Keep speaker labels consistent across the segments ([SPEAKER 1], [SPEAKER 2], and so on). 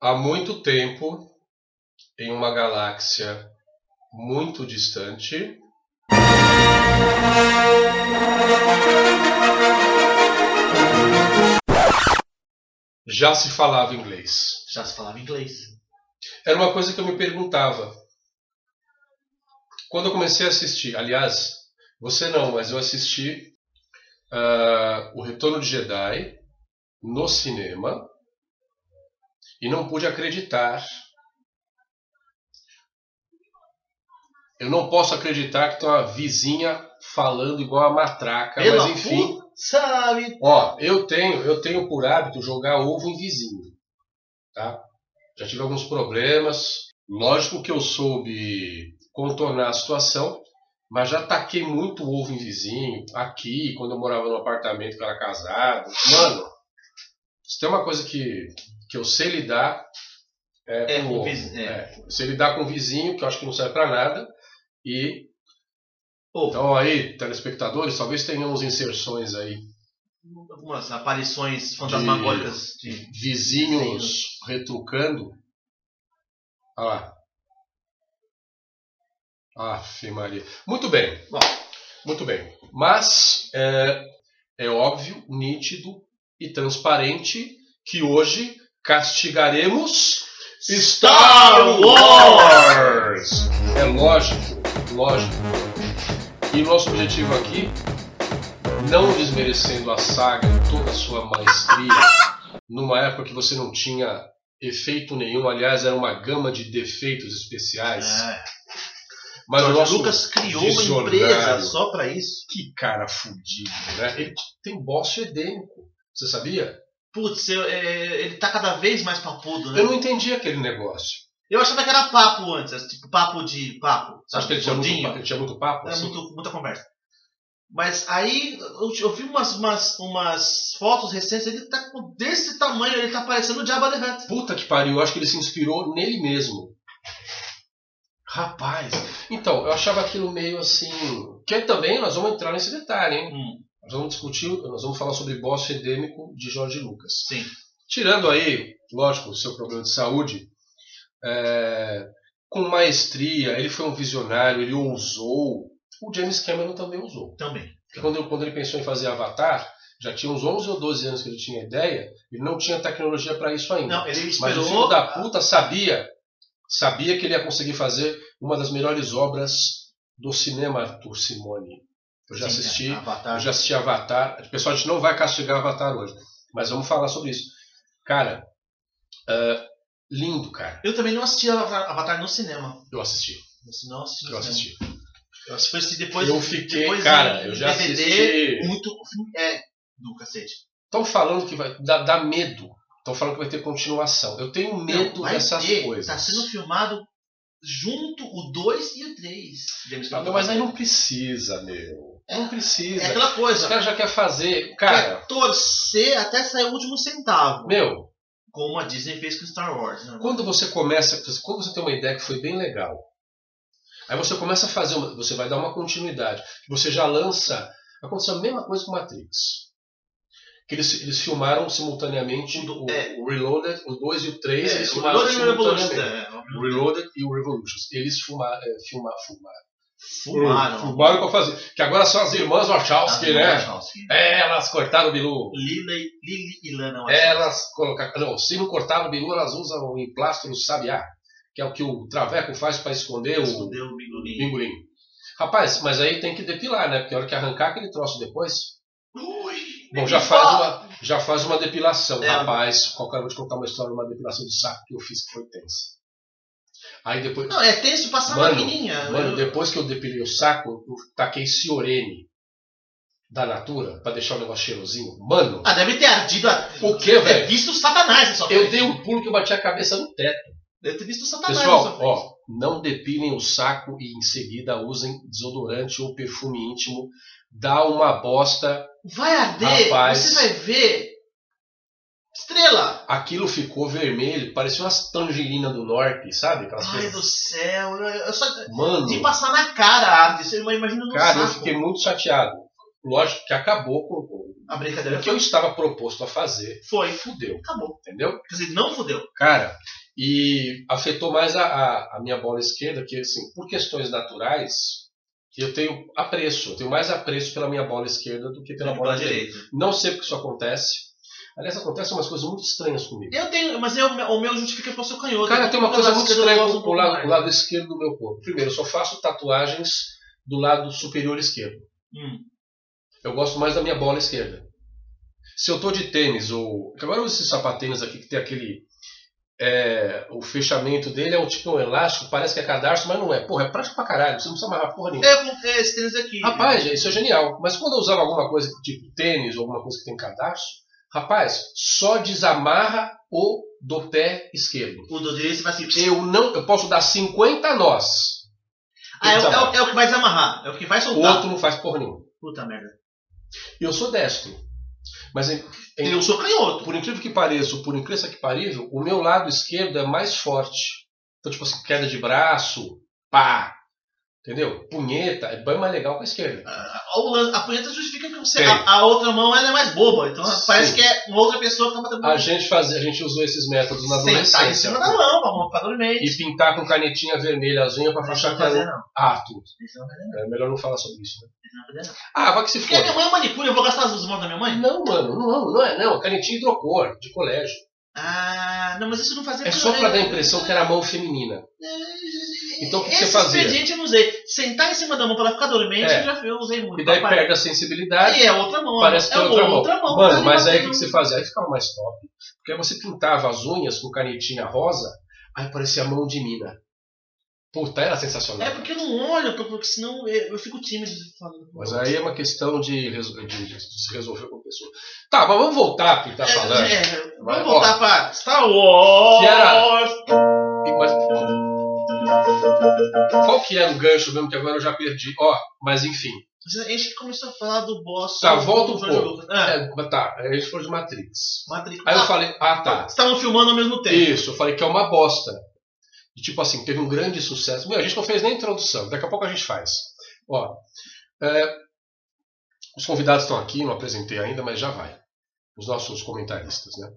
[SPEAKER 1] Há muito tempo, em uma galáxia muito distante. Já se falava inglês.
[SPEAKER 2] Já se falava inglês.
[SPEAKER 1] Era uma coisa que eu me perguntava. Quando eu comecei a assistir, aliás, você não, mas eu assisti ah, O Retorno de Jedi no cinema e não pude acreditar. Eu não posso acreditar que tem uma vizinha falando igual a matraca,
[SPEAKER 2] Pela
[SPEAKER 1] mas enfim.
[SPEAKER 2] puta, Sabe?
[SPEAKER 1] Ó, eu tenho, eu tenho por hábito jogar ovo em vizinho, tá? Já tive alguns problemas. Lógico que eu soube contornar a situação, mas já taquei muito ovo em vizinho aqui, quando eu morava no apartamento que eu era casado. Mano, se tem uma coisa que, que eu sei lidar é,
[SPEAKER 2] É,
[SPEAKER 1] com
[SPEAKER 2] com
[SPEAKER 1] ovo.
[SPEAKER 2] vizinho, é.
[SPEAKER 1] É, eu sei lidar com vizinho, que eu acho que não serve pra nada. E
[SPEAKER 2] Ou
[SPEAKER 1] então aí, telespectadores, talvez tenhamos inserções aí
[SPEAKER 2] algumas aparições fantasmagóricas de.
[SPEAKER 1] vizinhos retrucando. Olha lá. Aff, Maria. Muito bem.
[SPEAKER 2] Bom.
[SPEAKER 1] Muito bem. Mas é, é óbvio, nítido e transparente que hoje castigaremos Star Wars! É lógico, lógico. E nosso objetivo aqui, não desmerecendo a saga em toda a sua maestria, numa época que você não tinha efeito nenhum, aliás, era uma gama de defeitos especiais.
[SPEAKER 2] É.
[SPEAKER 1] Mas o
[SPEAKER 2] George
[SPEAKER 1] nosso
[SPEAKER 2] Lucas criou uma
[SPEAKER 1] visionário.
[SPEAKER 2] empresa só pra isso.
[SPEAKER 1] que cara fudido, né? Ele tem bosta edênico. Você sabia?
[SPEAKER 2] Putz, eu- é, ele tá cada vez mais papudo, né?
[SPEAKER 1] Eu não entendi aquele negócio.
[SPEAKER 2] Eu achava que era papo antes, tipo papo de papo.
[SPEAKER 1] Você acha que ele tinha, muito,
[SPEAKER 2] Gordinho.
[SPEAKER 1] pa- ele tinha muito papo?
[SPEAKER 2] Era
[SPEAKER 1] assim?
[SPEAKER 2] muito, muita conversa. Mas aí eu, eu vi umas, umas, umas fotos recentes, ele tá com desse tamanho, ele tá parecendo o Jabba the Hutt.
[SPEAKER 1] Puta que pariu, eu acho que ele se inspirou nele mesmo. Rapaz. Então, eu achava aquilo meio assim. Que também nós vamos entrar nesse detalhe, hein?
[SPEAKER 2] Hum.
[SPEAKER 1] Nós vamos discutir, nós vamos falar sobre bosta endêmico de Jorge Lucas.
[SPEAKER 2] Sim.
[SPEAKER 1] Tirando aí, lógico, o seu problema de saúde, é, com maestria, ele foi um visionário, ele ousou. O James Cameron também ousou.
[SPEAKER 2] Também.
[SPEAKER 1] Porque quando, ele- quando ele pensou em fazer Avatar, já tinha uns 11 ou 12 anos que ele tinha ideia, ele não tinha tecnologia para isso ainda.
[SPEAKER 2] Não, ele
[SPEAKER 1] Mas o
[SPEAKER 2] esperou.
[SPEAKER 1] filho da puta sabia, sabia que ele ia conseguir fazer uma das melhores obras do cinema, Arthur Simone. Eu já
[SPEAKER 2] Sim, é,
[SPEAKER 1] assisti,
[SPEAKER 2] Avatar.
[SPEAKER 1] eu já assisti Avatar. Pessoal, a gente não vai castigar Avatar hoje, mas vamos falar sobre isso. Cara, ah, lindo, cara.
[SPEAKER 2] Eu também não assisti Avatar Avatar no cinema.
[SPEAKER 1] Eu assisti,
[SPEAKER 2] Eu não assisti no
[SPEAKER 1] eu
[SPEAKER 2] cinema.
[SPEAKER 1] assisti.
[SPEAKER 2] Eu assisti foi assistir depois.
[SPEAKER 1] eu fiquei,
[SPEAKER 2] depois
[SPEAKER 1] cara,
[SPEAKER 2] em
[SPEAKER 1] eu já
[SPEAKER 2] DVD,
[SPEAKER 1] assisti.
[SPEAKER 2] Muito. o filme É, do cacete.
[SPEAKER 1] Estão falando que vai dá, dá medo. Estão falando que vai ter continuação. Eu tenho medo
[SPEAKER 2] Não, vai
[SPEAKER 1] dessas
[SPEAKER 2] ter,
[SPEAKER 1] coisas.
[SPEAKER 2] Tá sendo filmado junto o 2 e o 3. James
[SPEAKER 1] Ah, não,
[SPEAKER 2] Cameron.
[SPEAKER 1] mas aí não precisa, meu. Não
[SPEAKER 2] tá É
[SPEAKER 1] precisa.
[SPEAKER 2] aquela
[SPEAKER 1] Os
[SPEAKER 2] coisa.
[SPEAKER 1] caras já quer fazer. Cara,
[SPEAKER 2] quer torcer até sair o último centavo.
[SPEAKER 1] meu,
[SPEAKER 2] Como a Disney fez com Star Wars. Né?
[SPEAKER 1] quando você começa. Quando você tem uma ideia que foi bem legal, aí você começa a fazer uma. Você vai dar uma continuidade. Você já lança. Aconteceu a mesma coisa com Matrix. Que eles, eles filmaram simultaneamente
[SPEAKER 2] O
[SPEAKER 1] o,
[SPEAKER 2] do- é.
[SPEAKER 1] o Reloaded, o 2 e o 3,
[SPEAKER 2] É,
[SPEAKER 1] eles
[SPEAKER 2] o é.
[SPEAKER 1] filmaram
[SPEAKER 2] Golden Revolution, né?
[SPEAKER 1] simultaneamente. O Reloaded e o Revolutions. Eles fumaram, é, filma, fumaram.
[SPEAKER 2] Fumaram. Tá,
[SPEAKER 1] Fumaram pra fazer. Que agora são as irmãs Wachowski, né? É, elas cortaram o Bilu.
[SPEAKER 2] Lila e, Lili e Lana. eu acho.
[SPEAKER 1] Elas colocaram. Não, se não cortaram o Bilu, elas usam o emplasto do sabiá, que é o que o Traveco faz pra esconder é o
[SPEAKER 2] Escondeu o Bingolim.
[SPEAKER 1] pinguim. Rapaz, mas aí tem que depilar, né? Porque a hora que arrancar aquele troço depois.
[SPEAKER 2] Ui,
[SPEAKER 1] Bom, já faz uma, já faz uma depilação.
[SPEAKER 2] É.
[SPEAKER 1] Rapaz, qualquer hora eu vou te contar uma história de uma depilação de saco que eu fiz que foi tensa. Aí depois.
[SPEAKER 2] Não, é tenso passar
[SPEAKER 1] um- Mano,
[SPEAKER 2] uma menininha.
[SPEAKER 1] Mano,
[SPEAKER 2] Eu-
[SPEAKER 1] depois que eu depilei o saco, eu taquei Ciorene da Natura pra deixar o negócio cheirosinho. Mano,
[SPEAKER 2] Ah, deve ter ardido. A...
[SPEAKER 1] O quê, velho?
[SPEAKER 2] Deve ter visto o Satanás nessa
[SPEAKER 1] eu
[SPEAKER 2] frente.
[SPEAKER 1] dei um pulo que eu bati a cabeça no teto.
[SPEAKER 2] Deve ter visto o Satanás nessa
[SPEAKER 1] Pessoal,
[SPEAKER 2] frente.
[SPEAKER 1] ó, não depilem o saco e em seguida usem desodorante ou perfume íntimo. Dá uma bosta.
[SPEAKER 2] Vai arder.
[SPEAKER 1] Rapaz.
[SPEAKER 2] Você vai ver. Estrela.
[SPEAKER 1] Aquilo ficou vermelho, parecia umas tangerinas do norte, sabe? Aquelas
[SPEAKER 2] Ai do
[SPEAKER 1] coisas.
[SPEAKER 2] céu. né? Eu eu só...
[SPEAKER 1] Mano,
[SPEAKER 2] De passar na cara a arte. Você imagina no
[SPEAKER 1] cara, eu
[SPEAKER 2] saco.
[SPEAKER 1] fiquei muito chateado. Lógico que acabou com com
[SPEAKER 2] A brincadeira
[SPEAKER 1] o que eu estava proposto a fazer.
[SPEAKER 2] foi.
[SPEAKER 1] Fudeu,
[SPEAKER 2] Acabou.
[SPEAKER 1] entendeu?
[SPEAKER 2] Quer dizer, não fudeu.
[SPEAKER 1] Cara, E afetou mais a, a, a minha bola esquerda, que assim, por questões naturais, eu tenho apreço, eu tenho mais apreço pela minha bola esquerda do que pela bola
[SPEAKER 2] bola
[SPEAKER 1] direita.
[SPEAKER 2] direita.
[SPEAKER 1] Não sei porque isso acontece. Aliás, acontecem umas coisas muito estranhas comigo.
[SPEAKER 2] Eu tenho, mas eu- o meu justifica por ser canhoto.
[SPEAKER 1] Cara, tem uma coisa muito estranha com o lado, o
[SPEAKER 2] lado.
[SPEAKER 1] lado esquerdo do meu corpo. Primeiro, eu só faço tatuagens do lado superior esquerdo.
[SPEAKER 2] Hum.
[SPEAKER 1] Eu gosto mais da minha bola esquerda. Se eu tô de tênis ou. Agora eu uso esses sapatênis aqui que tem aquele. é, o fechamento dele é um tipo um elástico, parece que é cadarço, mas não é. Porra, é prático pra caralho, você não precisa amarrar porra nenhuma.
[SPEAKER 2] Eu comprei esse tênis aqui.
[SPEAKER 1] Rapaz, isso é genial. Mas quando eu usava alguma coisa tipo tênis ou alguma coisa que tem cadarço, rapaz, só desamarra o do pé esquerdo.
[SPEAKER 2] O do direito você vai assim.
[SPEAKER 1] Eu não, eu posso dar 50 nós.
[SPEAKER 2] Ah, é, o- é
[SPEAKER 1] Desamarra.
[SPEAKER 2] o- é o que vai desamarrar. É o que vai
[SPEAKER 1] O
[SPEAKER 2] soltar.
[SPEAKER 1] outro não faz porra nenhuma.
[SPEAKER 2] Puta merda.
[SPEAKER 1] E eu sou destro. Mas em- Tem-
[SPEAKER 2] Eu sou canhoto.
[SPEAKER 1] por incrível que pareça, ou por incrível que parível, o meu lado esquerdo é mais forte. Então, tipo assim, queda de braço, pá. Entendeu? Punheta é bem mais legal com a esquerda.
[SPEAKER 2] A, o lan- a punheta justifica que você,
[SPEAKER 1] Tem.
[SPEAKER 2] a, a outra mão ela é mais boba. Então
[SPEAKER 1] Sim.
[SPEAKER 2] parece que é uma outra pessoa que tá batendo
[SPEAKER 1] A gente, fazia, a gente usou esses métodos na
[SPEAKER 2] sentar em
[SPEAKER 1] adolescência. né?
[SPEAKER 2] cima da mão, pra mão ficar dormente.
[SPEAKER 1] E pintar com canetinha vermelha as unhas pra
[SPEAKER 2] Isso
[SPEAKER 1] fechar
[SPEAKER 2] não
[SPEAKER 1] que era
[SPEAKER 2] fazer,
[SPEAKER 1] um
[SPEAKER 2] não.
[SPEAKER 1] ato.
[SPEAKER 2] Isso não fazer,
[SPEAKER 1] É melhor não falar sobre isso, né?
[SPEAKER 2] não fazer, não.
[SPEAKER 1] Ah, vai que se
[SPEAKER 2] Porque a minha
[SPEAKER 1] foda.
[SPEAKER 2] mãe é manicure, eu vou gastar as mãos da minha mãe?
[SPEAKER 1] Não, mano, não, não é, não. Canetinha hidrocor, de colégio.
[SPEAKER 2] Ah, não, mas isso não fazia É,
[SPEAKER 1] É só pra dar a impressão que era mão feminina. Então, o que
[SPEAKER 2] Esse
[SPEAKER 1] você fazia?
[SPEAKER 2] expediente eu não usei. Sentar em cima da mão pra ela ficar dormente,
[SPEAKER 1] É.
[SPEAKER 2] eu já eu usei muito.
[SPEAKER 1] E daí
[SPEAKER 2] Papai-
[SPEAKER 1] perde a sensibilidade.
[SPEAKER 2] Aí é outra mão.
[SPEAKER 1] Parece que
[SPEAKER 2] é
[SPEAKER 1] é outra mão.
[SPEAKER 2] outra mão.
[SPEAKER 1] Mano,
[SPEAKER 2] tá
[SPEAKER 1] mas aí o que,
[SPEAKER 2] batendo.
[SPEAKER 1] que você fazia? Aí ficava mais top. Porque aí você pintava as unhas com canetinha rosa, aí parecia a mão de mina. Puta, era sensacional.
[SPEAKER 2] É porque eu não olho, porque senão eu, eu fico tímido falando.
[SPEAKER 1] Mas aí é uma questão de, reso- de- de se resolver com a pessoa. Tá, mas vamos voltar pro que tá falando.
[SPEAKER 2] É, é,
[SPEAKER 1] Vai,
[SPEAKER 2] vamos voltar pra Star Wars.
[SPEAKER 1] Que era- E- mas- Qual que era o gancho mesmo que agora eu já perdi? Ó, mas enfim.
[SPEAKER 2] A gente começou a falar do boss.
[SPEAKER 1] Tá,
[SPEAKER 2] do-
[SPEAKER 1] volta um
[SPEAKER 2] do George
[SPEAKER 1] pouco.
[SPEAKER 2] Lucas. Ah,
[SPEAKER 1] É, tá, aí a gente falou de Matrix.
[SPEAKER 2] Matrix.
[SPEAKER 1] Aí eu
[SPEAKER 2] Ah,
[SPEAKER 1] falei, ah tá,
[SPEAKER 2] Estavam filmando ao mesmo tempo.
[SPEAKER 1] Isso, eu falei que é uma bosta. E, tipo assim, teve um grande sucesso. Meu, a gente não fez nem introdução, daqui a pouco a gente faz. Ó, é, os convidados estão aqui, não apresentei ainda, mas já vai. Os nossos comentaristas, né?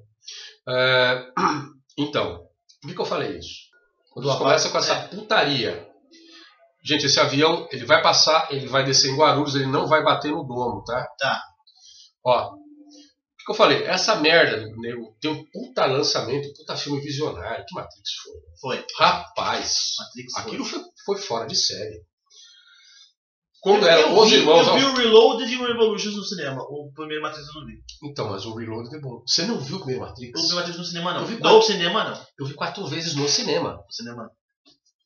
[SPEAKER 1] É, então, por que, que eu falei isso? Quando
[SPEAKER 2] Do
[SPEAKER 1] você começa
[SPEAKER 2] avião,
[SPEAKER 1] com essa putaria. Gente, esse avião, ele vai passar, ele vai descer em Guarulhos, ele não vai bater no domo, tá?
[SPEAKER 2] Tá.
[SPEAKER 1] Ó, o que eu falei? Essa merda do nego tem um puta lançamento, puta filme visionário. Que Matrix foi?
[SPEAKER 2] Foi.
[SPEAKER 1] Rapaz,
[SPEAKER 2] Matrix. foi.
[SPEAKER 1] aquilo foi, foi fora de série. Quando eram
[SPEAKER 2] eu
[SPEAKER 1] os
[SPEAKER 2] vi,
[SPEAKER 1] irmãos.
[SPEAKER 2] Eu
[SPEAKER 1] ao-
[SPEAKER 2] vi o Reloaded e o Revolutions no cinema. O primeiro Matrix eu não vi.
[SPEAKER 1] Então, mas o Reloaded é bom. Você não viu o primeiro Matrix?
[SPEAKER 2] O primeiro Matrix no cinema não.
[SPEAKER 1] Eu vi
[SPEAKER 2] Do
[SPEAKER 1] quatro.
[SPEAKER 2] cinema não.
[SPEAKER 1] Eu vi quatro vezes no cinema.
[SPEAKER 2] No cinema não.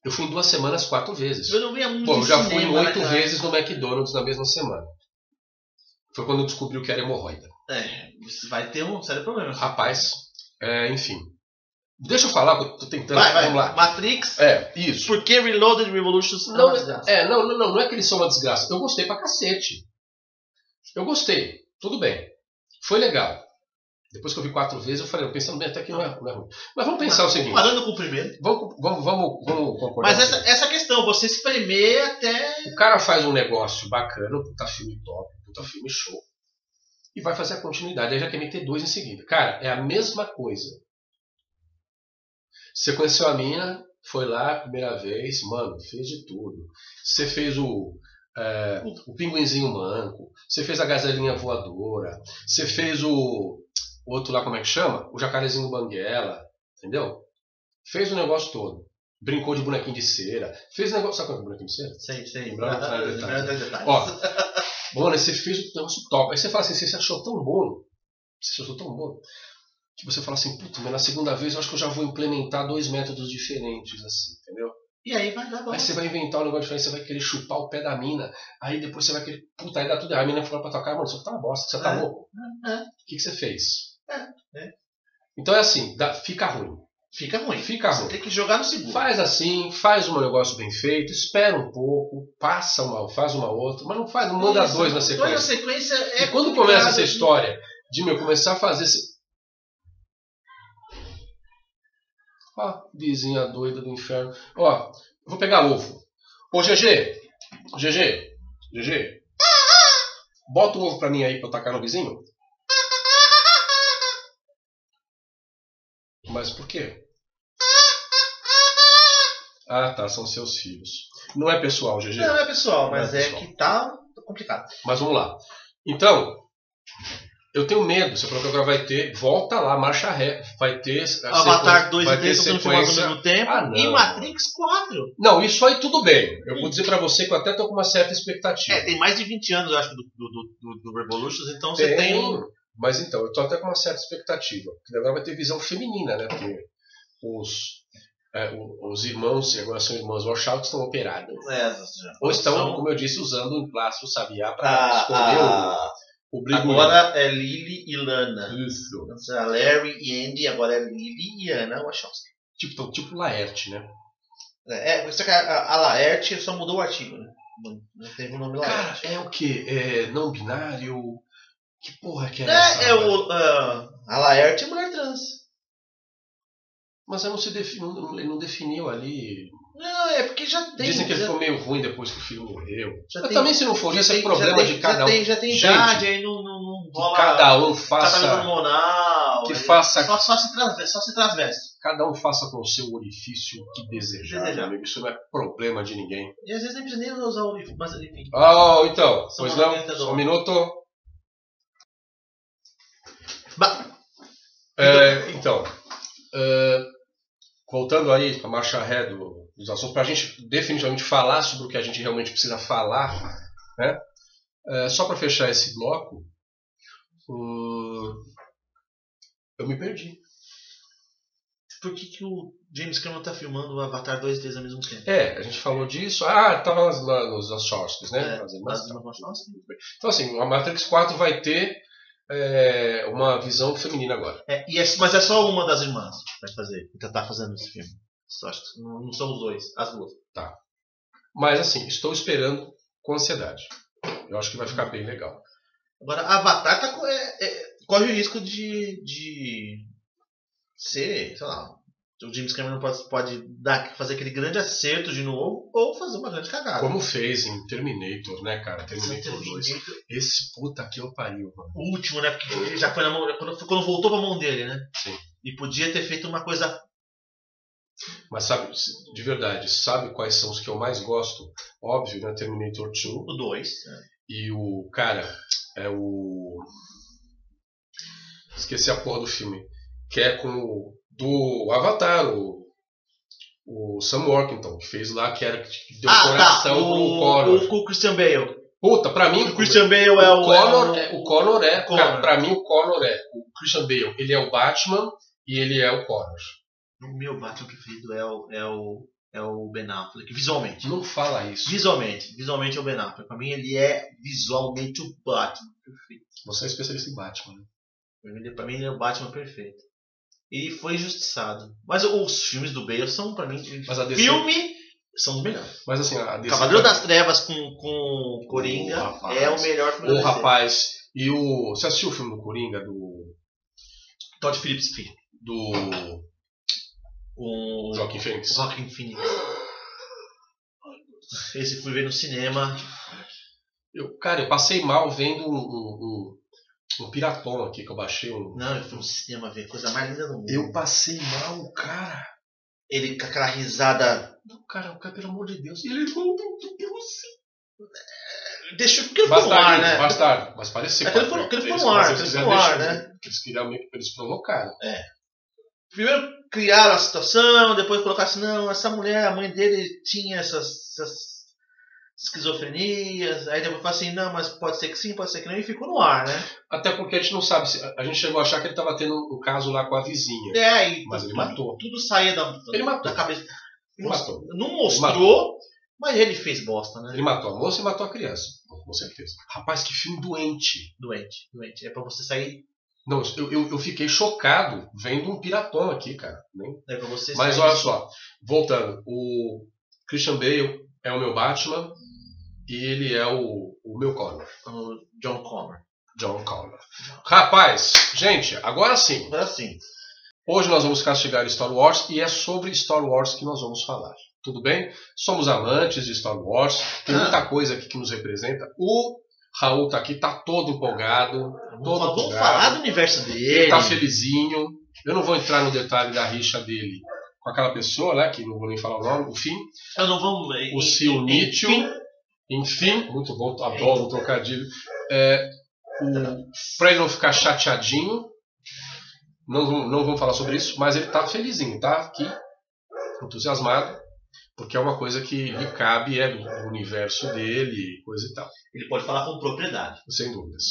[SPEAKER 1] Eu fui em duas semanas quatro vezes.
[SPEAKER 2] Eu não via muito
[SPEAKER 1] Bom, eu
[SPEAKER 2] em
[SPEAKER 1] já fui
[SPEAKER 2] cinema, né,
[SPEAKER 1] em oito
[SPEAKER 2] naquela-
[SPEAKER 1] vezes no McDonald's na mesma semana. Foi quando eu descobri o que era hemorroida.
[SPEAKER 2] É, você vai ter um sério problema.
[SPEAKER 1] Rapaz, é, enfim. Deixa eu falar, que eu tô tentando.
[SPEAKER 2] Vai, vai.
[SPEAKER 1] Vamos lá.
[SPEAKER 2] Matrix.
[SPEAKER 1] É, isso.
[SPEAKER 2] Por que Reloaded e Revolutions não, é
[SPEAKER 1] Não,
[SPEAKER 2] uma desgraça?
[SPEAKER 1] é, não, não, não, não é que eles são uma desgraça. Eu gostei pra cacete. Eu gostei. Tudo bem. Foi legal. Depois que eu vi quatro vezes, eu falei, pensando bem, até que não é, não é ruim. Mas vamos pensar o seguinte.
[SPEAKER 2] Comparando com o primeiro.
[SPEAKER 1] Vamos, vamos, vamos, vamos concordar.
[SPEAKER 2] Mas
[SPEAKER 1] o
[SPEAKER 2] essa, essa questão, você se premer até.
[SPEAKER 1] seguinte. O cara faz um negócio bacana, um puta filme top, um puta filme show. E vai fazer a continuidade. Aí já quer meter dois em seguida. Cara, é a mesma coisa. Você conheceu a mina, foi lá a primeira vez, mano, fez de tudo. Você fez o, é, o pinguinzinho manco, você fez a gazelinha voadora, você fez o, o outro lá, como é que chama? O jacarezinho banguela, entendeu? Fez o negócio todo. Brincou de bonequinho de cera, fez o negócio. Sabe qual é o bonequinho de cera?
[SPEAKER 2] Sei, sei.
[SPEAKER 1] Lembrando
[SPEAKER 2] Ah,
[SPEAKER 1] atrás de
[SPEAKER 2] lembrando atrás de detalhes.
[SPEAKER 1] Ó, mano, você fez o negócio top. Aí você fala assim, você achou tão bom, você achou tão bom, que você fala assim, puta, mas na segunda vez eu acho que eu já vou implementar dois métodos diferentes, assim, entendeu?
[SPEAKER 2] E aí vai dar bom.
[SPEAKER 1] Aí você vai inventar um negócio diferente, você vai querer chupar o pé da mina, aí depois você vai querer. Puta, aí dá tudo errado. A mina fala pra tua cara, mano, isso aqui tá uma bosta, você tá
[SPEAKER 2] É.
[SPEAKER 1] louco.
[SPEAKER 2] É.
[SPEAKER 1] O que, que você fez?
[SPEAKER 2] É, é.
[SPEAKER 1] Então é assim, dá- fica ruim.
[SPEAKER 2] Fica ruim.
[SPEAKER 1] Fica
[SPEAKER 2] Você
[SPEAKER 1] ruim.
[SPEAKER 2] tem que jogar no seguro.
[SPEAKER 1] Faz assim, faz um negócio bem feito, espera um pouco, passa uma, faz uma outra, mas não faz, não manda
[SPEAKER 2] Isso,
[SPEAKER 1] um dois na
[SPEAKER 2] Dois na
[SPEAKER 1] sequência.
[SPEAKER 2] sequência é
[SPEAKER 1] E quando
[SPEAKER 2] complicado,
[SPEAKER 1] começa essa
[SPEAKER 2] assim.
[SPEAKER 1] história de meu começar a fazer esse. Ó, Ah, vizinha doida do inferno. Ó, eu vou pegar ovo. Ô, GG! GG! GG! Bota o ovo pra mim aí pra eu tacar no vizinho. Mas por quê? Ah, tá, são seus filhos. Não é pessoal, GG.
[SPEAKER 2] Não é pessoal,
[SPEAKER 1] Não é
[SPEAKER 2] mas é,
[SPEAKER 1] pessoal.
[SPEAKER 2] que tá complicado.
[SPEAKER 1] Mas vamos lá. Então, eu tenho medo. Você falou que agora vai ter. Volta lá, marcha ré. Vai ter. a
[SPEAKER 2] Avatar 2
[SPEAKER 1] vai
[SPEAKER 2] e
[SPEAKER 1] ter
[SPEAKER 2] 3 estão sendo filmados
[SPEAKER 1] sequência.
[SPEAKER 2] ao mesmo tempo.
[SPEAKER 1] Ah, não.
[SPEAKER 2] e Matrix 4.
[SPEAKER 1] Não, isso aí tudo bem. Eu vou dizer pra você que eu até tô com uma certa expectativa.
[SPEAKER 2] É, tem mais de 20 anos, eu acho, do, do, do, do Revolutions, então você tem um.
[SPEAKER 1] Mas então, eu tô até com uma certa expectativa. Porque agora vai ter visão feminina, né? Porque os, é, o- os irmãos, e agora são irmãos Wachowski, estão operados.
[SPEAKER 2] É, já.
[SPEAKER 1] Ou estão,
[SPEAKER 2] São-
[SPEAKER 1] como eu disse, usando o emplastro sabiá para esconder
[SPEAKER 2] a, a,
[SPEAKER 1] o, o brigulho.
[SPEAKER 2] agora é Lily e Lana.
[SPEAKER 1] Isso.
[SPEAKER 2] Antes era Então, Larry e Andy, agora é Lily e Ana Wachowski.
[SPEAKER 1] Tipo, tão tipo Laerte, né?
[SPEAKER 2] É, é, só que a, a- a Laerte só mudou o artigo, né? Não, não teve o nome
[SPEAKER 1] Cara,
[SPEAKER 2] Laerte.
[SPEAKER 1] é o quê? É não binário? Que porra que é essa?
[SPEAKER 2] É, é o, ah, a Laerte é mulher trans.
[SPEAKER 1] Mas eu não se defi- não- não- ele não definiu ali.
[SPEAKER 2] Não, é porque já tem.
[SPEAKER 1] Dizem que ele
[SPEAKER 2] já,
[SPEAKER 1] ficou meio ruim depois que o filho morreu.
[SPEAKER 2] já
[SPEAKER 1] Mas
[SPEAKER 2] tem-
[SPEAKER 1] também se não for,
[SPEAKER 2] já
[SPEAKER 1] isso é
[SPEAKER 2] tem-
[SPEAKER 1] problema
[SPEAKER 2] já tem-
[SPEAKER 1] de cada
[SPEAKER 2] já
[SPEAKER 1] um.
[SPEAKER 2] Tem, tá já tem
[SPEAKER 1] Gente,
[SPEAKER 2] idade, aí não, não, não rola
[SPEAKER 1] cada um
[SPEAKER 2] tratamento
[SPEAKER 1] faça,
[SPEAKER 2] hormonal.
[SPEAKER 1] que
[SPEAKER 2] aí
[SPEAKER 1] faça-
[SPEAKER 2] Só, só se transveste, só se transveste.
[SPEAKER 1] cada um faça com o seu orifício o que desejar,
[SPEAKER 2] Desejar.
[SPEAKER 1] amigo. Isso não é problema de ninguém.
[SPEAKER 2] E às vezes nem precisa nem usar o livro, mas enfim.
[SPEAKER 1] Ah, então,
[SPEAKER 2] São
[SPEAKER 1] pois não,
[SPEAKER 2] 90
[SPEAKER 1] só um minuto.
[SPEAKER 2] Ba-
[SPEAKER 1] É, então, é, voltando aí para a marcha ré do- dos assuntos, para a gente definitivamente falar sobre o que a gente realmente precisa falar, né? É, só para fechar esse bloco, hum, eu me perdi.
[SPEAKER 2] Por que, que o James Cameron tá filmando o Avatar 2 e 3 ao mesmo tempo?
[SPEAKER 1] É, a gente falou disso. Ah, tava nas, na- nos Wachowskis, né?
[SPEAKER 2] É,
[SPEAKER 1] Nas irmãs.
[SPEAKER 2] Mas, mas, nossa,
[SPEAKER 1] Então, assim, a Matrix 4 vai ter é, uma visão feminina agora.
[SPEAKER 2] É, e é- mas é só uma das irmãs que vai fazer, que tá fazendo esse filme. Só acho que não, não são os dois, as duas.
[SPEAKER 1] Mas, assim, estou esperando com ansiedade. Eu acho que vai ficar bem legal.
[SPEAKER 2] Agora, Avatar tá, co- é- é- corre o risco de, de ser, sei lá, o James Cameron pode, pode dar, fazer aquele grande acerto de novo ou fazer uma grande cagada.
[SPEAKER 1] Como fez em Terminator, né, cara?
[SPEAKER 2] Esse
[SPEAKER 1] Terminator 2.
[SPEAKER 2] Terminator,
[SPEAKER 1] Esse puta que eu pariu, mano.
[SPEAKER 2] O último, né? Porque ele já foi na mão, quando, foi- quando voltou pra mão dele, né?
[SPEAKER 1] Sim.
[SPEAKER 2] E podia ter feito uma coisa.
[SPEAKER 1] Mas sabe, de verdade, sabe quais são os que eu mais gosto? Óbvio, né? Terminator 2
[SPEAKER 2] O 2.
[SPEAKER 1] e o. Cara, é o. Esqueci a porra do filme. Que é com o. Do Avatar, o. O Sam Workington, que fez lá, que era que deu
[SPEAKER 2] Ah,
[SPEAKER 1] um coração
[SPEAKER 2] tá.
[SPEAKER 1] pro Connor.
[SPEAKER 2] O, o, o Christian Bale.
[SPEAKER 1] Puta, pra mim,
[SPEAKER 2] O Christian Bale é o.
[SPEAKER 1] o,
[SPEAKER 2] é o-
[SPEAKER 1] Connor, é, o Connor é.
[SPEAKER 2] Connor.
[SPEAKER 1] Cara, pra mim, o Connor é. O Christian Bale, ele é o Batman e ele é o Connor.
[SPEAKER 2] O meu Batman preferido é o, é o, é o Ben Affleck, visualmente.
[SPEAKER 1] Não fala isso.
[SPEAKER 2] Visualmente, visualmente é o Ben Affleck. Pra mim ele é visualmente o Batman perfeito.
[SPEAKER 1] Você é especialista em Batman. né?
[SPEAKER 2] Pra mim, ele- pra mim ele é o Batman perfeito. E foi injustiçado. Mas os filmes do Bale são, pra mim,
[SPEAKER 1] Mas a DC.
[SPEAKER 2] filme são os melhores.
[SPEAKER 1] Mas assim, a DC.
[SPEAKER 2] Cavaleiro das Trevas com, com Coringa
[SPEAKER 1] O rapaz.
[SPEAKER 2] é o melhor filme
[SPEAKER 1] O
[SPEAKER 2] da DC.
[SPEAKER 1] rapaz. E o. Você assistiu o filme do Coringa? Do.
[SPEAKER 2] Todd Phillips filho.
[SPEAKER 1] Do.
[SPEAKER 2] Com o
[SPEAKER 1] Joaquim Phoenix.
[SPEAKER 2] Joaquin Phoenix. Esse fui ver no cinema.
[SPEAKER 1] Eu, cara, eu passei mal vendo um, um, um, um piratão aqui que eu baixei. Um...
[SPEAKER 2] Não, eu fui no cinema ver. Coisa mais linda do mundo.
[SPEAKER 1] Eu passei mal, cara.
[SPEAKER 2] Ele com aquela risada.
[SPEAKER 1] Não, cara, o cara, pelo amor de Deus. Ele não.
[SPEAKER 2] Deixa porque ele ficou no ar,
[SPEAKER 1] Bastardo,
[SPEAKER 2] né?
[SPEAKER 1] bastardo. Mas né? pareceu.
[SPEAKER 2] É que ele foi- que ele foi
[SPEAKER 1] Eles-
[SPEAKER 2] no ar,
[SPEAKER 1] mas eles
[SPEAKER 2] que ele foi
[SPEAKER 1] quiseram
[SPEAKER 2] no ar, né?
[SPEAKER 1] deixar- que Eles queriam meio que eles provocaram.
[SPEAKER 2] Primeiro criaram a situação, depois colocaram assim, não, essa mulher, a mãe dele tinha essas, essas esquizofrenias, aí depois falaram assim, não, mas pode ser que sim, pode ser que não, e ficou no ar, né?
[SPEAKER 1] Até porque a gente não sabe. Se, a a gente chegou a achar que ele tava tendo um caso lá com a vizinha.
[SPEAKER 2] É, e
[SPEAKER 1] Mas ele
[SPEAKER 2] tudo-
[SPEAKER 1] matou.
[SPEAKER 2] Tudo saía da,
[SPEAKER 1] Ele matou.
[SPEAKER 2] da cabeça.
[SPEAKER 1] Ele matou.
[SPEAKER 2] Não
[SPEAKER 1] Ele
[SPEAKER 2] mostrou,
[SPEAKER 1] matou.
[SPEAKER 2] mas ele fez bosta, né?
[SPEAKER 1] Ele matou a moça e matou a criança. Com certeza. Rapaz, que filme doente.
[SPEAKER 2] Doente, doente. É pra você sair.
[SPEAKER 1] Não, eu, eu, eu fiquei chocado vendo um piratão aqui, cara. né?
[SPEAKER 2] É pra você
[SPEAKER 1] Mas
[SPEAKER 2] sair.
[SPEAKER 1] olha só, voltando, o Christian Bale é o meu Batman e ele é o, o meu Connor,
[SPEAKER 2] O John Connor.
[SPEAKER 1] John Connor. Rapaz, gente, agora sim.
[SPEAKER 2] Mas assim,
[SPEAKER 1] Hoje nós vamos castigar Star Wars e é sobre Star Wars que nós vamos falar. Tudo bem? Somos amantes de Star Wars, tem muita coisa aqui que nos representa. O Raul tá aqui, tá todo empolgado, tá
[SPEAKER 2] vamos,
[SPEAKER 1] Todo
[SPEAKER 2] falar, vamos
[SPEAKER 1] lugar.
[SPEAKER 2] falar do universo dele.
[SPEAKER 1] tá felizinho. Eu não vou entrar no detalhe da rixa dele com aquela pessoa lá, que não vou nem falar o nome, enfim,
[SPEAKER 2] Eu não vamos. eh,
[SPEAKER 1] o
[SPEAKER 2] em-
[SPEAKER 1] Sil
[SPEAKER 2] em-
[SPEAKER 1] Nietzsche,
[SPEAKER 2] enfim,
[SPEAKER 1] enfim, muito bom, adoro o trocadilho, é, o, pra ele não ficar chateadinho, não, vamos- não vamos falar sobre isso, mas ele tá felizinho, tá aqui, entusiasmado, porque é uma coisa que lhe cabe, é do universo dele, coisa e tal.
[SPEAKER 2] Ele pode falar com propriedade.
[SPEAKER 1] sem dúvidas.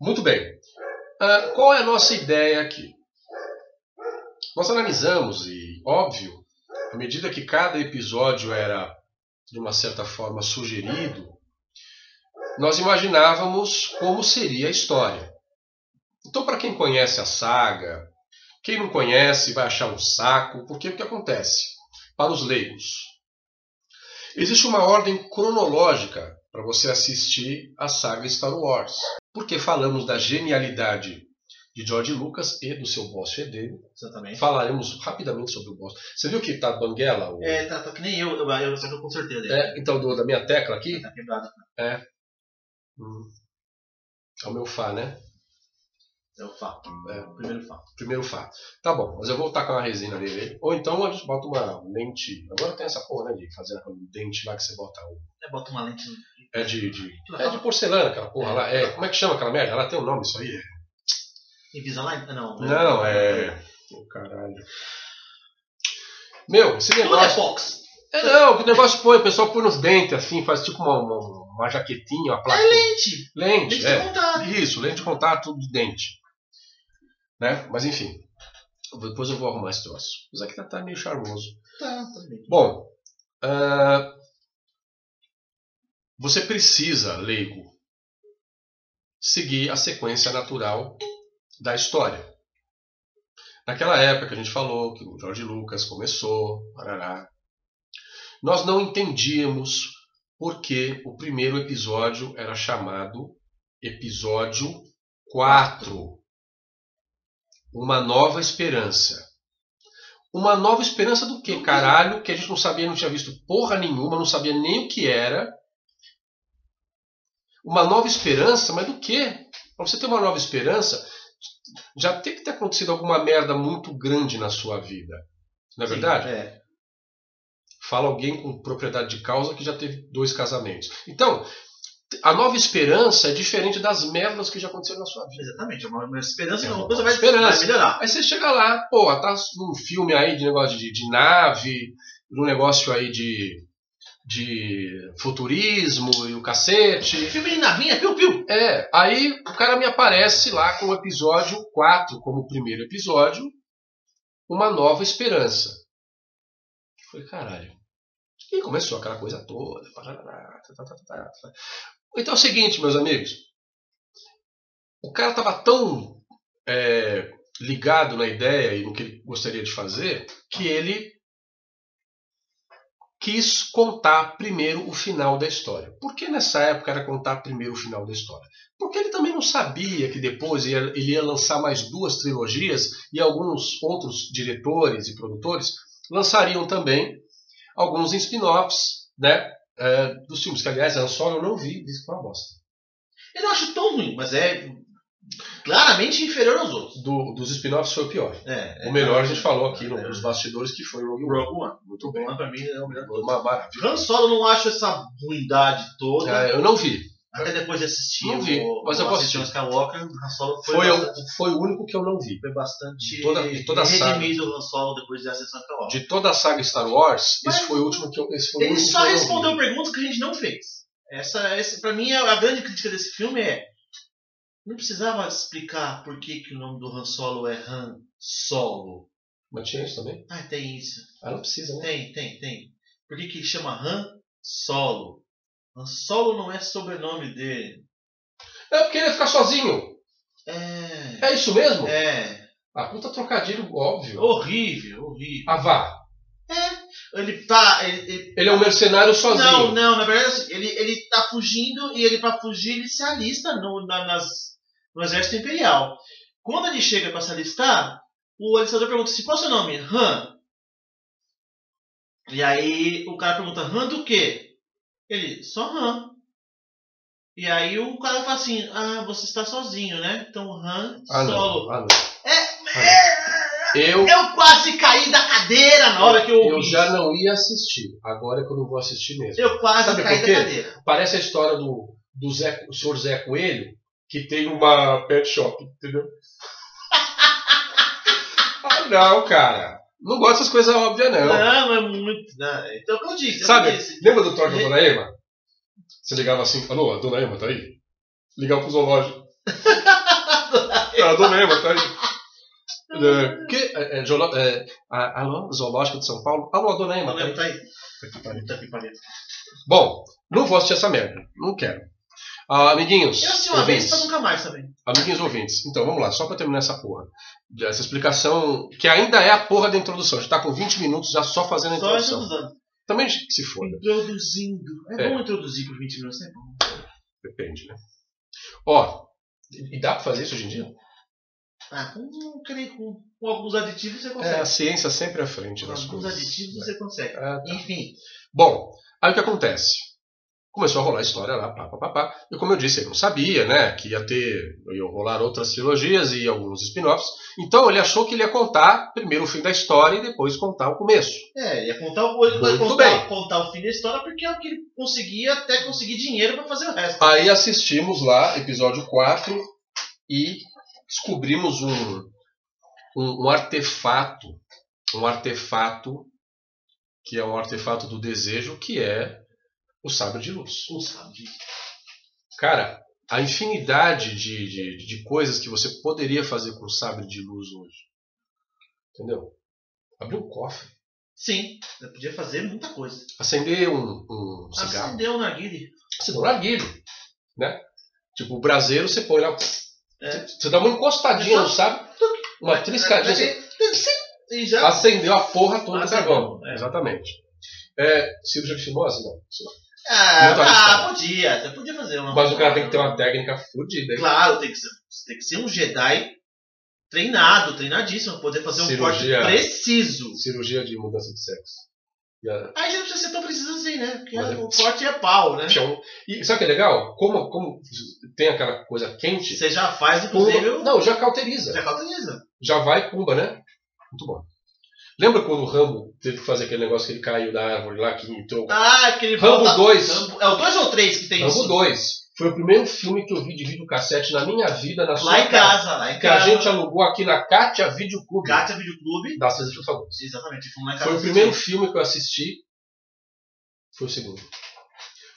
[SPEAKER 1] Muito bem. Ah, qual é a nossa ideia aqui? Nós analisamos, e óbvio, à medida que cada episódio era, de uma certa forma, sugerido, nós imaginávamos como seria a história. Então, para quem conhece a saga, quem não conhece vai achar um saco, porque o que acontece? Para os leigos, Existe uma ordem cronológica para você assistir a saga Star Wars, porque falamos da genialidade de George Lucas e do seu boss Fedeli.
[SPEAKER 2] Exatamente.
[SPEAKER 1] Falaremos rapidamente sobre o boss. Você viu que tá banguela? o-
[SPEAKER 2] É, tá, tá que nem eu, eu, eu só que eu consertei ele.
[SPEAKER 1] É, então, do- da minha tecla aqui?
[SPEAKER 2] Tá quebrado.
[SPEAKER 1] Hum. É o meu Fá, né?
[SPEAKER 2] É o Fá.
[SPEAKER 1] É.
[SPEAKER 2] O primeiro Fá.
[SPEAKER 1] Primeiro Fá. Tá bom, mas eu vou tacar uma resina nele. aí. Ou então a gente bota uma lente. Agora tem essa porra, né? De fazer aquele dente lá que você bota. o-
[SPEAKER 2] É, bota uma lente. tipo,
[SPEAKER 1] É de, de- é de porcelana, aquela porra lá. É, como é que chama aquela merda? Ela tem um nome isso aí?
[SPEAKER 2] Invisalign? Ah, Não.
[SPEAKER 1] Não, é. Ô, caralho. Meu, esse
[SPEAKER 2] Tudo é
[SPEAKER 1] negócio.
[SPEAKER 2] Fox.
[SPEAKER 1] É, não, o negócio põe, o pessoal põe nos dentes assim, faz tipo uma, uma, uma jaquetinha, uma
[SPEAKER 2] É
[SPEAKER 1] placa.
[SPEAKER 2] lente. Lente
[SPEAKER 1] Lente,
[SPEAKER 2] de
[SPEAKER 1] é.
[SPEAKER 2] contato.
[SPEAKER 1] Isso, lente de contato de dente. Né? Mas enfim. Depois eu vou arrumar esse troço. Mas aqui tá, tá meio charmoso.
[SPEAKER 2] Tá, tudo bem.
[SPEAKER 1] Bom, ah, você precisa, leigo, seguir a sequência natural da história. Naquela época que a gente falou que o George Lucas começou, parará, nós não entendíamos por que o primeiro episódio era chamado Episódio 4 Uma Nova Esperança. Uma nova esperança do que, caralho? Que a gente não sabia, não tinha visto porra nenhuma, não sabia nem o que era. Uma nova esperança, mas do que? Pra você ter uma nova esperança, já tem que ter acontecido alguma merda muito grande na sua vida. Não é verdade?
[SPEAKER 2] É.
[SPEAKER 1] Fala alguém com propriedade de causa que já teve dois casamentos. Então, a nova esperança é diferente das merdas que já aconteceram na sua vida.
[SPEAKER 2] Exatamente. É uma, uma esperança
[SPEAKER 1] É
[SPEAKER 2] que
[SPEAKER 1] uma
[SPEAKER 2] alguma coisa vai,
[SPEAKER 1] esperança.
[SPEAKER 2] vai melhorar.
[SPEAKER 1] Aí você chega lá, pô, tá num filme aí de negócio de, de nave, num negócio aí de, de futurismo e o cacete.
[SPEAKER 2] Filme de navinha, piu-piu.
[SPEAKER 1] É, aí o cara me aparece lá com o episódio 4, como o primeiro episódio, Uma Nova Esperança. Eu Falei, caralho. E começou aquela coisa toda. parará, tá, tá, tá, tá, tá. Então é o seguinte, meus amigos. O cara estava tão é, ligado na ideia e no que ele gostaria de fazer que ele quis contar primeiro o final da história. Por que nessa época era contar primeiro o final da história? Porque ele também não sabia que depois ia- ele ia lançar mais duas trilogias e alguns outros diretores e produtores lançariam também alguns spin-offs né, eh, dos filmes. Que, aliás, Han Solo eu não vi, disse que foi uma bosta.
[SPEAKER 2] Eu não acho tão ruim, mas é claramente inferior aos outros.
[SPEAKER 1] Do- dos spin-offs foi o pior.
[SPEAKER 2] É.
[SPEAKER 1] O melhor a gente falou aqui né?
[SPEAKER 2] É.
[SPEAKER 1] nos bastidores que foi o Rogue One.
[SPEAKER 2] Rogue One.
[SPEAKER 1] Muito
[SPEAKER 2] Rogue
[SPEAKER 1] bem.
[SPEAKER 2] One pra mim é o melhor.
[SPEAKER 1] Uma maravilha.
[SPEAKER 2] Han Solo eu não acho essa ruindade toda.
[SPEAKER 1] Ah, Eu não vi.
[SPEAKER 2] Até depois de assistir
[SPEAKER 1] Não vi,
[SPEAKER 2] o,
[SPEAKER 1] mas eu
[SPEAKER 2] o
[SPEAKER 1] posso
[SPEAKER 2] Ascensão Skywalker, o Han Solo foi,
[SPEAKER 1] Foi,
[SPEAKER 2] bastante,
[SPEAKER 1] o, foi o único que eu não vi.
[SPEAKER 2] foi bastante
[SPEAKER 1] de toda- de toda a saga.
[SPEAKER 2] redimido o Han Solo depois de Ascensão Skywalker.
[SPEAKER 1] De toda a saga Star Wars,
[SPEAKER 2] Mas-
[SPEAKER 1] esse foi o último que eu. Esse foi o
[SPEAKER 2] Ele
[SPEAKER 1] único
[SPEAKER 2] só
[SPEAKER 1] que eu não
[SPEAKER 2] respondeu
[SPEAKER 1] vi.
[SPEAKER 2] perguntas que a gente não fez. Essa, essa para mim, a grande crítica desse filme é não precisava explicar por que, que o nome do Han Solo é Han Solo.
[SPEAKER 1] Mas tinha isso também?
[SPEAKER 2] Ah, tem isso.
[SPEAKER 1] Ah, não precisa, né?
[SPEAKER 2] Tem, tem, tem. Por que, que chama Han Solo? Han Solo não é sobrenome dele.
[SPEAKER 1] É porque ele ia ficar sozinho.
[SPEAKER 2] É.
[SPEAKER 1] É isso mesmo?
[SPEAKER 2] É.
[SPEAKER 1] Ah, puta trocadilho, óbvio.
[SPEAKER 2] Horrível, horrível.
[SPEAKER 1] Ah, vá.
[SPEAKER 2] É. Ele tá. Ele, ele-
[SPEAKER 1] Ele é um mercenário
[SPEAKER 2] não,
[SPEAKER 1] sozinho.
[SPEAKER 2] não, na verdade, assim, ele, ele tá fugindo e ele, pra fugir, ele se alista no, na- nas, no exército imperial. Quando ele chega pra se alistar, o alistador pergunta assim: qual é o seu nome? Han. E aí o cara pergunta: Han do quê? Ele: só Han. E aí o cara fala assim: ah, você está sozinho, né? Então Han
[SPEAKER 1] Ah,
[SPEAKER 2] solo.
[SPEAKER 1] não. Ah, não.
[SPEAKER 2] É,
[SPEAKER 1] Ah, Eu,
[SPEAKER 2] Eu quase caí da cadeira na hora que eu
[SPEAKER 1] eu
[SPEAKER 2] ouvi.
[SPEAKER 1] já
[SPEAKER 2] isso.
[SPEAKER 1] não ia assistir. Agora é que eu não vou assistir mesmo.
[SPEAKER 2] Eu quase
[SPEAKER 1] Sabe por
[SPEAKER 2] caí da
[SPEAKER 1] quê?
[SPEAKER 2] cadeira.
[SPEAKER 1] Parece a história do, do Zé, o senhor Zé Coelho, que tem uma pet shop, entendeu? ah, não, cara. Não gosto dessas coisas óbvias, não.
[SPEAKER 2] Não, é muito. não, Então, como eu disse, eu
[SPEAKER 1] Sabe,
[SPEAKER 2] disse.
[SPEAKER 1] lembra do Torque da
[SPEAKER 2] Gente-
[SPEAKER 1] Dona Ema? Você ligava assim, alô, a Dona Ema tá aí? Ligava pro zoológico. a Dona Ema tá aí. É, que, é, é, geolo- é, a- alô, zoológico de São Paulo? Alô, a Dona Ema
[SPEAKER 2] Não
[SPEAKER 1] tá aí?
[SPEAKER 2] lembro, tá aí.
[SPEAKER 1] Puta que pariu.
[SPEAKER 2] Puta que pariu.
[SPEAKER 1] Bom, não vou assistir essa merda. Não quero. Ah, amiguinhos,
[SPEAKER 2] Eu assisti uma vez
[SPEAKER 1] ouvintes,
[SPEAKER 2] pra nunca mais também.
[SPEAKER 1] amiguinhos ouvintes, então vamos lá, só pra terminar essa porra. Essa explicação, que ainda é a porra da introdução. A gente tá com 20 minutos já só fazendo a
[SPEAKER 2] Só
[SPEAKER 1] introdução.
[SPEAKER 2] introduzindo.
[SPEAKER 1] Também se foda.
[SPEAKER 2] Introduzindo. É,
[SPEAKER 1] É.
[SPEAKER 2] bom introduzir por 20 minutos, né?
[SPEAKER 1] Depende, né? Ó, e dá pra fazer isso hoje em dia?
[SPEAKER 2] Ah, com, creio que com, com alguns aditivos você
[SPEAKER 1] É, a
[SPEAKER 2] consegue.
[SPEAKER 1] ciência sempre à frente
[SPEAKER 2] com
[SPEAKER 1] das
[SPEAKER 2] alguns
[SPEAKER 1] coisas.
[SPEAKER 2] aditivos né? você consegue.
[SPEAKER 1] É.
[SPEAKER 2] Enfim,
[SPEAKER 1] Bom, aí o que acontece? Começou a rolar a história lá, pá, pá, pá, pá. E como eu disse, ele não sabia, né, que ia ter, iam rolar outras trilogias e alguns spin-offs. Então ele achou que ele ia contar primeiro o fim da história e depois contar o começo.
[SPEAKER 2] é, ia contar o ele vai
[SPEAKER 1] Muito
[SPEAKER 2] contar,
[SPEAKER 1] bem.
[SPEAKER 2] contar o fim da história porque é o que ele conseguia até conseguir dinheiro pra fazer o resto.
[SPEAKER 1] Aí assistimos lá, episódio 4, e descobrimos um, um, um artefato, um artefato que é um artefato do desejo, que é o sabre de luz.
[SPEAKER 2] Não sabe.
[SPEAKER 1] Cara, a infinidade de, de, de coisas que você poderia fazer com o sabre de luz hoje. Entendeu? Abrir um cofre,
[SPEAKER 2] Sim, eu podia fazer muita coisa.
[SPEAKER 1] acender um, um cigarro,
[SPEAKER 2] Acendeu o narguile.
[SPEAKER 1] acender um narguilho, né? Tipo, o braseiro você põe lá,
[SPEAKER 2] É.
[SPEAKER 1] você dá uma encostadinha,
[SPEAKER 2] Só-
[SPEAKER 1] sabe? Uma triscadinha, você
[SPEAKER 2] E já.
[SPEAKER 1] acendeu a porra toda do
[SPEAKER 2] Acendeu,
[SPEAKER 1] carvão.
[SPEAKER 2] é.
[SPEAKER 1] Exatamente. É, cirurgia de fimose, não. Isso não.
[SPEAKER 2] Ah,
[SPEAKER 1] Muito
[SPEAKER 2] tá,
[SPEAKER 1] arriscado.
[SPEAKER 2] podia. Você podia fazer uma.
[SPEAKER 1] Mas o cara tem que ter uma técnica fodida. hein?
[SPEAKER 2] Claro, tem que ser, tem que ser um Jedi treinado, treinadíssimo, pra poder fazer um
[SPEAKER 1] Cirurgia.
[SPEAKER 2] corte preciso.
[SPEAKER 1] Cirurgia de mudança de sexo. E a-
[SPEAKER 2] Aí já não precisa ser tão preciso assim, né? Porque
[SPEAKER 1] Mas é-
[SPEAKER 2] o corte é pau, né?
[SPEAKER 1] Tchau. E sabe o que é legal? Como, como tem aquela coisa quente,
[SPEAKER 2] Você já faz,
[SPEAKER 1] pumba,
[SPEAKER 2] inclusive,
[SPEAKER 1] não, já cauteriza.
[SPEAKER 2] já cauteriza.
[SPEAKER 1] Já vai pumba, né? Muito bom. Lembra quando o Rambo teve que fazer aquele negócio que ele caiu da árvore lá, que entrou?
[SPEAKER 2] Ah, aquele
[SPEAKER 1] Rambo
[SPEAKER 2] volta-
[SPEAKER 1] 2.
[SPEAKER 2] Rambo- É o 2 ou 3 que tem
[SPEAKER 1] Rambo
[SPEAKER 2] isso?
[SPEAKER 1] 2. Então, Foi o primeiro filme que eu vi de videocassete na minha vida, na sua
[SPEAKER 2] Lá em casa, lá em
[SPEAKER 1] Que a
[SPEAKER 2] casa.
[SPEAKER 1] gente alugou aqui na Kátia Videoclube.
[SPEAKER 2] Gátia Videoclube.
[SPEAKER 1] Da César de Favor.
[SPEAKER 2] Exatamente, fomos lá em casa.
[SPEAKER 1] Foi o
[SPEAKER 2] assistir.
[SPEAKER 1] primeiro filme que eu assisti. Foi o segundo.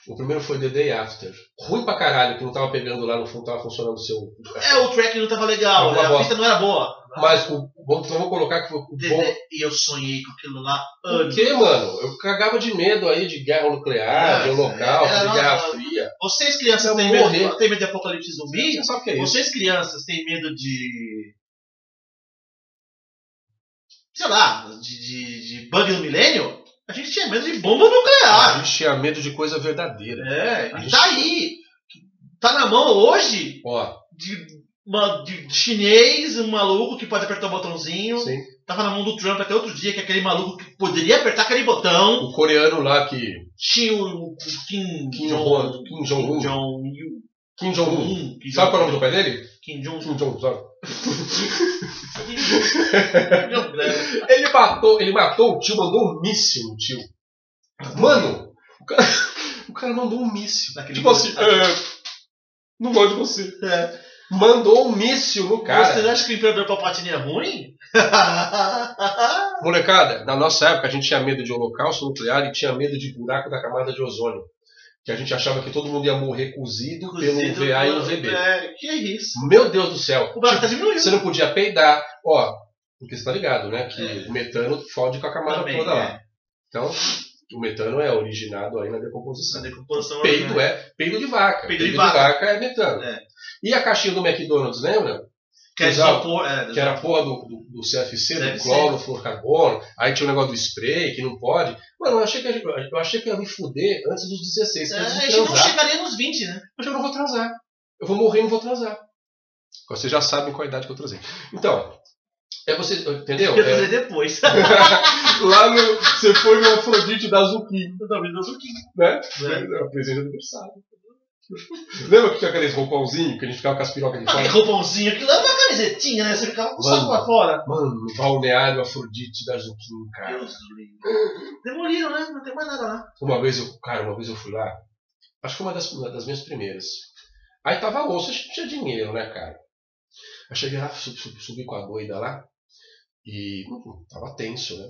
[SPEAKER 1] O primeiro foi The Day After. Ruim pra caralho, que não tava pegando lá no fundo, tava funcionando o seu.
[SPEAKER 2] É, o track não tava legal, né?
[SPEAKER 1] Não tava
[SPEAKER 2] a
[SPEAKER 1] boa.
[SPEAKER 2] pista não era boa.
[SPEAKER 1] Mas o bom, então vamos colocar que foi o
[SPEAKER 2] De-
[SPEAKER 1] bom.
[SPEAKER 2] E eu sonhei com aquilo lá
[SPEAKER 1] Por
[SPEAKER 2] anos.
[SPEAKER 1] quê, mano? Eu cagava de medo aí de guerra nuclear,
[SPEAKER 2] Ah,
[SPEAKER 1] de holocausto,
[SPEAKER 2] era-
[SPEAKER 1] de guerra
[SPEAKER 2] era-
[SPEAKER 1] fria.
[SPEAKER 2] Vocês, crianças,
[SPEAKER 1] Eu
[SPEAKER 2] têm
[SPEAKER 1] morri.
[SPEAKER 2] medo, têm medo de apocalipse zumbi?
[SPEAKER 1] Você sabe o que é isso?
[SPEAKER 2] Vocês, crianças, têm medo de. Sei lá, de, de, de bug no milênio? A gente tinha medo de bomba
[SPEAKER 1] A
[SPEAKER 2] nuclear.
[SPEAKER 1] gente tinha medo de coisa verdadeira.
[SPEAKER 2] É,
[SPEAKER 1] A
[SPEAKER 2] e tá aí. Tá na mão hoje
[SPEAKER 1] Ó,
[SPEAKER 2] de, uma, de chinês, um maluco que pode apertar o botãozinho.
[SPEAKER 1] sim.
[SPEAKER 2] Tava na mão do Trump até outro dia, que é aquele maluco que poderia apertar aquele botão.
[SPEAKER 1] O coreano lá que.
[SPEAKER 2] Tinha o o Kim,
[SPEAKER 1] Kim
[SPEAKER 2] Jong-
[SPEAKER 1] Jong-un. Kim Jong-un.
[SPEAKER 2] Jong-il.
[SPEAKER 1] Kim Jong-un.
[SPEAKER 2] Jong-un. Kim
[SPEAKER 1] Sabe qual é o nome
[SPEAKER 2] Jong-un.
[SPEAKER 1] do pai dele?
[SPEAKER 2] Kim Jong-un.
[SPEAKER 1] Kim Jong-un, sabe?
[SPEAKER 2] Não, né?
[SPEAKER 1] Ele matou, ele matou o tio, mandou um míssil no tio. Mano, o cara, o cara mandou um míssil.
[SPEAKER 2] Naquele
[SPEAKER 1] Tipo assim, é, não gosto de você. Mandou um míssil no cara.
[SPEAKER 2] Você acha que o Imperador Palpatine é ruim?
[SPEAKER 1] Molecada, na nossa época a gente tinha medo de holocausto nuclear e tinha medo de buraco da camada de ozônio. Que a gente achava que todo mundo ia morrer cozido,
[SPEAKER 2] Cozido,
[SPEAKER 1] pelo VA e UVB.
[SPEAKER 2] É, que é isso.
[SPEAKER 1] Meu Deus do céu.
[SPEAKER 2] O buraco tá
[SPEAKER 1] Você
[SPEAKER 2] diminuindo.
[SPEAKER 1] não podia peidar. Ó, porque você tá ligado, né? Que
[SPEAKER 2] É.
[SPEAKER 1] o metano fode com a camada
[SPEAKER 2] Também,
[SPEAKER 1] toda lá.
[SPEAKER 2] é.
[SPEAKER 1] Então, o metano é originado aí na decomposição.
[SPEAKER 2] Essa decomposição né?
[SPEAKER 1] Peido
[SPEAKER 2] orgânica.
[SPEAKER 1] é peido de vaca.
[SPEAKER 2] Peido de vaca.
[SPEAKER 1] é metano.
[SPEAKER 2] É.
[SPEAKER 1] E a caixinha do McDonald's, lembra?
[SPEAKER 2] Que é
[SPEAKER 1] Usava.
[SPEAKER 2] isopor- é,
[SPEAKER 1] Que era a porra do, do, do CFC, do
[SPEAKER 2] CFC.
[SPEAKER 1] cloro, fluorcarbono. Aí tinha o negócio do spray, que não pode. Mano, eu achei que, a gente- eu achei que eu ia me fuder antes dos 16.
[SPEAKER 2] É,
[SPEAKER 1] antes
[SPEAKER 2] a
[SPEAKER 1] de
[SPEAKER 2] gente não
[SPEAKER 1] transar.
[SPEAKER 2] chegaria nos 20, né?
[SPEAKER 1] Mas eu não vou transar. Eu vou morrer e não vou transar. Vocês já sabem qual a idade que eu transei. Então, é você. Entendeu?
[SPEAKER 2] Eu
[SPEAKER 1] É,
[SPEAKER 2] fazer depois.
[SPEAKER 1] lá no. Você foi no Afrodite da Zuki,
[SPEAKER 2] Talvez eu sou quinto.
[SPEAKER 1] né?
[SPEAKER 2] É.
[SPEAKER 1] É. A presente de aniversário. Lembra que tinha aqueles roupãozinhos que a gente ficava com as pirocas de
[SPEAKER 2] tá Aquele
[SPEAKER 1] fora?
[SPEAKER 2] roupãozinho, aquilo era uma camisetinha, né? Você ficava com o saco
[SPEAKER 1] Mano.
[SPEAKER 2] pra fora.
[SPEAKER 1] Mano, balneário Afrodite da Juquim, cara.
[SPEAKER 2] Deus do livro. Demoliram, né? Não tem mais nada lá.
[SPEAKER 1] Uma vez eu, cara, uma vez eu fui lá, acho que foi uma das, uma das minhas primeiras. Aí tava osso, a gente tinha dinheiro, né, cara? Aí cheguei lá, subi, subi, subi com a doida lá e hum, tava tenso, né?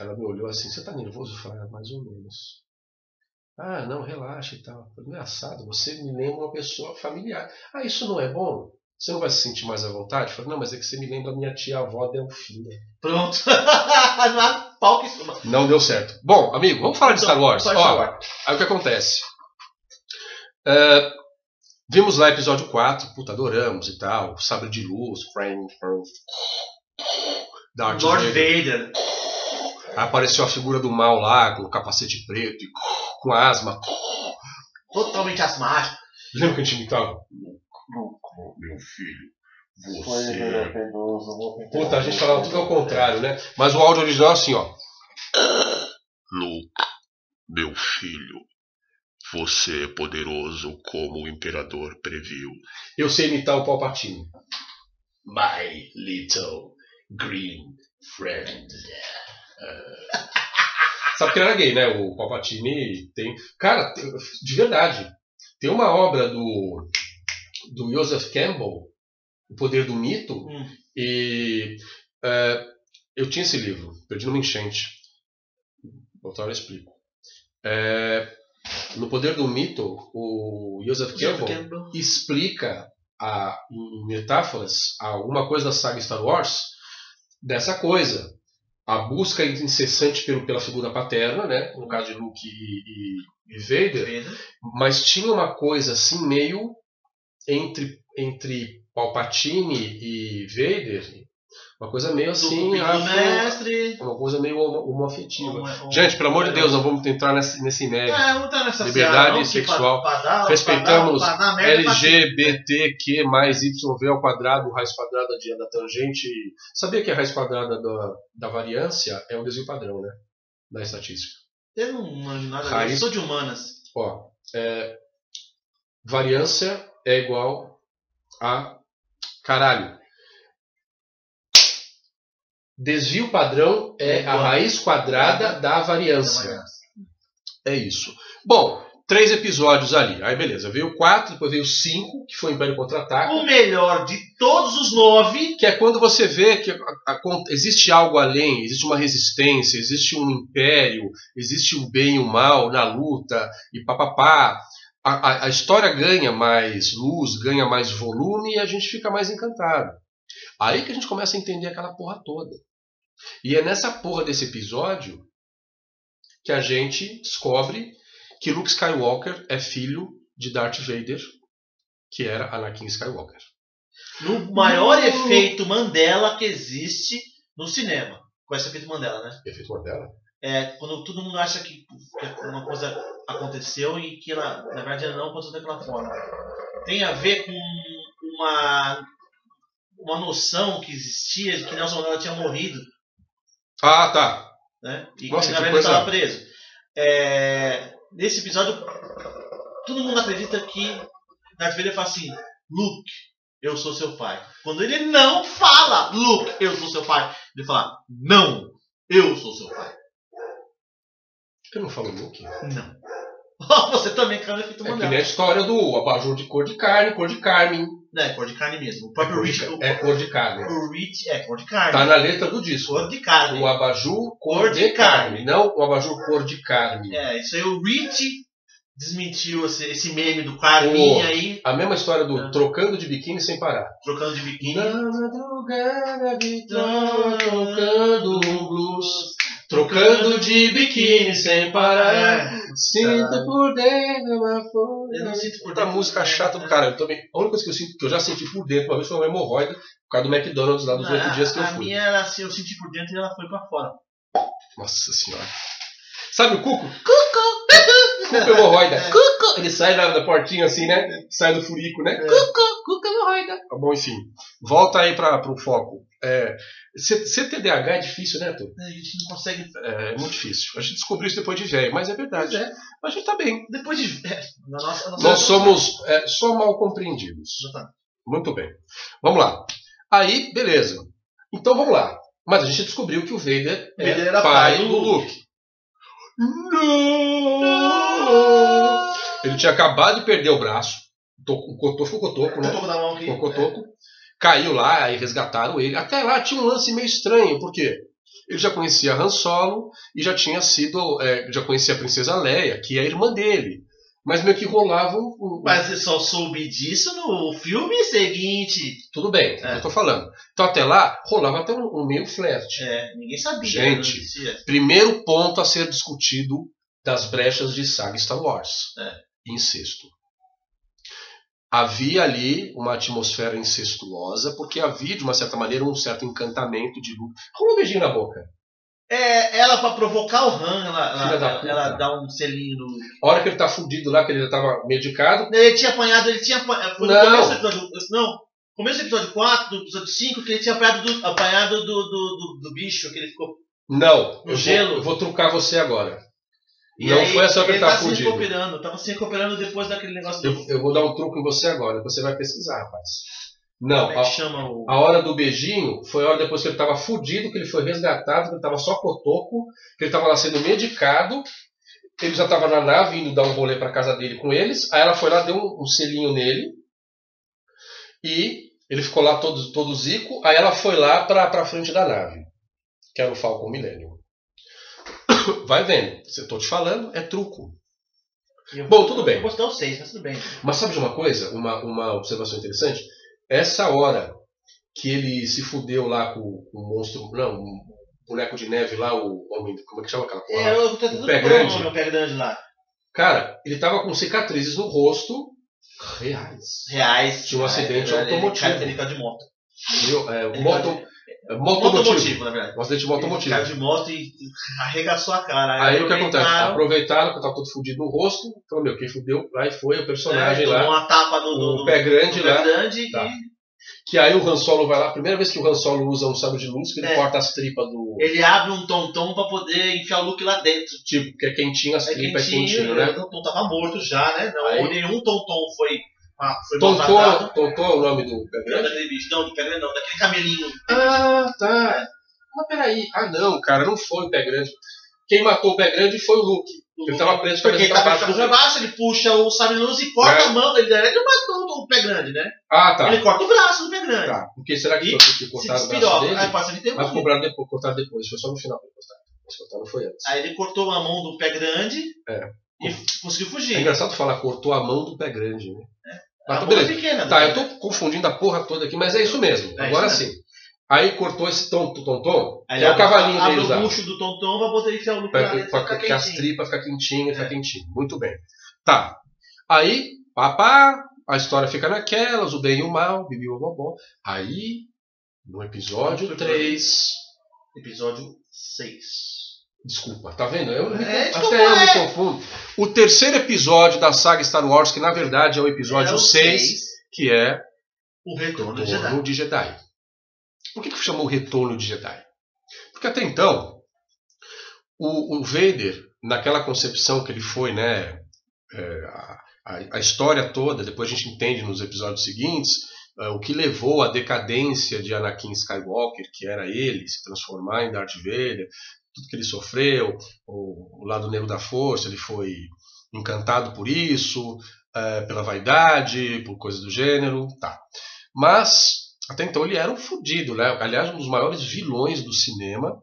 [SPEAKER 1] Ela me olhou assim, você tá nervoso? Eu falei, "Ah, mais ou menos. Ah, não, relaxa e tal. Eu falei, Engraçado, você me lembra uma pessoa familiar. Ah, isso não é bom? Você não vai se sentir mais à vontade? Eu falei, não, mas é que você me lembra a minha tia-avó Delfina.
[SPEAKER 2] Pronto. não há pau que suma.
[SPEAKER 1] Não deu certo. Bom, amigo, vamos falar de Star Wars.
[SPEAKER 2] Então, Pode
[SPEAKER 1] Ó,
[SPEAKER 2] falar.
[SPEAKER 1] Aí o que acontece? É, vimos lá episódio 4, puta, adoramos e tal. Sabre de luz, Frank, Frank, Darth
[SPEAKER 2] Lord
[SPEAKER 1] Vader.
[SPEAKER 2] Vader.
[SPEAKER 1] Apareceu a figura do mal lá, com o capacete preto, e com a asma.
[SPEAKER 2] Totalmente asmático.
[SPEAKER 1] Lembra que a gente imitava? Lucro, meu filho, Puta, a gente falava tudo ao contrário, né? Mas o áudio original é assim, ó.
[SPEAKER 3] Luke, meu filho, você é poderoso como o imperador previu.
[SPEAKER 1] Eu sei imitar o Palpatine.
[SPEAKER 3] My little green friend.
[SPEAKER 1] Sabe que ele era gay, né? O Palpatine tem. Cara, tem- de verdade. Tem uma obra do, do Joseph Campbell, O Poder do Mito,
[SPEAKER 2] Hum.
[SPEAKER 1] e é, eu tinha esse livro, perdi numa enchente. Outra hora eu explico. É, no Poder do Mito, o Joseph Campbell
[SPEAKER 2] Campbell.
[SPEAKER 1] explica a- em metáforas alguma coisa da saga Star Wars dessa coisa. A busca incessante pelo, pela figura paterna, né? no caso de Luke e, e- e Vader,
[SPEAKER 2] Vader.
[SPEAKER 1] mas tinha uma coisa assim meio entre, entre Palpatine e Vader, uma coisa meio
[SPEAKER 2] Do
[SPEAKER 1] assim,
[SPEAKER 2] cupim do
[SPEAKER 1] afro-
[SPEAKER 2] mestre.
[SPEAKER 1] uma coisa meio homo- homoafetiva.
[SPEAKER 2] Um- um-
[SPEAKER 1] Gente, pelo amor de Deus, não vamos entrar nesse, nesse mérito.
[SPEAKER 2] É, não tá nessa
[SPEAKER 1] Liberdade
[SPEAKER 2] seara, não, que
[SPEAKER 1] sexual.
[SPEAKER 2] pra- pra dar-
[SPEAKER 1] Respeitamos
[SPEAKER 2] pra dar- pra dar merda,
[SPEAKER 1] LGBTQ mais YV ao quadrado, raiz quadrada de, da tangente. Sabia que a raiz quadrada da, da variância é um desvio padrão, né? Da estatística.
[SPEAKER 2] Eu não manjo um nada
[SPEAKER 1] Raiz.
[SPEAKER 2] disso. Eu sou de humanas.
[SPEAKER 1] Ó, é, variância é igual a. Caralho. Desvio padrão é a raiz quadrada da variância. É isso. Bom, três episódios ali. Aí beleza, veio quatro, depois veio cinco, que foi o Império Contra-Ataca.
[SPEAKER 2] O melhor de todos os nove.
[SPEAKER 1] que é quando você vê que a- a- con- existe algo além, existe uma resistência, existe um império, existe o bem e o mal na luta e papapá. A, a, a história ganha mais luz, ganha mais volume e a gente fica mais encantado. Aí que a gente começa a entender aquela porra toda. E é nessa porra desse episódio que a gente descobre que Luke Skywalker é filho de Darth Vader, que era Anakin Skywalker.
[SPEAKER 2] No maior
[SPEAKER 1] No-
[SPEAKER 2] efeito Mandela que existe no cinema. Com esse efeito Mandela, né?
[SPEAKER 1] Efeito Mandela.
[SPEAKER 2] É quando todo mundo acha que que uma coisa aconteceu e que ela, na verdade, ela não aconteceu daquela forma. Tem a ver com uma, uma noção que existia de que Nelson Mandela tinha morrido
[SPEAKER 1] Ah, tá.
[SPEAKER 2] né? E
[SPEAKER 1] Nossa,
[SPEAKER 2] que
[SPEAKER 1] que
[SPEAKER 2] na verdade
[SPEAKER 1] coisa-
[SPEAKER 2] estava preso. É, nesse episódio, todo mundo acredita que Darth Vader fala assim: Luke, eu sou seu pai. Quando ele não fala, Luke, eu sou seu pai, ele fala: Não, eu sou seu pai.
[SPEAKER 1] Eu não falo Luke. É
[SPEAKER 2] Não. Você também caiu no efeito
[SPEAKER 1] que nem
[SPEAKER 2] Mandela.
[SPEAKER 1] a história do abajur de cor de carne, cor de carne.
[SPEAKER 2] É, cor de carne mesmo. O
[SPEAKER 1] É
[SPEAKER 2] próprio
[SPEAKER 1] cor
[SPEAKER 2] Rich,
[SPEAKER 1] de,
[SPEAKER 2] o,
[SPEAKER 1] ca- é cor de carne.
[SPEAKER 2] o Rich é cor de carne.
[SPEAKER 1] Tá na letra do disco.
[SPEAKER 2] Cor de carne.
[SPEAKER 1] O abajur cor
[SPEAKER 2] Cor de
[SPEAKER 1] de carne. Não o abajur cor de carne.
[SPEAKER 2] É, isso aí o Rich desmentiu esse, esse meme do Carminha aí,
[SPEAKER 1] A mesma história do
[SPEAKER 2] É.
[SPEAKER 1] trocando de biquíni sem parar.
[SPEAKER 2] trocando de biquíni. Ah.
[SPEAKER 1] Na madrugada me troca, trocando um blues. Trocando de biquíni sem parar.
[SPEAKER 2] É.
[SPEAKER 1] Sinto por dentro uma
[SPEAKER 2] Eu
[SPEAKER 1] folha.
[SPEAKER 2] não sinto por
[SPEAKER 1] Puta música chata do caralho. Eu também, a única coisa que eu sinto, que eu já senti por dentro uma vez foi uma hemorroida por causa do McDonald's lá dos
[SPEAKER 2] Ah,
[SPEAKER 1] outros dias que eu
[SPEAKER 2] a
[SPEAKER 1] fui.
[SPEAKER 2] minha era assim, eu senti por dentro e ela foi pra fora.
[SPEAKER 1] Nossa senhora. Sabe o cuco? Cuca hemorroida.
[SPEAKER 2] É.
[SPEAKER 1] Cuca! Ele sai da, da portinha assim, né? Sai do furico,
[SPEAKER 2] É.
[SPEAKER 1] né? Cuca! Cuca hemorroida. Tá bom, enfim. Volta aí pra, pro foco. É, C- CTDH é difícil, né, Arthur?
[SPEAKER 2] A gente não consegue.
[SPEAKER 1] É, é muito difícil. A gente descobriu isso depois de velho, mas é verdade.
[SPEAKER 2] Pois é.
[SPEAKER 1] Mas a gente tá bem.
[SPEAKER 2] Depois de. É, na nossa, na nossa-
[SPEAKER 1] Nós somos é, só mal compreendidos.
[SPEAKER 2] Exatamente.
[SPEAKER 1] Muito bem. Vamos lá. Aí, beleza. Então vamos lá. Mas a gente descobriu que o Vader é
[SPEAKER 2] Vader era
[SPEAKER 1] pai, do
[SPEAKER 2] pai do
[SPEAKER 1] Luke. Não! Ele tinha acabado de perder o braço. Tô- O cotoco, o cotoco, né?
[SPEAKER 2] Cotoco da mão aqui.
[SPEAKER 1] O cotoco. Caiu lá, aí resgataram ele. Até lá tinha um lance meio estranho, por quê? Ele já conhecia Han Solo e já tinha sido. é, já conhecia a Princesa Leia, que é a irmã dele. Mas meio que rolava um- um,
[SPEAKER 2] Mas eu só soube disso no filme seguinte.
[SPEAKER 1] Tudo bem,
[SPEAKER 2] É.
[SPEAKER 1] eu tô falando. Então até lá, rolava até um, um meio flerte.
[SPEAKER 2] É, ninguém sabia.
[SPEAKER 1] Gente.
[SPEAKER 2] não existia.
[SPEAKER 1] Primeiro ponto a ser discutido das brechas de saga Star Wars.
[SPEAKER 2] É.
[SPEAKER 1] Incesto. Havia ali uma atmosfera incestuosa, porque havia, de uma certa maneira, um certo encantamento de Luke. Rola um beijinho na boca.
[SPEAKER 2] É, ela pra provocar o Han, ela,
[SPEAKER 1] Filha da
[SPEAKER 2] ela,
[SPEAKER 1] puta.
[SPEAKER 2] ela dá um selinho no.
[SPEAKER 1] A hora que ele tá fudido lá, que ele já tava medicado,
[SPEAKER 2] Ele tinha apanhado, ele tinha apanhado. Foi no
[SPEAKER 1] Não.
[SPEAKER 2] começo do episódio. Não, começo do episódio 4, do episódio 5, que ele tinha apanhado do, apanhado do, do, do, do bicho, que ele ficou.
[SPEAKER 1] não,
[SPEAKER 2] No
[SPEAKER 1] eu
[SPEAKER 2] gelo?
[SPEAKER 1] Vou, eu vou trucar você agora.
[SPEAKER 2] E
[SPEAKER 1] não
[SPEAKER 2] aí,
[SPEAKER 1] foi essa hora que
[SPEAKER 2] ele
[SPEAKER 1] ele tava
[SPEAKER 2] tá se
[SPEAKER 1] fudido.
[SPEAKER 2] recuperando, tava se recuperando depois daquele negócio do.
[SPEAKER 1] Eu, eu vou dar um truco em você agora, você vai pesquisar, rapaz. Não,
[SPEAKER 2] como é
[SPEAKER 1] a,
[SPEAKER 2] que chama o.
[SPEAKER 1] A hora do beijinho foi a hora depois que ele estava fudido, que ele foi resgatado, que ele estava só cotoco, que ele estava lá sendo medicado. Ele já estava na nave indo dar um rolê para casa dele com eles. Aí ela foi lá, deu um, um selinho nele. E ele ficou lá todo, todo zico. Aí ela foi lá para pra frente da nave, que era o Falcon Millennium. Vai vendo, eu tô te falando, é truco.
[SPEAKER 2] Eu-
[SPEAKER 1] Bom, tudo bem.
[SPEAKER 2] Eu posso dar o 6, mas tudo bem.
[SPEAKER 1] Mas sabe de uma coisa? Uma, uma observação interessante? Essa hora que ele se fudeu lá com o com o monstro. Não, o boneco de neve lá, o homem. Como é que chama aquela porra?
[SPEAKER 2] É, eu tô
[SPEAKER 1] o
[SPEAKER 2] tentando
[SPEAKER 1] pé
[SPEAKER 2] procurar o
[SPEAKER 1] grande.
[SPEAKER 2] nome, o pé grande lá.
[SPEAKER 1] Cara, ele tava com cicatrizes no rosto reais.
[SPEAKER 2] Reais.
[SPEAKER 1] De um acidente
[SPEAKER 2] é, é,
[SPEAKER 1] automotivo.
[SPEAKER 2] Característica de moto.
[SPEAKER 1] Entendeu? É,
[SPEAKER 2] Ele
[SPEAKER 1] moto, é, motomotivo.
[SPEAKER 2] Automotivo, na verdade.
[SPEAKER 1] Um acidente motomotivo.
[SPEAKER 2] Ele caiu de moto e arregaçou a cara.
[SPEAKER 1] Aí o que acontece? Tá
[SPEAKER 2] aproveitaram,
[SPEAKER 1] Aproveitaram que tava todo fudido no rosto. Falou, meu, quem fudeu? Aí foi o personagem
[SPEAKER 2] né,
[SPEAKER 1] lá,
[SPEAKER 2] Tomou uma tapa do, do,
[SPEAKER 1] o pé grande
[SPEAKER 2] do pé
[SPEAKER 1] lá.
[SPEAKER 2] grande
[SPEAKER 1] Tá.
[SPEAKER 2] e
[SPEAKER 1] Que aí o Han Solo vai lá. Primeira vez que o Han Solo usa um sabre de luz, que ele
[SPEAKER 2] É.
[SPEAKER 1] corta as tripas do.
[SPEAKER 2] ele abre um tom-tom pra poder enfiar o Luke lá dentro.
[SPEAKER 1] Tipo, que é quentinho, as
[SPEAKER 2] É
[SPEAKER 1] tripas é
[SPEAKER 2] quentinho,
[SPEAKER 1] quentinho,
[SPEAKER 2] né?
[SPEAKER 1] né?
[SPEAKER 2] o tom-tom tava morto já, né? Não,
[SPEAKER 1] Aí-
[SPEAKER 2] nenhum tom-tom foi, ah, foi
[SPEAKER 1] Tontou,
[SPEAKER 2] maltratado.
[SPEAKER 1] tontou é o nome do pé
[SPEAKER 2] Não,
[SPEAKER 1] grande?
[SPEAKER 2] daquele bicho, não, do pé grande não, daquele camelinho.
[SPEAKER 1] Ah, tá. Mas peraí. Ah, não, cara, não foi o pé grande. Quem matou o pé grande foi o Luke. Ele tava preso de
[SPEAKER 2] Porque ele
[SPEAKER 1] cabeça
[SPEAKER 2] tá
[SPEAKER 1] pra baixo.
[SPEAKER 2] puxando pra baixo, ele puxa o sabre luz e corta
[SPEAKER 1] É.
[SPEAKER 2] a mão. Ele, ele não matou o pé grande, né?
[SPEAKER 1] Ah, tá.
[SPEAKER 2] Ele corta o braço do pé grande.
[SPEAKER 1] tá. Porque será que
[SPEAKER 2] E
[SPEAKER 1] foi porque
[SPEAKER 2] Se
[SPEAKER 1] cortaram o braço
[SPEAKER 2] despiroca.
[SPEAKER 1] dele?
[SPEAKER 2] Aí passa ele tem um
[SPEAKER 1] Mas cobraram depois, cortaram depois. Foi só no final que cortaram. Mas cortaram foi antes.
[SPEAKER 2] Aí ele cortou a mão do pé grande e f- conseguiu
[SPEAKER 1] É
[SPEAKER 2] fugir.
[SPEAKER 1] engraçado falar, cortou a mão do pé grande, né? Mas
[SPEAKER 2] a
[SPEAKER 1] tá,
[SPEAKER 2] mão é
[SPEAKER 1] beleza.
[SPEAKER 2] pequena.
[SPEAKER 1] Tá,
[SPEAKER 2] né?
[SPEAKER 1] eu tô confundindo a porra toda aqui, mas é isso mesmo.
[SPEAKER 2] É
[SPEAKER 1] Agora
[SPEAKER 2] isso
[SPEAKER 1] sim. Aí cortou esse tom, tom, tom.
[SPEAKER 2] Aí
[SPEAKER 1] que é o
[SPEAKER 2] abre-
[SPEAKER 1] cavalinho
[SPEAKER 2] abre
[SPEAKER 1] deles lá.
[SPEAKER 2] o bucho do Tonton pra poder enfiar o Luke lá
[SPEAKER 1] Pra,
[SPEAKER 2] dentro.
[SPEAKER 1] pra,
[SPEAKER 2] e ficar
[SPEAKER 1] que as
[SPEAKER 2] quentinho.
[SPEAKER 1] tripas fica quentinha, fica
[SPEAKER 2] É.
[SPEAKER 1] quentinha. Muito bem. Tá. Aí, papá, a história fica naquelas, o bem e o mal, bibi o bobó. Aí, no episódio
[SPEAKER 2] Foi
[SPEAKER 1] 3.
[SPEAKER 2] Episódio 6.
[SPEAKER 1] Desculpa, tá vendo? Eu me,
[SPEAKER 2] É, desculpa,
[SPEAKER 1] até eu me
[SPEAKER 2] é.
[SPEAKER 1] confundo. O terceiro episódio da saga Star Wars, que na verdade é o episódio
[SPEAKER 2] Era o
[SPEAKER 1] 6,
[SPEAKER 2] seis,
[SPEAKER 1] que é
[SPEAKER 2] O retorno do Jedi.
[SPEAKER 1] Retorno de Jedi. Por que, que chamou Retorno de Jedi? Porque até então, o, o Vader, naquela concepção que ele foi, né? é, a, a- a história toda, depois a gente entende nos episódios seguintes, é, o que levou à decadência de Anakin Skywalker, que era ele, se transformar em Darth Vader, tudo que ele sofreu, o, o lado negro da força, ele foi encantado por isso, é, pela vaidade, por coisas do gênero, tá. Mas, até então, ele era um fudido, né? Aliás, um dos maiores vilões do cinema.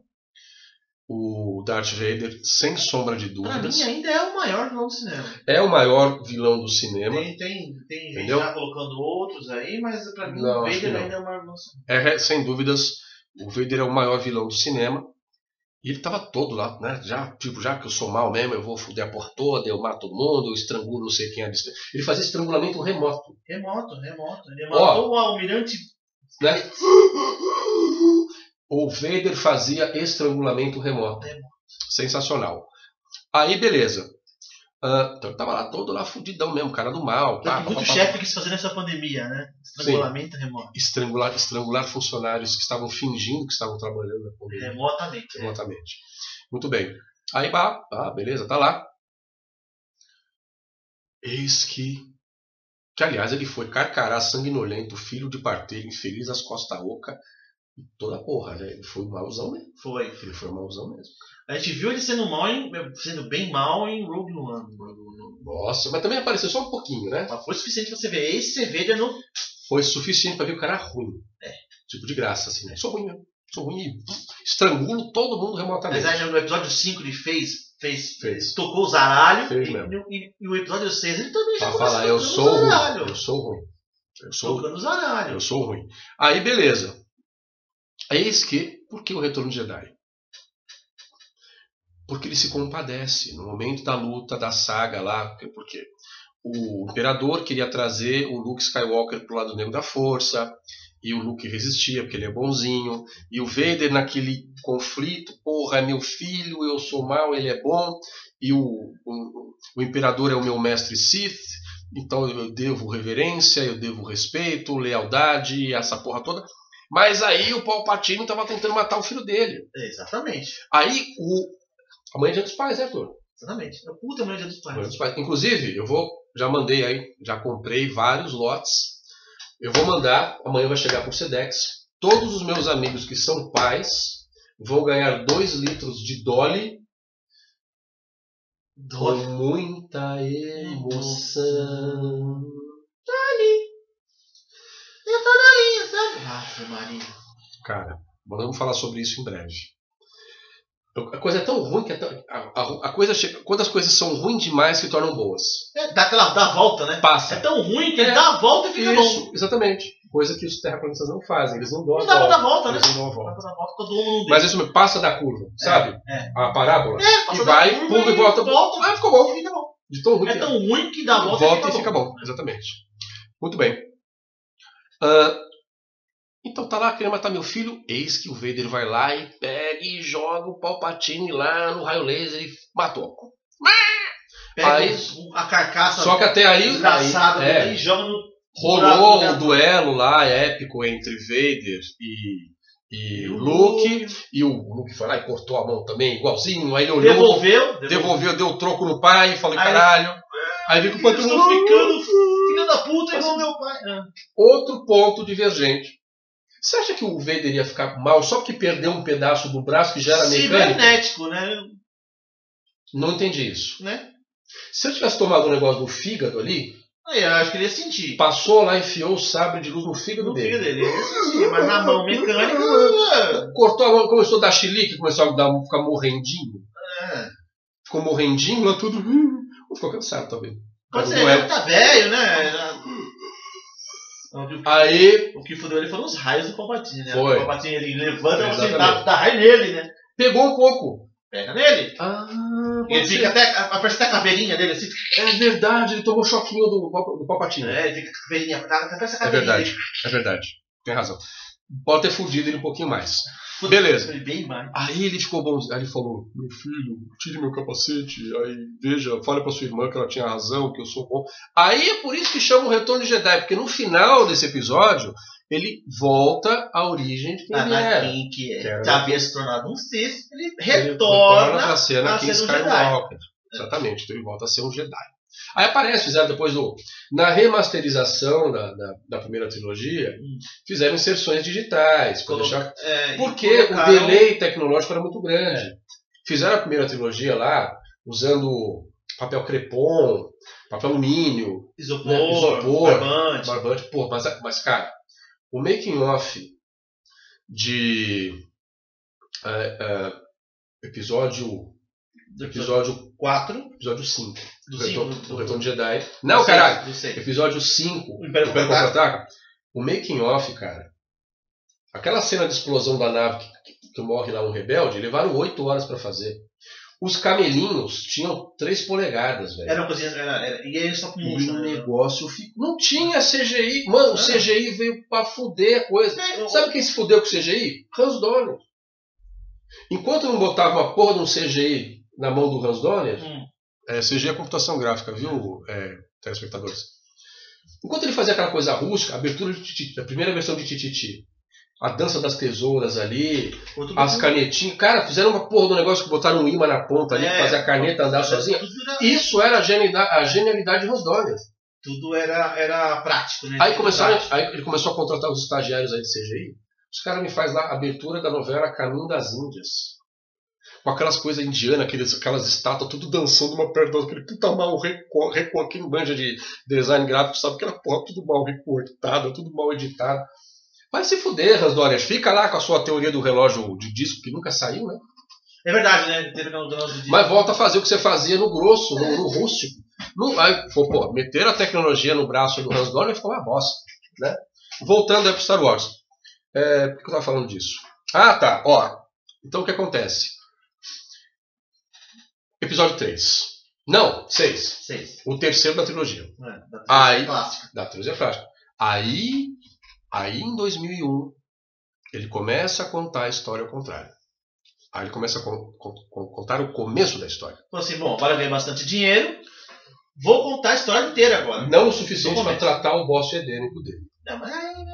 [SPEAKER 1] O Darth Vader, sem sombra de
[SPEAKER 2] Pra
[SPEAKER 1] dúvidas,
[SPEAKER 2] mim ainda é o maior vilão do cinema.
[SPEAKER 1] é o maior vilão do cinema.
[SPEAKER 2] Tem, tem, tem gente
[SPEAKER 1] É Entendeu?
[SPEAKER 2] já colocando outros aí, mas pra mim
[SPEAKER 1] Não,
[SPEAKER 2] o
[SPEAKER 1] acho que
[SPEAKER 2] Vader
[SPEAKER 1] não.
[SPEAKER 2] ainda é o maior vilão do cinema.
[SPEAKER 1] É, sem dúvidas, o Vader é o maior vilão do cinema. E ele tava todo lá, né? Já, tipo, já que eu sou mal mesmo, eu vou foder a porra toda, eu mato todo mundo, eu estrangulo não sei quem é. Ele fazia estrangulamento remoto,
[SPEAKER 2] Remoto, remoto. Ele
[SPEAKER 1] Ó.
[SPEAKER 2] matou o almirante
[SPEAKER 1] né? O Vader fazia estrangulamento remoto. Sensacional. Aí, beleza. Ah, então ele tava lá todo lá fudidão mesmo, cara do mal.
[SPEAKER 2] Tem
[SPEAKER 1] pá, pá,
[SPEAKER 2] é muito
[SPEAKER 1] pá, pá,
[SPEAKER 2] chefe quis fazer nessa pandemia, né? Estrangulamento remoto.
[SPEAKER 1] estrangular, estrangular funcionários que estavam fingindo que estavam trabalhando na pandemia.
[SPEAKER 2] Remotamente. é.
[SPEAKER 1] remotamente. Muito bem. Aí, bah, ah, beleza, tá lá. Eis que. Que, aliás, ele foi carcará sanguinolento, filho de parteiro, infeliz às costas oca e toda a porra, né? Ele foi um mauzão mesmo.
[SPEAKER 2] Foi.
[SPEAKER 1] Ele foi um mauzão mesmo.
[SPEAKER 2] A gente viu ele sendo mal em, sendo bem mal em Rogue One. Rogue One.
[SPEAKER 1] Nossa, mas também apareceu só um pouquinho, né?
[SPEAKER 2] Mas foi suficiente pra você ver. Esse você vê ele no.
[SPEAKER 1] Foi suficiente pra ver o cara ruim. Tipo, de graça, assim, né? Sou ruim mesmo. Sou ruim e estrangulo todo mundo remotamente.
[SPEAKER 2] Apesar de no episódio 5 ele fez. Fez,
[SPEAKER 1] Fez.
[SPEAKER 2] Tocou o zaralho.
[SPEAKER 1] Fez
[SPEAKER 2] e,
[SPEAKER 1] mesmo.
[SPEAKER 2] e- e o episódio 6 ele também já
[SPEAKER 1] Pra
[SPEAKER 2] começa
[SPEAKER 1] falar, eu
[SPEAKER 2] tocando o
[SPEAKER 1] sou ruim.
[SPEAKER 2] zaralho.
[SPEAKER 1] Eu sou ruim. Eu sou ruim.
[SPEAKER 2] Tocando o zaralho.
[SPEAKER 1] "Ah, Eu sou ruim. Aí, beleza. Eis que, por que o retorno de Jedi? Porque ele se compadece no momento da luta, da saga lá. Porque o imperador queria trazer o Luke Skywalker pro lado negro da força. E o Luke resistia, porque ele é bonzinho. E o Vader naquele conflito, porra, é meu filho, eu sou mau, ele é bom. E o, o, o imperador é o meu mestre Sith. Então eu devo reverência, eu devo respeito, lealdade, essa porra toda. Mas aí o Palpatine tava tentando matar o filho dele.
[SPEAKER 2] É, Exatamente.
[SPEAKER 1] Aí o. Amanhã é dia dos pais, né, Arthur?
[SPEAKER 2] Exatamente. É o puta maioria dos
[SPEAKER 1] Amanhã é dia
[SPEAKER 2] pais.
[SPEAKER 1] dos pais. Inclusive, eu vou. Já mandei aí, já comprei vários lotes. Eu vou mandar, amanhã vai chegar por Sedex. Todos os meus amigos que são pais vão ganhar 2 litros de Dolly com
[SPEAKER 2] Dó.
[SPEAKER 1] muita emoção.
[SPEAKER 2] Ave Maria.
[SPEAKER 1] Cara, mas nós vamos falar sobre isso em breve. Eu- A coisa é tão ruim que é tão- a, a- a coisa chega- quando as coisas são ruins demais se tornam boas.
[SPEAKER 2] É, dá aquela dá a volta, né? É
[SPEAKER 1] Passa.
[SPEAKER 2] tão ruim que ele dá a volta e É, fica bom.
[SPEAKER 1] Isso, exatamente. Coisa que os terraplanistas não fazem, eles não dão a
[SPEAKER 2] Não dá pra
[SPEAKER 1] volta.
[SPEAKER 2] dar volta, né?
[SPEAKER 1] Eles não dão a
[SPEAKER 2] Dá
[SPEAKER 1] volta.
[SPEAKER 2] pra dar volta quando o ombro não
[SPEAKER 1] Mas isso mesmo, passa da curva, sabe?
[SPEAKER 2] é.
[SPEAKER 1] A parábola.
[SPEAKER 2] É,
[SPEAKER 1] E
[SPEAKER 2] passou da
[SPEAKER 1] vai,
[SPEAKER 2] curva
[SPEAKER 1] pula e volta. Ah, ficou bom.
[SPEAKER 2] e fica bom.
[SPEAKER 1] De tão ruim
[SPEAKER 2] É
[SPEAKER 1] que
[SPEAKER 2] tão ruim que dá a volta,
[SPEAKER 1] e fica Tá bom. Exatamente. Muito bem. Ah, então tá lá querendo matar meu filho. Eis que o Vader vai lá e pega e joga o Palpatine lá no raio laser e matou.
[SPEAKER 2] Pega
[SPEAKER 1] Aí-
[SPEAKER 2] os- a carcaça
[SPEAKER 1] Só que até aí,
[SPEAKER 2] desgraçada
[SPEAKER 1] aí, é,
[SPEAKER 2] dele e joga no.
[SPEAKER 1] rolou
[SPEAKER 2] buraco,
[SPEAKER 1] um
[SPEAKER 2] né?
[SPEAKER 1] duelo lá épico entre Vader e, e Luke. E o Luke foi lá e cortou a mão também, igualzinho. Aí ele olhou, devolveu, É,
[SPEAKER 2] Devolveu. Devolveu.
[SPEAKER 1] deu o troco no pai e falou:
[SPEAKER 2] Aí-
[SPEAKER 1] caralho. Aí fica o
[SPEAKER 2] Eles
[SPEAKER 1] Pantano
[SPEAKER 2] estão ficando filho da puta igual meu pai. Ah,
[SPEAKER 1] outro ponto divergente. Você acha que o Vader ia ficar mal só porque perdeu um pedaço do braço que já era mecânico?
[SPEAKER 2] Cibernético, né?
[SPEAKER 1] Não entendi isso.
[SPEAKER 2] né?
[SPEAKER 1] Se eu tivesse tomado um negócio do fígado ali,
[SPEAKER 2] Aí eu acho que ele ia sentir.
[SPEAKER 1] passou lá, enfiou o sabre de luz no fígado
[SPEAKER 2] No
[SPEAKER 1] dele.
[SPEAKER 2] filho dele. Ele ia sentir, mas na mão mecânica. ah,
[SPEAKER 1] Cortou a mão, começou a dar chilique, começou a dar- um, ficar morrendinho.
[SPEAKER 2] ah.
[SPEAKER 1] Ficou morrendinho, lá tudo. hum, Ficou cansado, talvez. Mas
[SPEAKER 2] Quando você
[SPEAKER 1] não é.
[SPEAKER 2] tá velho, né? Então, O
[SPEAKER 1] Aí
[SPEAKER 2] que- O que fudeu ele foram os raios do Palpatine, né?
[SPEAKER 1] Foi.
[SPEAKER 2] O Palpatine ele levanta, você dá,
[SPEAKER 1] Exatamente.
[SPEAKER 2] dá raio nele, né?
[SPEAKER 1] pegou um pouco.
[SPEAKER 2] Pega nele.
[SPEAKER 1] Ah,
[SPEAKER 2] E ele fica até. Aparece até a caveirinha dele assim.
[SPEAKER 1] É verdade, ele tomou choquinho do, Pal- do Palpatine.
[SPEAKER 2] É, ele fica com a caveirinha. Aparece
[SPEAKER 1] É
[SPEAKER 2] a caveirinha.
[SPEAKER 1] verdade, é verdade. Tem razão. Pode ter fudido ele um pouquinho mais. Beleza.
[SPEAKER 2] Ele bem mais.
[SPEAKER 1] Aí ele ficou bom. Aí ele falou: Meu filho, tire meu capacete. Aí veja, fale pra sua irmã que ela tinha razão, que eu sou bom. Aí é por isso que chama o Retorno de Jedi, porque no final desse episódio ele volvolta à origem de quem ele é. era.
[SPEAKER 2] Anakin, que
[SPEAKER 1] Quero-
[SPEAKER 2] já havia se tornado um Sith, ele
[SPEAKER 1] Ele retorna
[SPEAKER 2] retorna.
[SPEAKER 1] pra ser Anakin
[SPEAKER 2] a ser um
[SPEAKER 1] Skywalker. Exatamente, então ele volta a ser um Jedi. Aí aparece, fizeram depois do. Na remasterização da, da, da primeira trilogia,
[SPEAKER 2] Hum.
[SPEAKER 1] fizeram inserções digitais, pra
[SPEAKER 2] Colo-
[SPEAKER 1] deixar
[SPEAKER 2] é, e
[SPEAKER 1] Porque o
[SPEAKER 2] colocaram-
[SPEAKER 1] delay tecnológico era muito grande. Fizeram a primeira trilogia lá usando papel crepom, papel alumínio,
[SPEAKER 2] Isopor,
[SPEAKER 1] né, isopor,
[SPEAKER 2] barbante.
[SPEAKER 1] barbante. Pô, mas, mas cara, o making off de eh, eh, episódio
[SPEAKER 2] do episódio
[SPEAKER 1] episódio
[SPEAKER 2] 4
[SPEAKER 1] episódio 5,
[SPEAKER 2] do
[SPEAKER 1] do Retorno,
[SPEAKER 2] 5.
[SPEAKER 1] do Retorno de Jedi. Não, caralho,
[SPEAKER 2] Do 6.
[SPEAKER 1] episódio 5
[SPEAKER 2] O Império
[SPEAKER 1] o Império
[SPEAKER 2] Contra-Ataca.
[SPEAKER 1] Contra-Ataca, o making off, cara, aquela cena de explosão da nave que, que morre lá um rebelde, levaram oito horas pra fazer. Os camelinhos tinham três polegadas, velho.
[SPEAKER 2] Era uma coisinha. Era, era, e aí só com
[SPEAKER 1] E
[SPEAKER 2] murcha,
[SPEAKER 1] o
[SPEAKER 2] É né?
[SPEAKER 1] negócio ficou. Não tinha CGI. Mano, o
[SPEAKER 2] Ah.
[SPEAKER 1] CGI veio pra fuder a coisa.
[SPEAKER 2] né?
[SPEAKER 1] Sabe quem se fudeu com o CGI? Hans Donner. Enquanto não botava uma porra de um CGI na mão do Hans Donner,
[SPEAKER 2] Hum.
[SPEAKER 1] É, CG é computação gráfica, viu, é, telespectadores? Enquanto ele fazia aquela coisa rústica, a abertura de Tititi, a primeira versão de Tititi, a dança das tesouras ali,
[SPEAKER 2] Outro
[SPEAKER 1] as
[SPEAKER 2] mundo-
[SPEAKER 1] canetinhas, cara, fizeram uma porra do negócio que botaram um imã na ponta ali,
[SPEAKER 2] É.
[SPEAKER 1] pra fazer a caneta andar sozinha.
[SPEAKER 2] Tudo era,
[SPEAKER 1] Isso era a genialidade, a genialidade de Rosdorff.
[SPEAKER 2] tudo era, era prático, né?
[SPEAKER 1] Aí,
[SPEAKER 2] Tudo
[SPEAKER 1] começaram,
[SPEAKER 2] prático.
[SPEAKER 1] aí ele começou a contratar os estagiários aí de CGI. Os caras me fazem lá a abertura da novela Caminho das Índias. Com aquelas coisas indianas, aqueles, aquelas estátuas tudo dançando uma perto da outra. Aquele puta mal reco- reco- quem manja de design gráfico sabe que era porra tudo mal recortada, tudo mal editada. Vai se fuder, Rasdórias. Fica lá com a sua teoria do relógio de disco que nunca saiu, né?
[SPEAKER 2] É verdade, né? Teve um download de-
[SPEAKER 1] Mas volta a fazer o que você fazia no grosso, no, no rústico. No, aí, pô, pô, meter a tecnologia no braço do Hans Donner ficou uma bosta. Né? Voltando aí pro Star Wars. É, por que eu tava falando disso? Ah, tá. Ó, então o que acontece? Episódio 3. Não, 6.
[SPEAKER 2] Seis.
[SPEAKER 1] O terceiro da trilogia.
[SPEAKER 2] É, da-
[SPEAKER 1] Aí-
[SPEAKER 2] Clássico.
[SPEAKER 1] Da trilogia clássica. Aí, aí em 2001, ele começa a contar a história ao contrário. Aí ele começa a con- con- con- contar o começo da história.
[SPEAKER 2] Falou assim, bom, agora eu ganhei bastante dinheiro, vou contar a história inteira agora.
[SPEAKER 1] Não o suficiente
[SPEAKER 2] No
[SPEAKER 1] para
[SPEAKER 2] começo.
[SPEAKER 1] tratar o boss edênico dele.
[SPEAKER 2] Não, mas aí, né?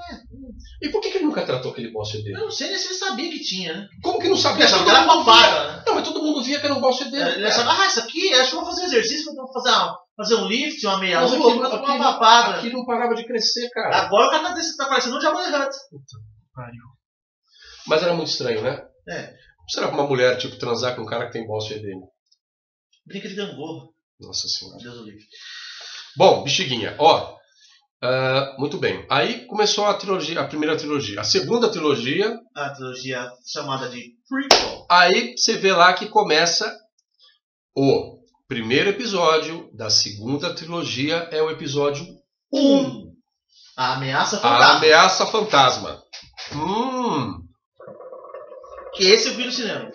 [SPEAKER 1] E por que, que ele nunca tratou aquele boss
[SPEAKER 2] Eu
[SPEAKER 1] edênico?
[SPEAKER 2] não sei nem se ele sabia que tinha, né?
[SPEAKER 1] Como que não sabia?
[SPEAKER 2] Ele achava que
[SPEAKER 1] Todo
[SPEAKER 2] era
[SPEAKER 1] mundo via.
[SPEAKER 2] papada, né?
[SPEAKER 1] Não, mas todo mundo via que era um boss edênico.
[SPEAKER 2] Ele
[SPEAKER 1] cara.
[SPEAKER 2] achava, ah, isso aqui, acho que eu vou fazer um exercício, vou fazer, uma- fazer um lift, uma meia
[SPEAKER 1] Mas
[SPEAKER 2] lua,
[SPEAKER 1] aquilo-
[SPEAKER 2] vou tomar
[SPEAKER 1] aquilo-
[SPEAKER 2] uma papada.
[SPEAKER 1] Aquilo não parava de crescer, cara.
[SPEAKER 2] Agora o cara tá, desse- tá parecendo um Jabba the Hutt.
[SPEAKER 1] Mas era muito estranho, né?
[SPEAKER 2] É.
[SPEAKER 1] Será que uma mulher, tipo, transar com um cara que tem boss edênico?
[SPEAKER 2] Brinca de gangorra.
[SPEAKER 1] Nossa senhora.
[SPEAKER 2] Deus do livre.
[SPEAKER 1] Bom, bexiguinha, ó. ah, muito bem. Aí começou a trilogia, a primeira trilogia. A segunda trilogia
[SPEAKER 2] A trilogia chamada de prequel.
[SPEAKER 1] Aí você vê lá que começa o primeiro episódio da segunda trilogia é o episódio 1,
[SPEAKER 2] Um. A ameaça
[SPEAKER 1] A
[SPEAKER 2] fantasma.
[SPEAKER 1] Ameaça Fantasma. Hum,
[SPEAKER 2] Que esse eu vi no cinema.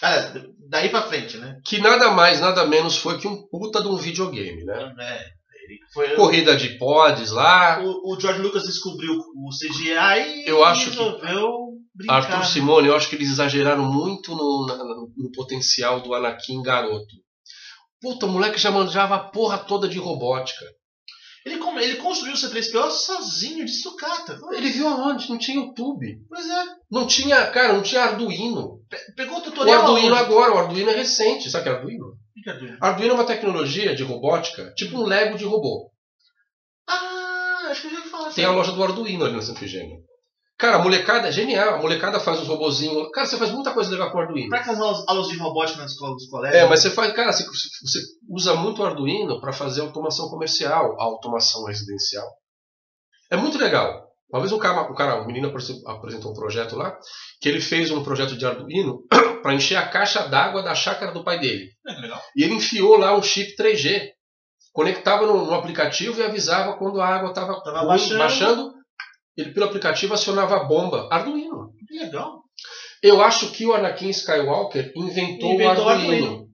[SPEAKER 2] Cara, daí pra frente, né?
[SPEAKER 1] que nada mais, nada menos foi que um puta de um videogame, né?
[SPEAKER 2] É, ele foi-
[SPEAKER 1] Corrida de pods lá,
[SPEAKER 2] o, o George Lucas descobriu o CGI e
[SPEAKER 1] Eu acho que-
[SPEAKER 2] resolveu brincar.
[SPEAKER 1] Arthur Simone, eu acho que é um eles exageraram muito no, na- no- no potencial do Anakin garoto. Puta, o moleque já manjava a porra toda de robótica.
[SPEAKER 2] ele, com- ele construiu o C3PO sozinho, de sucata.
[SPEAKER 1] Ele viu aonde? Não tinha YouTube.
[SPEAKER 2] Pois é.
[SPEAKER 1] Não tinha, cara, não tinha Arduino.
[SPEAKER 2] Pegou o
[SPEAKER 1] O
[SPEAKER 2] tutorial.
[SPEAKER 1] Arduino
[SPEAKER 2] aonde?
[SPEAKER 1] agora, o Arduino é recente. Sabe o que é Arduino?
[SPEAKER 2] Fica Arduino.
[SPEAKER 1] Arduino é uma tecnologia de robótica, tipo um Lego de robô.
[SPEAKER 2] Ah, acho que eu já ouvi falar.
[SPEAKER 1] Tem a loja do Arduino ali na Santa Efigênia. Cara, a molecada é genial. A molecada faz os robozinhos. Cara, você faz muita coisa legal com o Arduino.
[SPEAKER 2] Pra que as aulas, aulas de robótica nas escolas dos colégios?
[SPEAKER 1] É, mas você faz, cara, você, você usa muito o Arduino para fazer automação comercial, a automação residencial. É muito legal. Uma vez um cara, um cara, um menino apres- apresentou um projeto lá, que ele fez um projeto de Arduino para encher a caixa d'água da chácara do pai dele.
[SPEAKER 2] É, que legal.
[SPEAKER 1] E ele enfiou lá um chip 3G. Conectava no, no aplicativo e avisava quando a água estava
[SPEAKER 2] Tava baixando.
[SPEAKER 1] Ele, pelo aplicativo, acionava a bomba. Arduino.
[SPEAKER 2] Que legal.
[SPEAKER 1] Eu acho que o Anakin Skywalker inventou,
[SPEAKER 2] Inventou
[SPEAKER 1] o
[SPEAKER 2] o
[SPEAKER 1] Arduino,
[SPEAKER 2] Arduino.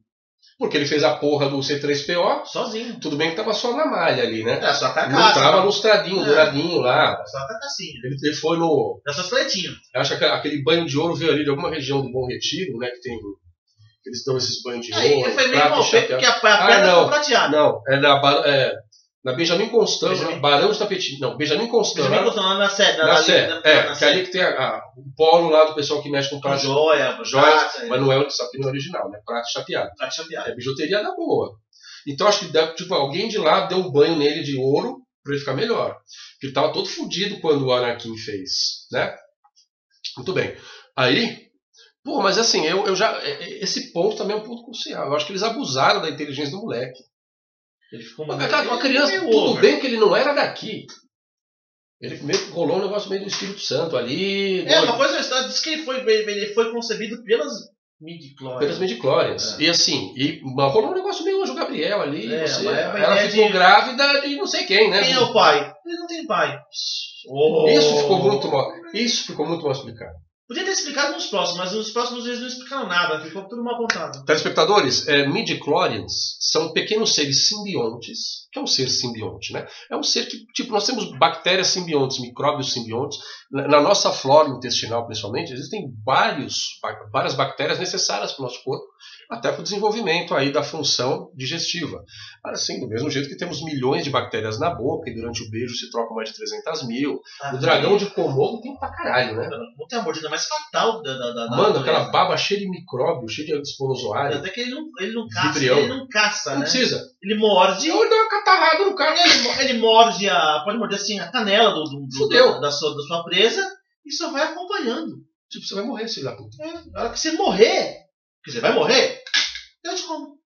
[SPEAKER 1] Porque ele fez a porra do C3PO.
[SPEAKER 2] Sozinho.
[SPEAKER 1] Tudo bem que tava só na malha ali, né?
[SPEAKER 2] Era só
[SPEAKER 1] Não tava
[SPEAKER 2] carcaça.
[SPEAKER 1] lustradinho,
[SPEAKER 2] É.
[SPEAKER 1] douradinho lá.
[SPEAKER 2] Era só carcassinha.
[SPEAKER 1] Ele, ele foi no.
[SPEAKER 2] Era só esqueletinho.
[SPEAKER 1] eu Acho que aquele banho de ouro veio ali de alguma região do Bom Retiro, né? Que tem. Eles dão esses banhos de
[SPEAKER 2] Aí
[SPEAKER 1] ouro.
[SPEAKER 2] ele foi meio
[SPEAKER 1] prata,
[SPEAKER 2] mal feito
[SPEAKER 1] chapéu.
[SPEAKER 2] porque a, a
[SPEAKER 1] Ah,
[SPEAKER 2] perna
[SPEAKER 1] não.
[SPEAKER 2] ficou prateada.
[SPEAKER 1] Não, é na, Ba- é, na Benjamin Constant,
[SPEAKER 2] Benjamin-
[SPEAKER 1] na Barão de Tapetini. Não, Benjamin Constant.
[SPEAKER 2] Benjamin
[SPEAKER 1] lá-
[SPEAKER 2] Constant lá na série.
[SPEAKER 1] na Sé, é, que é
[SPEAKER 2] série.
[SPEAKER 1] ali que tem a- a- o polo lá do pessoal que mexe com
[SPEAKER 2] Com
[SPEAKER 1] prata.
[SPEAKER 2] joia,
[SPEAKER 1] Joia,
[SPEAKER 2] prata,
[SPEAKER 1] Mas não é o sapinho original, né? Prata chapeado.
[SPEAKER 2] prata chapeada.
[SPEAKER 1] É bijuteria da boa. Então acho que deve- tipo, alguém de lá deu um banho nele de ouro pra ele ficar melhor. Porque ele tava todo fudido quando o Anakin fez, né? Muito bem. Aí, pô, mas assim, eu, eu já. é- é- Esse ponto também é um ponto crucial. Eu acho que eles abusaram da inteligência do moleque.
[SPEAKER 2] Ele ficou
[SPEAKER 1] Uma,
[SPEAKER 2] muito-
[SPEAKER 1] tá, uma criança,
[SPEAKER 2] meio
[SPEAKER 1] tudo
[SPEAKER 2] É, over.
[SPEAKER 1] bem que ele não era daqui. Ele meio que rolou um negócio meio do Espírito Santo ali,
[SPEAKER 2] É,
[SPEAKER 1] do-
[SPEAKER 2] uma coisa, a história diz que ele foi, ele foi concebido pelas
[SPEAKER 1] pelas
[SPEAKER 2] midi-clórias.
[SPEAKER 1] midichlorians.
[SPEAKER 2] É.
[SPEAKER 1] E assim, e mas rolou um negócio meio Anjo Gabriel ali.
[SPEAKER 2] É,
[SPEAKER 1] você-
[SPEAKER 2] mas é uma
[SPEAKER 1] ela
[SPEAKER 2] ideia
[SPEAKER 1] ficou
[SPEAKER 2] de-
[SPEAKER 1] grávida de não sei quem, né?
[SPEAKER 2] Quem é o pai? Ele não tem pai. Oh.
[SPEAKER 1] Isso ficou muito mal. Isso ficou muito mal explicado.
[SPEAKER 2] Podia ter explicado nos próximos, mas nos próximos eles não explicaram nada. Ficou tudo mal contado.
[SPEAKER 1] Telespectadores, é, midichlorians são pequenos seres simbiontes. O que é um ser simbionte, né? É um ser que, tipo, nós temos bactérias simbiontes, micróbios simbiontes. Na, na nossa flora intestinal, principalmente, existem vários, ba- várias bactérias necessárias para o nosso corpo. até para o desenvolvimento aí da função digestiva. Assim, do mesmo jeito que temos milhões de bactérias na boca e durante o beijo se trocam mais de 300 mil.
[SPEAKER 2] Ah,
[SPEAKER 1] O dragão de Komodo tem pra caralho, né?
[SPEAKER 2] Não tem a mordida mais fatal da. da, da da
[SPEAKER 1] Mano, aquela
[SPEAKER 2] natureza.
[SPEAKER 1] baba cheia de micróbio, cheia de esporozoário.
[SPEAKER 2] Até que ele não, ele não caça,
[SPEAKER 1] Vibrião.
[SPEAKER 2] ele não caça,
[SPEAKER 1] Não
[SPEAKER 2] né?
[SPEAKER 1] precisa.
[SPEAKER 2] Ele morde.
[SPEAKER 1] Ou ele dá uma catarrada é no cara.
[SPEAKER 2] Ele, mo- ele morde a. Pode morder assim a canela do, do- do-
[SPEAKER 1] Fudeu.
[SPEAKER 2] da, sua, da sua presa e só vai acompanhando.
[SPEAKER 1] Tipo, você vai morrer, filho da puta.
[SPEAKER 2] É, na hora que você morrer, que você vai morrer, eu te como.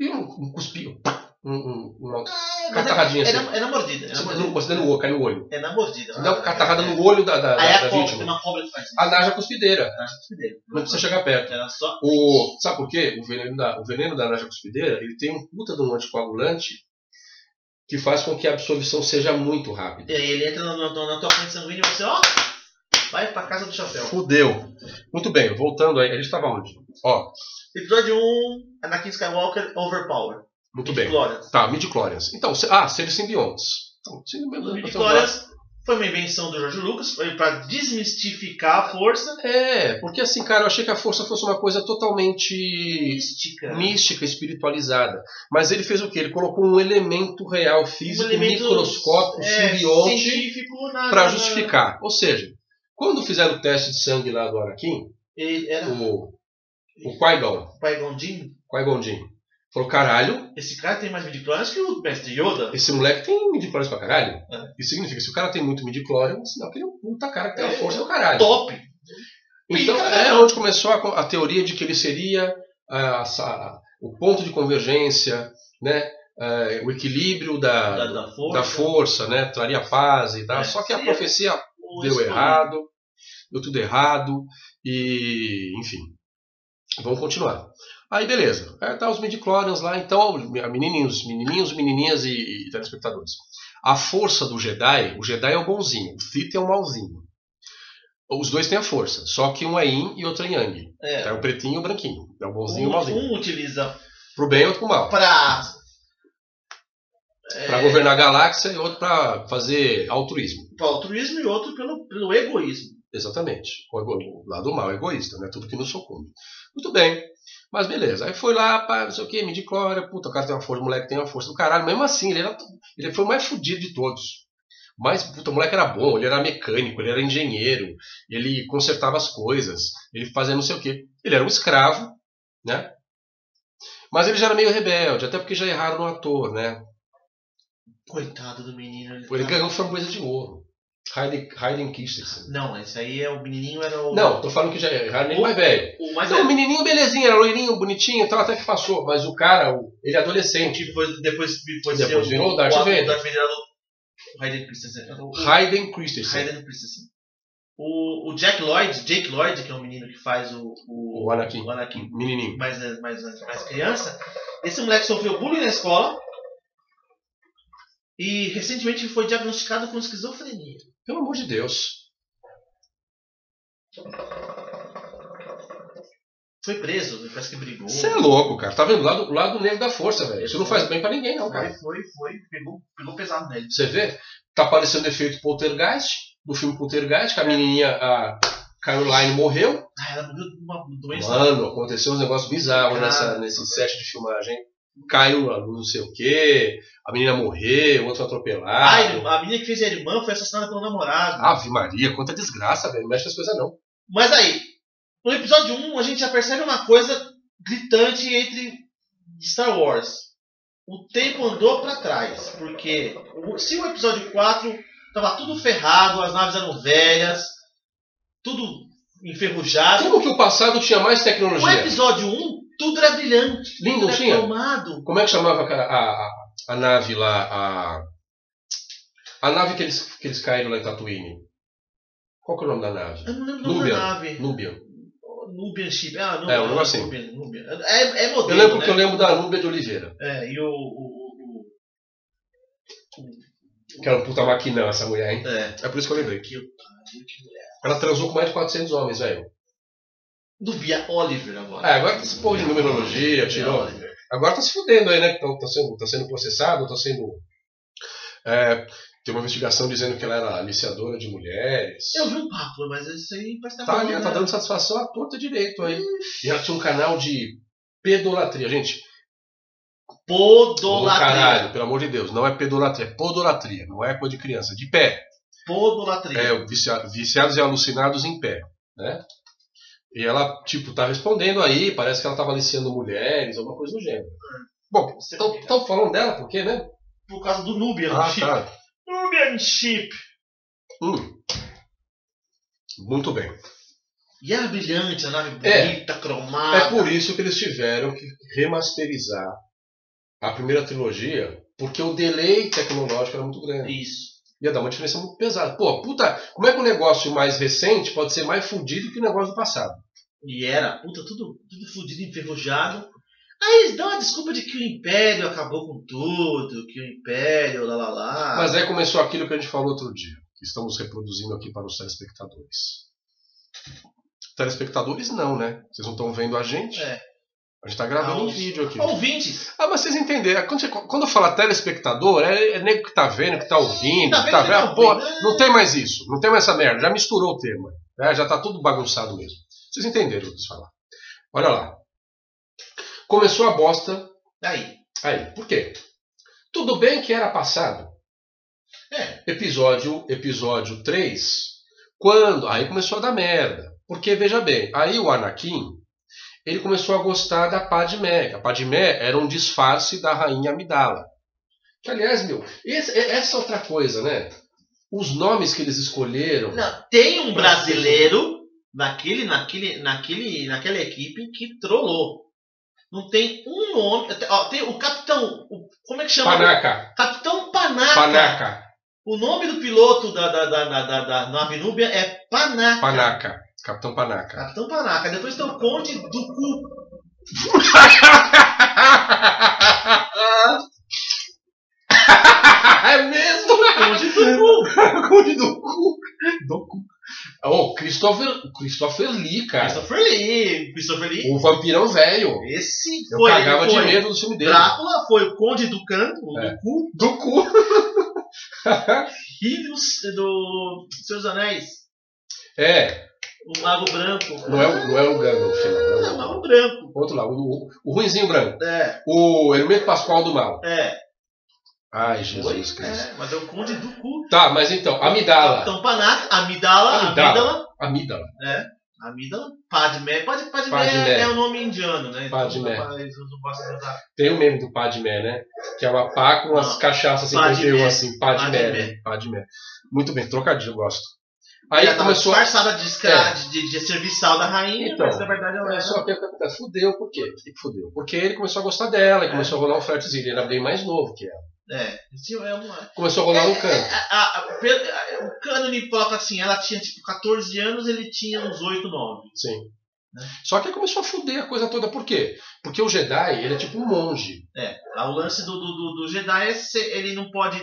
[SPEAKER 1] E um, um cuspinho. Um, um, uma
[SPEAKER 2] Ah, mas é-
[SPEAKER 1] catarradinha
[SPEAKER 2] é,
[SPEAKER 1] assim.
[SPEAKER 2] na, é na mordida. É na
[SPEAKER 1] Você
[SPEAKER 2] mordida.
[SPEAKER 1] não- você dá no olho, cai no olho.
[SPEAKER 2] É na mordida.
[SPEAKER 1] Você dá uma
[SPEAKER 2] Ah,
[SPEAKER 1] catarrada
[SPEAKER 2] é. né?
[SPEAKER 1] no olho da, da,
[SPEAKER 2] Aí
[SPEAKER 1] da- da
[SPEAKER 2] a cobra, tem
[SPEAKER 1] vítima.
[SPEAKER 2] uma cobra que faz isso.
[SPEAKER 1] A naja cuspideira.
[SPEAKER 2] Ela acha que fudeu.
[SPEAKER 1] Não precisa chegar perto.
[SPEAKER 2] Ela só.
[SPEAKER 1] O, sabe por quê? O veneno da, o veneno da naja cuspideira ele tem um puta de um anticoagulante que faz com que a absorção seja muito rápida.
[SPEAKER 2] E aí ele entra na, na- na tua corrente sanguínea e você, ó, vai pra casa do chapéu.
[SPEAKER 1] Fudeu. Muito bem, voltando aí. A gente estava onde? Ó,
[SPEAKER 2] Episódio 1, Anakin Skywalker Overpower.
[SPEAKER 1] muito bem.
[SPEAKER 2] Glória.
[SPEAKER 1] Tá, midichlorians. Então, se- ah, seres simbiontes. Então, se-
[SPEAKER 2] Glórias foi uma invenção do Jorge Lucas, foi pra desmistificar a força.
[SPEAKER 1] É, porque assim, cara, eu achei que a força fosse uma coisa totalmente
[SPEAKER 2] Mística.
[SPEAKER 1] mística, espiritualizada. Mas ele fez o quê? Ele colocou um elemento real, físico, microscópio,
[SPEAKER 2] Um é, Ah,
[SPEAKER 1] simbionte,
[SPEAKER 2] científico na-
[SPEAKER 1] para
[SPEAKER 2] na-
[SPEAKER 1] justificar. Ou seja, quando fizeram o teste de sangue lá do Anakin,
[SPEAKER 2] Ele era
[SPEAKER 1] o, o Qui-Gon,
[SPEAKER 2] o Pai Gondin.
[SPEAKER 1] Qui-Gon Jinn, falou, caralho,
[SPEAKER 2] Esse cara tem mais midichlorians que o mestre Yoda.
[SPEAKER 1] esse moleque tem midichlorians pra caralho.
[SPEAKER 2] É.
[SPEAKER 1] Isso significa, se o cara tem muito midichlorian, sinal que ele é um puta cara que tem a
[SPEAKER 2] É,
[SPEAKER 1] força do caralho.
[SPEAKER 2] Top!
[SPEAKER 1] Então
[SPEAKER 2] Pica,
[SPEAKER 1] é
[SPEAKER 2] né?
[SPEAKER 1] onde começou a, a teoria de que ele seria ah, essa- o ponto de convergência, né? Ah, o equilíbrio da,
[SPEAKER 2] Da,
[SPEAKER 1] da,
[SPEAKER 2] da
[SPEAKER 1] força.
[SPEAKER 2] força.
[SPEAKER 1] né? Traria paz e tal.
[SPEAKER 2] É,
[SPEAKER 1] Só que a
[SPEAKER 2] seria
[SPEAKER 1] profecia
[SPEAKER 2] o
[SPEAKER 1] deu
[SPEAKER 2] escolhido.
[SPEAKER 1] errado, deu tudo errado e enfim. Vamos continuar. Aí beleza. Aí tá os midichlorians lá, então, menininhos, menininhos, menininhas e, e telespectadores. A força do Jedi, o Jedi é o bonzinho, o Sith é o malzinho. Os dois têm a força, só que um é Yin e outro é Yang.
[SPEAKER 2] É.
[SPEAKER 1] É o pretinho e o branquinho. É o bonzinho e
[SPEAKER 2] Um,
[SPEAKER 1] o malzinho.
[SPEAKER 2] um utiliza
[SPEAKER 1] Pro bem e outro pro mal.
[SPEAKER 2] pra.
[SPEAKER 1] Pra
[SPEAKER 2] é,
[SPEAKER 1] governar a galáxia e outro pra fazer altruísmo.
[SPEAKER 2] pro altruísmo e outro pelo, pelo egoísmo.
[SPEAKER 1] Exatamente. O, ego, o lado mal, egoísta, né? Tudo que nos sucumbe. Muito bem. Mas beleza. Aí foi lá, pá, não sei o que, midichlória, puta, o cara tem uma força, o moleque tem uma força do caralho. Mesmo assim, ele, era, ele foi o mais fudido de todos. Mas, puta, o moleque era bom, ele era mecânico, ele era engenheiro, ele consertava as coisas, ele fazia não sei o que. Ele era um escravo, né? Mas ele já era meio rebelde, até porque já erraram no ator, né?
[SPEAKER 2] Coitado do menino. Ele
[SPEAKER 1] Ele
[SPEAKER 2] tá-
[SPEAKER 1] ganhou framboesa de ouro. Hayden, Hayden Christensen.
[SPEAKER 2] Não, esse aí é o menininho era o.
[SPEAKER 1] Não, tô falando que já erraram nem o mais velho.
[SPEAKER 2] O mais
[SPEAKER 1] Não, o menininho, belezinha, era loirinho, bonitinho, tal, até que passou. Mas o cara, o- ele é adolescente.
[SPEAKER 2] que foi, depois depois,
[SPEAKER 1] Depois virou o Darth Vader.
[SPEAKER 2] O Darth Vader era o Hayden Christensen. Era né? o- o
[SPEAKER 1] Hayden Christensen,
[SPEAKER 2] Hayden Christensen. O, o Jack Lloyd, Jake Lloyd, que é o menino que faz o, o,
[SPEAKER 1] o Anakin.
[SPEAKER 2] o Anakin
[SPEAKER 1] Menininho.
[SPEAKER 2] mais, mais, mais criança, esse moleque sofreu bullying na escola e recentemente foi diagnosticado com esquizofrenia.
[SPEAKER 1] Pelo amor de Deus.
[SPEAKER 2] Foi preso, né? parece que brigou.
[SPEAKER 1] Você é louco, cara. Tá vendo? O lado, o lado negro da força, velho. Isso não faz bem pra ninguém, não, cara.
[SPEAKER 2] Foi, foi, foi. Pegou, pegou pesado nele.
[SPEAKER 1] Você vê? Tá aparecendo efeito poltergeist, do filme poltergeist, que a menininha, a Caroline, morreu.
[SPEAKER 2] Ah, ela morreu de uma doença.
[SPEAKER 1] Mano, aconteceu uns negócios bizarros
[SPEAKER 2] Cara.
[SPEAKER 1] nessa, nesse set de filmagem. Caiu a luz, não sei o quê. A menina morreu, o outro
[SPEAKER 2] Ah,
[SPEAKER 1] atropelado.
[SPEAKER 2] a menina que fez a irmã foi assassinada pelo namorado.
[SPEAKER 1] Ave Maria, quanta desgraça, velho. Não mexe com as coisas, não.
[SPEAKER 2] Mas aí, no episódio 1, a gente já percebe uma coisa gritante entre Star Wars. O tempo andou pra trás, porque o- se o episódio 4 tava tudo ferrado, as naves eram velhas, tudo enferrujado,
[SPEAKER 1] Como que o passado tinha mais
[SPEAKER 2] o
[SPEAKER 1] tecnologia?
[SPEAKER 2] episódio 1 tudo era brilhante,
[SPEAKER 1] Lindo,
[SPEAKER 2] tudo
[SPEAKER 1] não
[SPEAKER 2] era
[SPEAKER 1] tinha?
[SPEAKER 2] tomado.
[SPEAKER 1] Como é que chamava a, a, a- a nave lá? A, a nave que eles, que eles caíram lá em Tatooine. Qual que é o nome da nave?
[SPEAKER 2] Eu não lembro o nome
[SPEAKER 1] Núbia.
[SPEAKER 2] da nave.
[SPEAKER 1] Núbia.
[SPEAKER 2] Nubian Ship. Ah, não,
[SPEAKER 1] É, um
[SPEAKER 2] não,
[SPEAKER 1] negócio assim.
[SPEAKER 2] Nubian, Nubian. É, é modelo,
[SPEAKER 1] Eu lembro
[SPEAKER 2] né?
[SPEAKER 1] que eu lembro da Núbia de Oliveira.
[SPEAKER 2] É, e o... o- o- o-
[SPEAKER 1] Que era um puta maquinão essa mulher, hein?
[SPEAKER 2] é.
[SPEAKER 1] É por isso que eu lembrei.
[SPEAKER 2] Que pariu, que mulher.
[SPEAKER 1] Ela transou com mais de 400 homens, velho.
[SPEAKER 2] Nubia Oliver agora.
[SPEAKER 1] É, agora esse povo de numerologia, tirou.
[SPEAKER 2] Oliver.
[SPEAKER 1] Agora tá se fudendo aí, né? Que tá, tá sendo, tá sendo processado, tá sendo. É, tem uma investigação dizendo que ela era aliciadora de mulheres.
[SPEAKER 2] Eu vi um papo, mas isso aí parece que
[SPEAKER 1] Tá ali,
[SPEAKER 2] falando,
[SPEAKER 1] tá
[SPEAKER 2] né?
[SPEAKER 1] dando satisfação à torta direito aí. E ela tinha um canal de Pedolatria, gente. Ô,
[SPEAKER 2] Podolatria.
[SPEAKER 1] caralho, pelo amor de Deus, não é pedolatria, é podolatria, não é coisa de criança, de pé.
[SPEAKER 2] Podolatria.
[SPEAKER 1] É, o vicia- viciados e alucinados em pé, né? E ela, tipo, tá respondendo aí, parece que ela tava aliciando mulheres, alguma coisa do gênero. Bom,
[SPEAKER 2] Você
[SPEAKER 1] estão
[SPEAKER 2] fica-
[SPEAKER 1] falando dela, por quê, né?
[SPEAKER 2] Por causa do Nubian Chip.
[SPEAKER 1] Então, tá.
[SPEAKER 2] Nubian Chip.
[SPEAKER 1] Hum. Muito bem.
[SPEAKER 2] E era brilhante, a nave
[SPEAKER 1] É.
[SPEAKER 2] bonita, cromada.
[SPEAKER 1] É por isso que eles tiveram que remasterizar a primeira trilogia, porque o delay tecnológico era muito grande.
[SPEAKER 2] Isso.
[SPEAKER 1] Ia dar uma diferença muito pesada. Pô, puta, como é que o negócio mais recente pode ser mais fudido que o negócio do passado?
[SPEAKER 2] E era, puta, tudo, tudo fudido, enferrujado. Aí eles dão a desculpa de que o Império acabou com tudo, que o Império, lá lá lá.
[SPEAKER 1] Mas aí começou aquilo que a gente falou outro dia, que estamos reproduzindo aqui para os telespectadores. Telespectadores não, né? Vocês não estão vendo a gente?
[SPEAKER 2] É.
[SPEAKER 1] A gente está gravando
[SPEAKER 2] Ah,
[SPEAKER 1] um
[SPEAKER 2] os-
[SPEAKER 1] vídeo aqui.
[SPEAKER 2] Ouvintes,
[SPEAKER 1] Ah, mas vocês entenderam. Quando, você, quando eu falo telespectador, é, é nego que tá vendo, que tá ouvindo,
[SPEAKER 2] Tá
[SPEAKER 1] que tá
[SPEAKER 2] vendo,
[SPEAKER 1] vendo.
[SPEAKER 2] tá
[SPEAKER 1] Pô,
[SPEAKER 2] ouvindo, é.
[SPEAKER 1] não tem mais isso. Não tem mais essa merda. Já misturou o tema. né? Já tá tudo bagunçado mesmo. Vocês entenderam o que eu quis falar. Olha lá. Começou a bosta
[SPEAKER 2] aí.
[SPEAKER 1] aí. Por quê? Tudo bem que era passado.
[SPEAKER 2] É.
[SPEAKER 1] Episódio, episódio 3. Quando. Aí começou a dar merda. Porque, veja bem, aí o Anakin. Ele começou a gostar da Padmé. que A Padmé era um disfarce da rainha Amidala. Que, aliás, meu, esse- é- essa outra coisa, né? Os nomes que eles escolheram.
[SPEAKER 2] Não, tem um brasileiro naquele, naquele, naquele, naquela equipe que trollou. Não tem um nome. até- ó, tem o capitão. o- como é que chama?
[SPEAKER 1] Panaca.
[SPEAKER 2] Capitão Panaca.
[SPEAKER 1] Panaca.
[SPEAKER 2] O nome do piloto da, da, da, da, da, da nave núbia é Panaca.
[SPEAKER 1] Panaca. Capitão Panaca.
[SPEAKER 2] Capitão Panaca. Depois tem o Conde do Cu.
[SPEAKER 1] é mesmo?
[SPEAKER 2] Conde do Cu.
[SPEAKER 1] Conde do cu. Do cu. Oh, Christopher, Christopher Lee, cara.
[SPEAKER 2] Christopher Lee. Christopher Lee.
[SPEAKER 1] O vampirão velho.
[SPEAKER 2] Esse
[SPEAKER 1] Eu
[SPEAKER 2] foi.
[SPEAKER 1] cagava
[SPEAKER 2] ele
[SPEAKER 1] de
[SPEAKER 2] foi.
[SPEAKER 1] medo do filme dele.
[SPEAKER 2] Drácula foi o Conde do Canto,
[SPEAKER 1] É.
[SPEAKER 2] do Cu.
[SPEAKER 1] Do cu.
[SPEAKER 2] E do, do Seus Anéis.
[SPEAKER 1] É,
[SPEAKER 2] O Mago Branco.
[SPEAKER 1] não é, o- não é o Gandalf, não.
[SPEAKER 2] Ah,
[SPEAKER 1] É o
[SPEAKER 2] Mago Branco.
[SPEAKER 1] Outro lá, o, o, o Ruinzinho Branco.
[SPEAKER 2] É,
[SPEAKER 1] O Hermeto Pascoal do Mal.
[SPEAKER 2] é.
[SPEAKER 1] Ai, Jesus
[SPEAKER 2] Foi,
[SPEAKER 1] Cristo.
[SPEAKER 2] é, mas é o Conde do Cu.
[SPEAKER 1] Tá, mas então, Amidala.
[SPEAKER 2] Capitão Panaca. Amidala.
[SPEAKER 1] Amidala.
[SPEAKER 2] Amidala.
[SPEAKER 1] Amidala.
[SPEAKER 2] Amidala. Padmé. Pad- Padmé,
[SPEAKER 1] Padmé.
[SPEAKER 2] é o nome indiano, né? Então,
[SPEAKER 1] Padmé.
[SPEAKER 2] Eles não gostam de usar.
[SPEAKER 1] Tem o meme do Padmé, né? Que é uma pá com umas
[SPEAKER 2] Não.
[SPEAKER 1] cachaças assim,
[SPEAKER 2] Padmé.
[SPEAKER 1] 51 assim. Padmé.
[SPEAKER 2] Padmé. é
[SPEAKER 1] né? Padmé. Muito bem, trocadilho, eu gosto. Aí
[SPEAKER 2] ela
[SPEAKER 1] começou a É.
[SPEAKER 2] tava tá disfarçada de, escra... de, de, de serviçal da rainha,
[SPEAKER 1] Então.
[SPEAKER 2] mas na verdade ela é
[SPEAKER 1] Aí
[SPEAKER 2] era.
[SPEAKER 1] Só que a fudeu, por quê? Fudeu. Porque ele começou a gostar dela, e começou a rolar um flertezinho, ele era bem mais novo que ela.
[SPEAKER 2] É, isso é uma.
[SPEAKER 1] Começou a rolar um canto.
[SPEAKER 2] A, a, a, pe- a- o cânone coloca assim, ela tinha tipo 14 anos, ele tinha uns 8, 9.
[SPEAKER 1] Sim. Só que ele começou a fuder a coisa toda, por quê? Porque o Jedi, ele é tipo um monge.
[SPEAKER 2] É. lá O lance do, do, do, do Jedi é ser, ele não pode.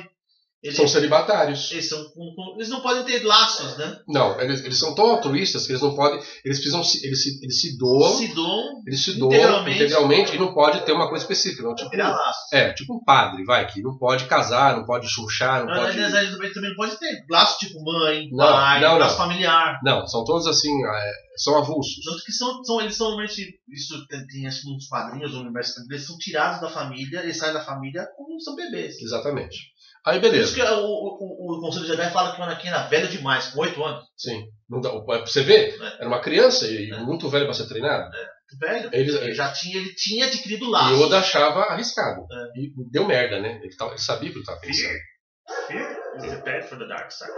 [SPEAKER 2] Ele, é-
[SPEAKER 1] São celibatários.
[SPEAKER 2] eles, são, com- com- eles não podem ter laços, né?
[SPEAKER 1] Não, eles, eles são tão altruístas que eles não podem. Eles precisam se. Eles se, eles se doam.
[SPEAKER 2] Se dom
[SPEAKER 1] eles se doam integralmente.
[SPEAKER 2] Integralmente.
[SPEAKER 1] e não pode ter uma coisa específica. Não, tipo,
[SPEAKER 2] virar laço.
[SPEAKER 1] é, tipo um padre, vai, que não pode casar, não pode chuchar, não
[SPEAKER 2] Na
[SPEAKER 1] pode.
[SPEAKER 2] verdade, eles também não pode ter laço tipo mãe,
[SPEAKER 1] Não,
[SPEAKER 2] pai,
[SPEAKER 1] não, não.
[SPEAKER 2] laço familiar.
[SPEAKER 1] Não, são todos assim, é, são avulsos.
[SPEAKER 2] Tanto que são, são, eles são normalmente. Isso tem, tem acho que uns quadrinhos do universo. Eles são tirados da família, eles saem da família como são bebês.
[SPEAKER 1] Exatamente. Aí
[SPEAKER 2] Por
[SPEAKER 1] beleza.
[SPEAKER 2] isso que o, o, o, o Conselho Jedi fala que o Anakin era velho demais, com 8 anos.
[SPEAKER 1] Sim. Não dá, pra você ver,
[SPEAKER 2] É.
[SPEAKER 1] era uma criança e
[SPEAKER 2] É.
[SPEAKER 1] muito velha pra ser treinada.
[SPEAKER 2] Muito velho.
[SPEAKER 1] Eles,
[SPEAKER 2] Ele
[SPEAKER 1] e
[SPEAKER 2] já tinha, ele tinha adquirido laços.
[SPEAKER 1] Yoda achava arriscado.
[SPEAKER 2] É.
[SPEAKER 1] E deu merda, né? Ele, tava- ele sabia o que ele estava pensando.
[SPEAKER 2] Is bad for the dark side.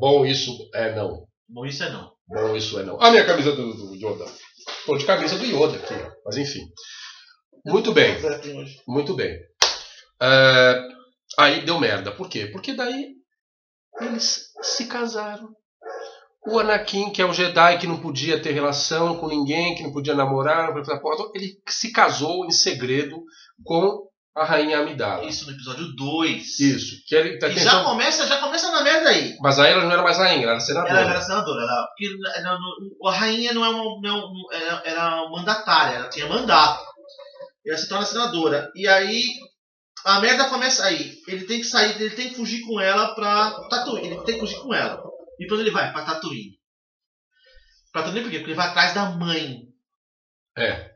[SPEAKER 1] Bom, isso é não.
[SPEAKER 2] Bom, isso é não.
[SPEAKER 1] Bom, isso é não. A minha camisa do, do Yoda. Tô de camisa do Yoda aqui, ó. mas enfim. Muito bem, muito bem. É, aí deu merda. Por quê? Porque daí eles se casaram. O Anakin, que é o Jedi que não podia ter relação com ninguém, que não podia namorar, não podia fazer porra, ele se casou em segredo com a rainha Amidala.
[SPEAKER 2] Isso no episódio 2.
[SPEAKER 1] Isso. Que ele tá
[SPEAKER 2] E já
[SPEAKER 1] tentando...
[SPEAKER 2] começa, já começa na merda aí.
[SPEAKER 1] Mas aí ela não era mais rainha, ela era senadora.
[SPEAKER 2] Ela era senadora. Ela, porque na- na- no- a rainha não é uma. Não, é um- era, era mandatária, ela tinha mandato. E ela se torna senadora. E aí. A merda começa aí. Ele tem que sair, ele tem que fugir com ela pra Tatooine. Ele tem que fugir com ela. E quando ele vai? Pra Tatooine. Pra Tatooine por quê? Porque ele vai atrás da mãe.
[SPEAKER 1] É.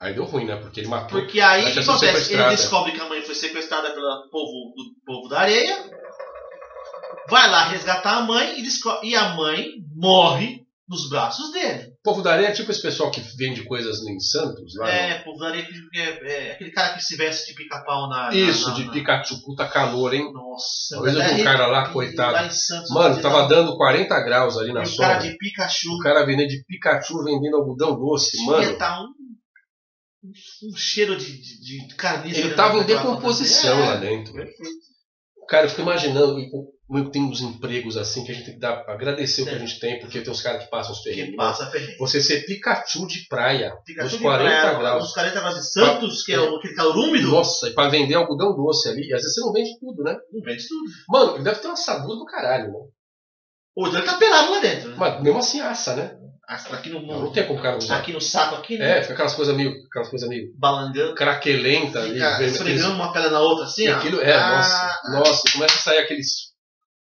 [SPEAKER 1] Aí deu ruim, né? Porque ele matou.
[SPEAKER 2] Porque aí
[SPEAKER 1] Ela
[SPEAKER 2] o
[SPEAKER 1] já
[SPEAKER 2] que
[SPEAKER 1] foi
[SPEAKER 2] acontece? Ele
[SPEAKER 1] sequestrada.
[SPEAKER 2] descobre que a mãe foi sequestrada pelo povo, do povo da areia. Vai lá resgatar a mãe e, desco- e a mãe morre nos braços dele.
[SPEAKER 1] O povo da areia é tipo esse pessoal que vende coisas em Santos, lá. né?
[SPEAKER 2] É, povo da areia que- é, é aquele cara que se veste de pica-pau na, na-
[SPEAKER 1] Isso,
[SPEAKER 2] na-
[SPEAKER 1] de
[SPEAKER 2] na-
[SPEAKER 1] Pikachu, puta calor, hein?
[SPEAKER 2] Nossa,
[SPEAKER 1] Talvez eu vi um
[SPEAKER 2] velho,
[SPEAKER 1] cara lá,
[SPEAKER 2] arrepio,
[SPEAKER 1] coitado.
[SPEAKER 2] lá em Santos,
[SPEAKER 1] Mano,
[SPEAKER 2] lá
[SPEAKER 1] tava
[SPEAKER 2] de-
[SPEAKER 1] dando 40 graus ali
[SPEAKER 2] e
[SPEAKER 1] na
[SPEAKER 2] o cara
[SPEAKER 1] sombra.
[SPEAKER 2] de Pikachu.
[SPEAKER 1] O cara vendendo de Pikachu vendendo algodão doce, mano.
[SPEAKER 2] Tinha tá um, um cheiro de, de, de carniça.
[SPEAKER 1] Ele
[SPEAKER 2] né,
[SPEAKER 1] tava em
[SPEAKER 2] naquela É,
[SPEAKER 1] decomposição
[SPEAKER 2] fantasia.
[SPEAKER 1] lá dentro. Cara, eu fico imaginando, e como tem uns empregos assim que a gente tem que dar, agradecer o que a gente tem, porque tem uns caras que passam os
[SPEAKER 2] É, que
[SPEAKER 1] terrenos.
[SPEAKER 2] passa ferrenho.
[SPEAKER 1] Você ser Pikachu de praia,
[SPEAKER 2] Fica
[SPEAKER 1] Uns
[SPEAKER 2] tudo
[SPEAKER 1] 40
[SPEAKER 2] embrulhado,
[SPEAKER 1] graus.
[SPEAKER 2] Uns 40 graus de Santos, que é o- aquele calor úmido.
[SPEAKER 1] nossa, e pra vender algodão doce ali, e às vezes você não vende tudo, né?
[SPEAKER 2] Não vende tudo.
[SPEAKER 1] Mano, ele deve ter uma sabuda do caralho, né?
[SPEAKER 2] O Dani tá pelado lá dentro. né?
[SPEAKER 1] Mas mesmo assim assa, né?
[SPEAKER 2] Ah, tá Aqui no
[SPEAKER 1] Não, não tem como o cara usar.
[SPEAKER 2] Aqui no saco, aqui, né?
[SPEAKER 1] É, fica aquelas coisas meio, aquelas coisas meio
[SPEAKER 2] Balangando.
[SPEAKER 1] craquelenta ali.
[SPEAKER 2] Fica
[SPEAKER 1] vendo aqueles-
[SPEAKER 2] esfregando uma pele na outra assim,
[SPEAKER 1] E
[SPEAKER 2] ó.
[SPEAKER 1] aquilo, é,
[SPEAKER 2] Ah,
[SPEAKER 1] nossa, nossa, e começa a sair aqueles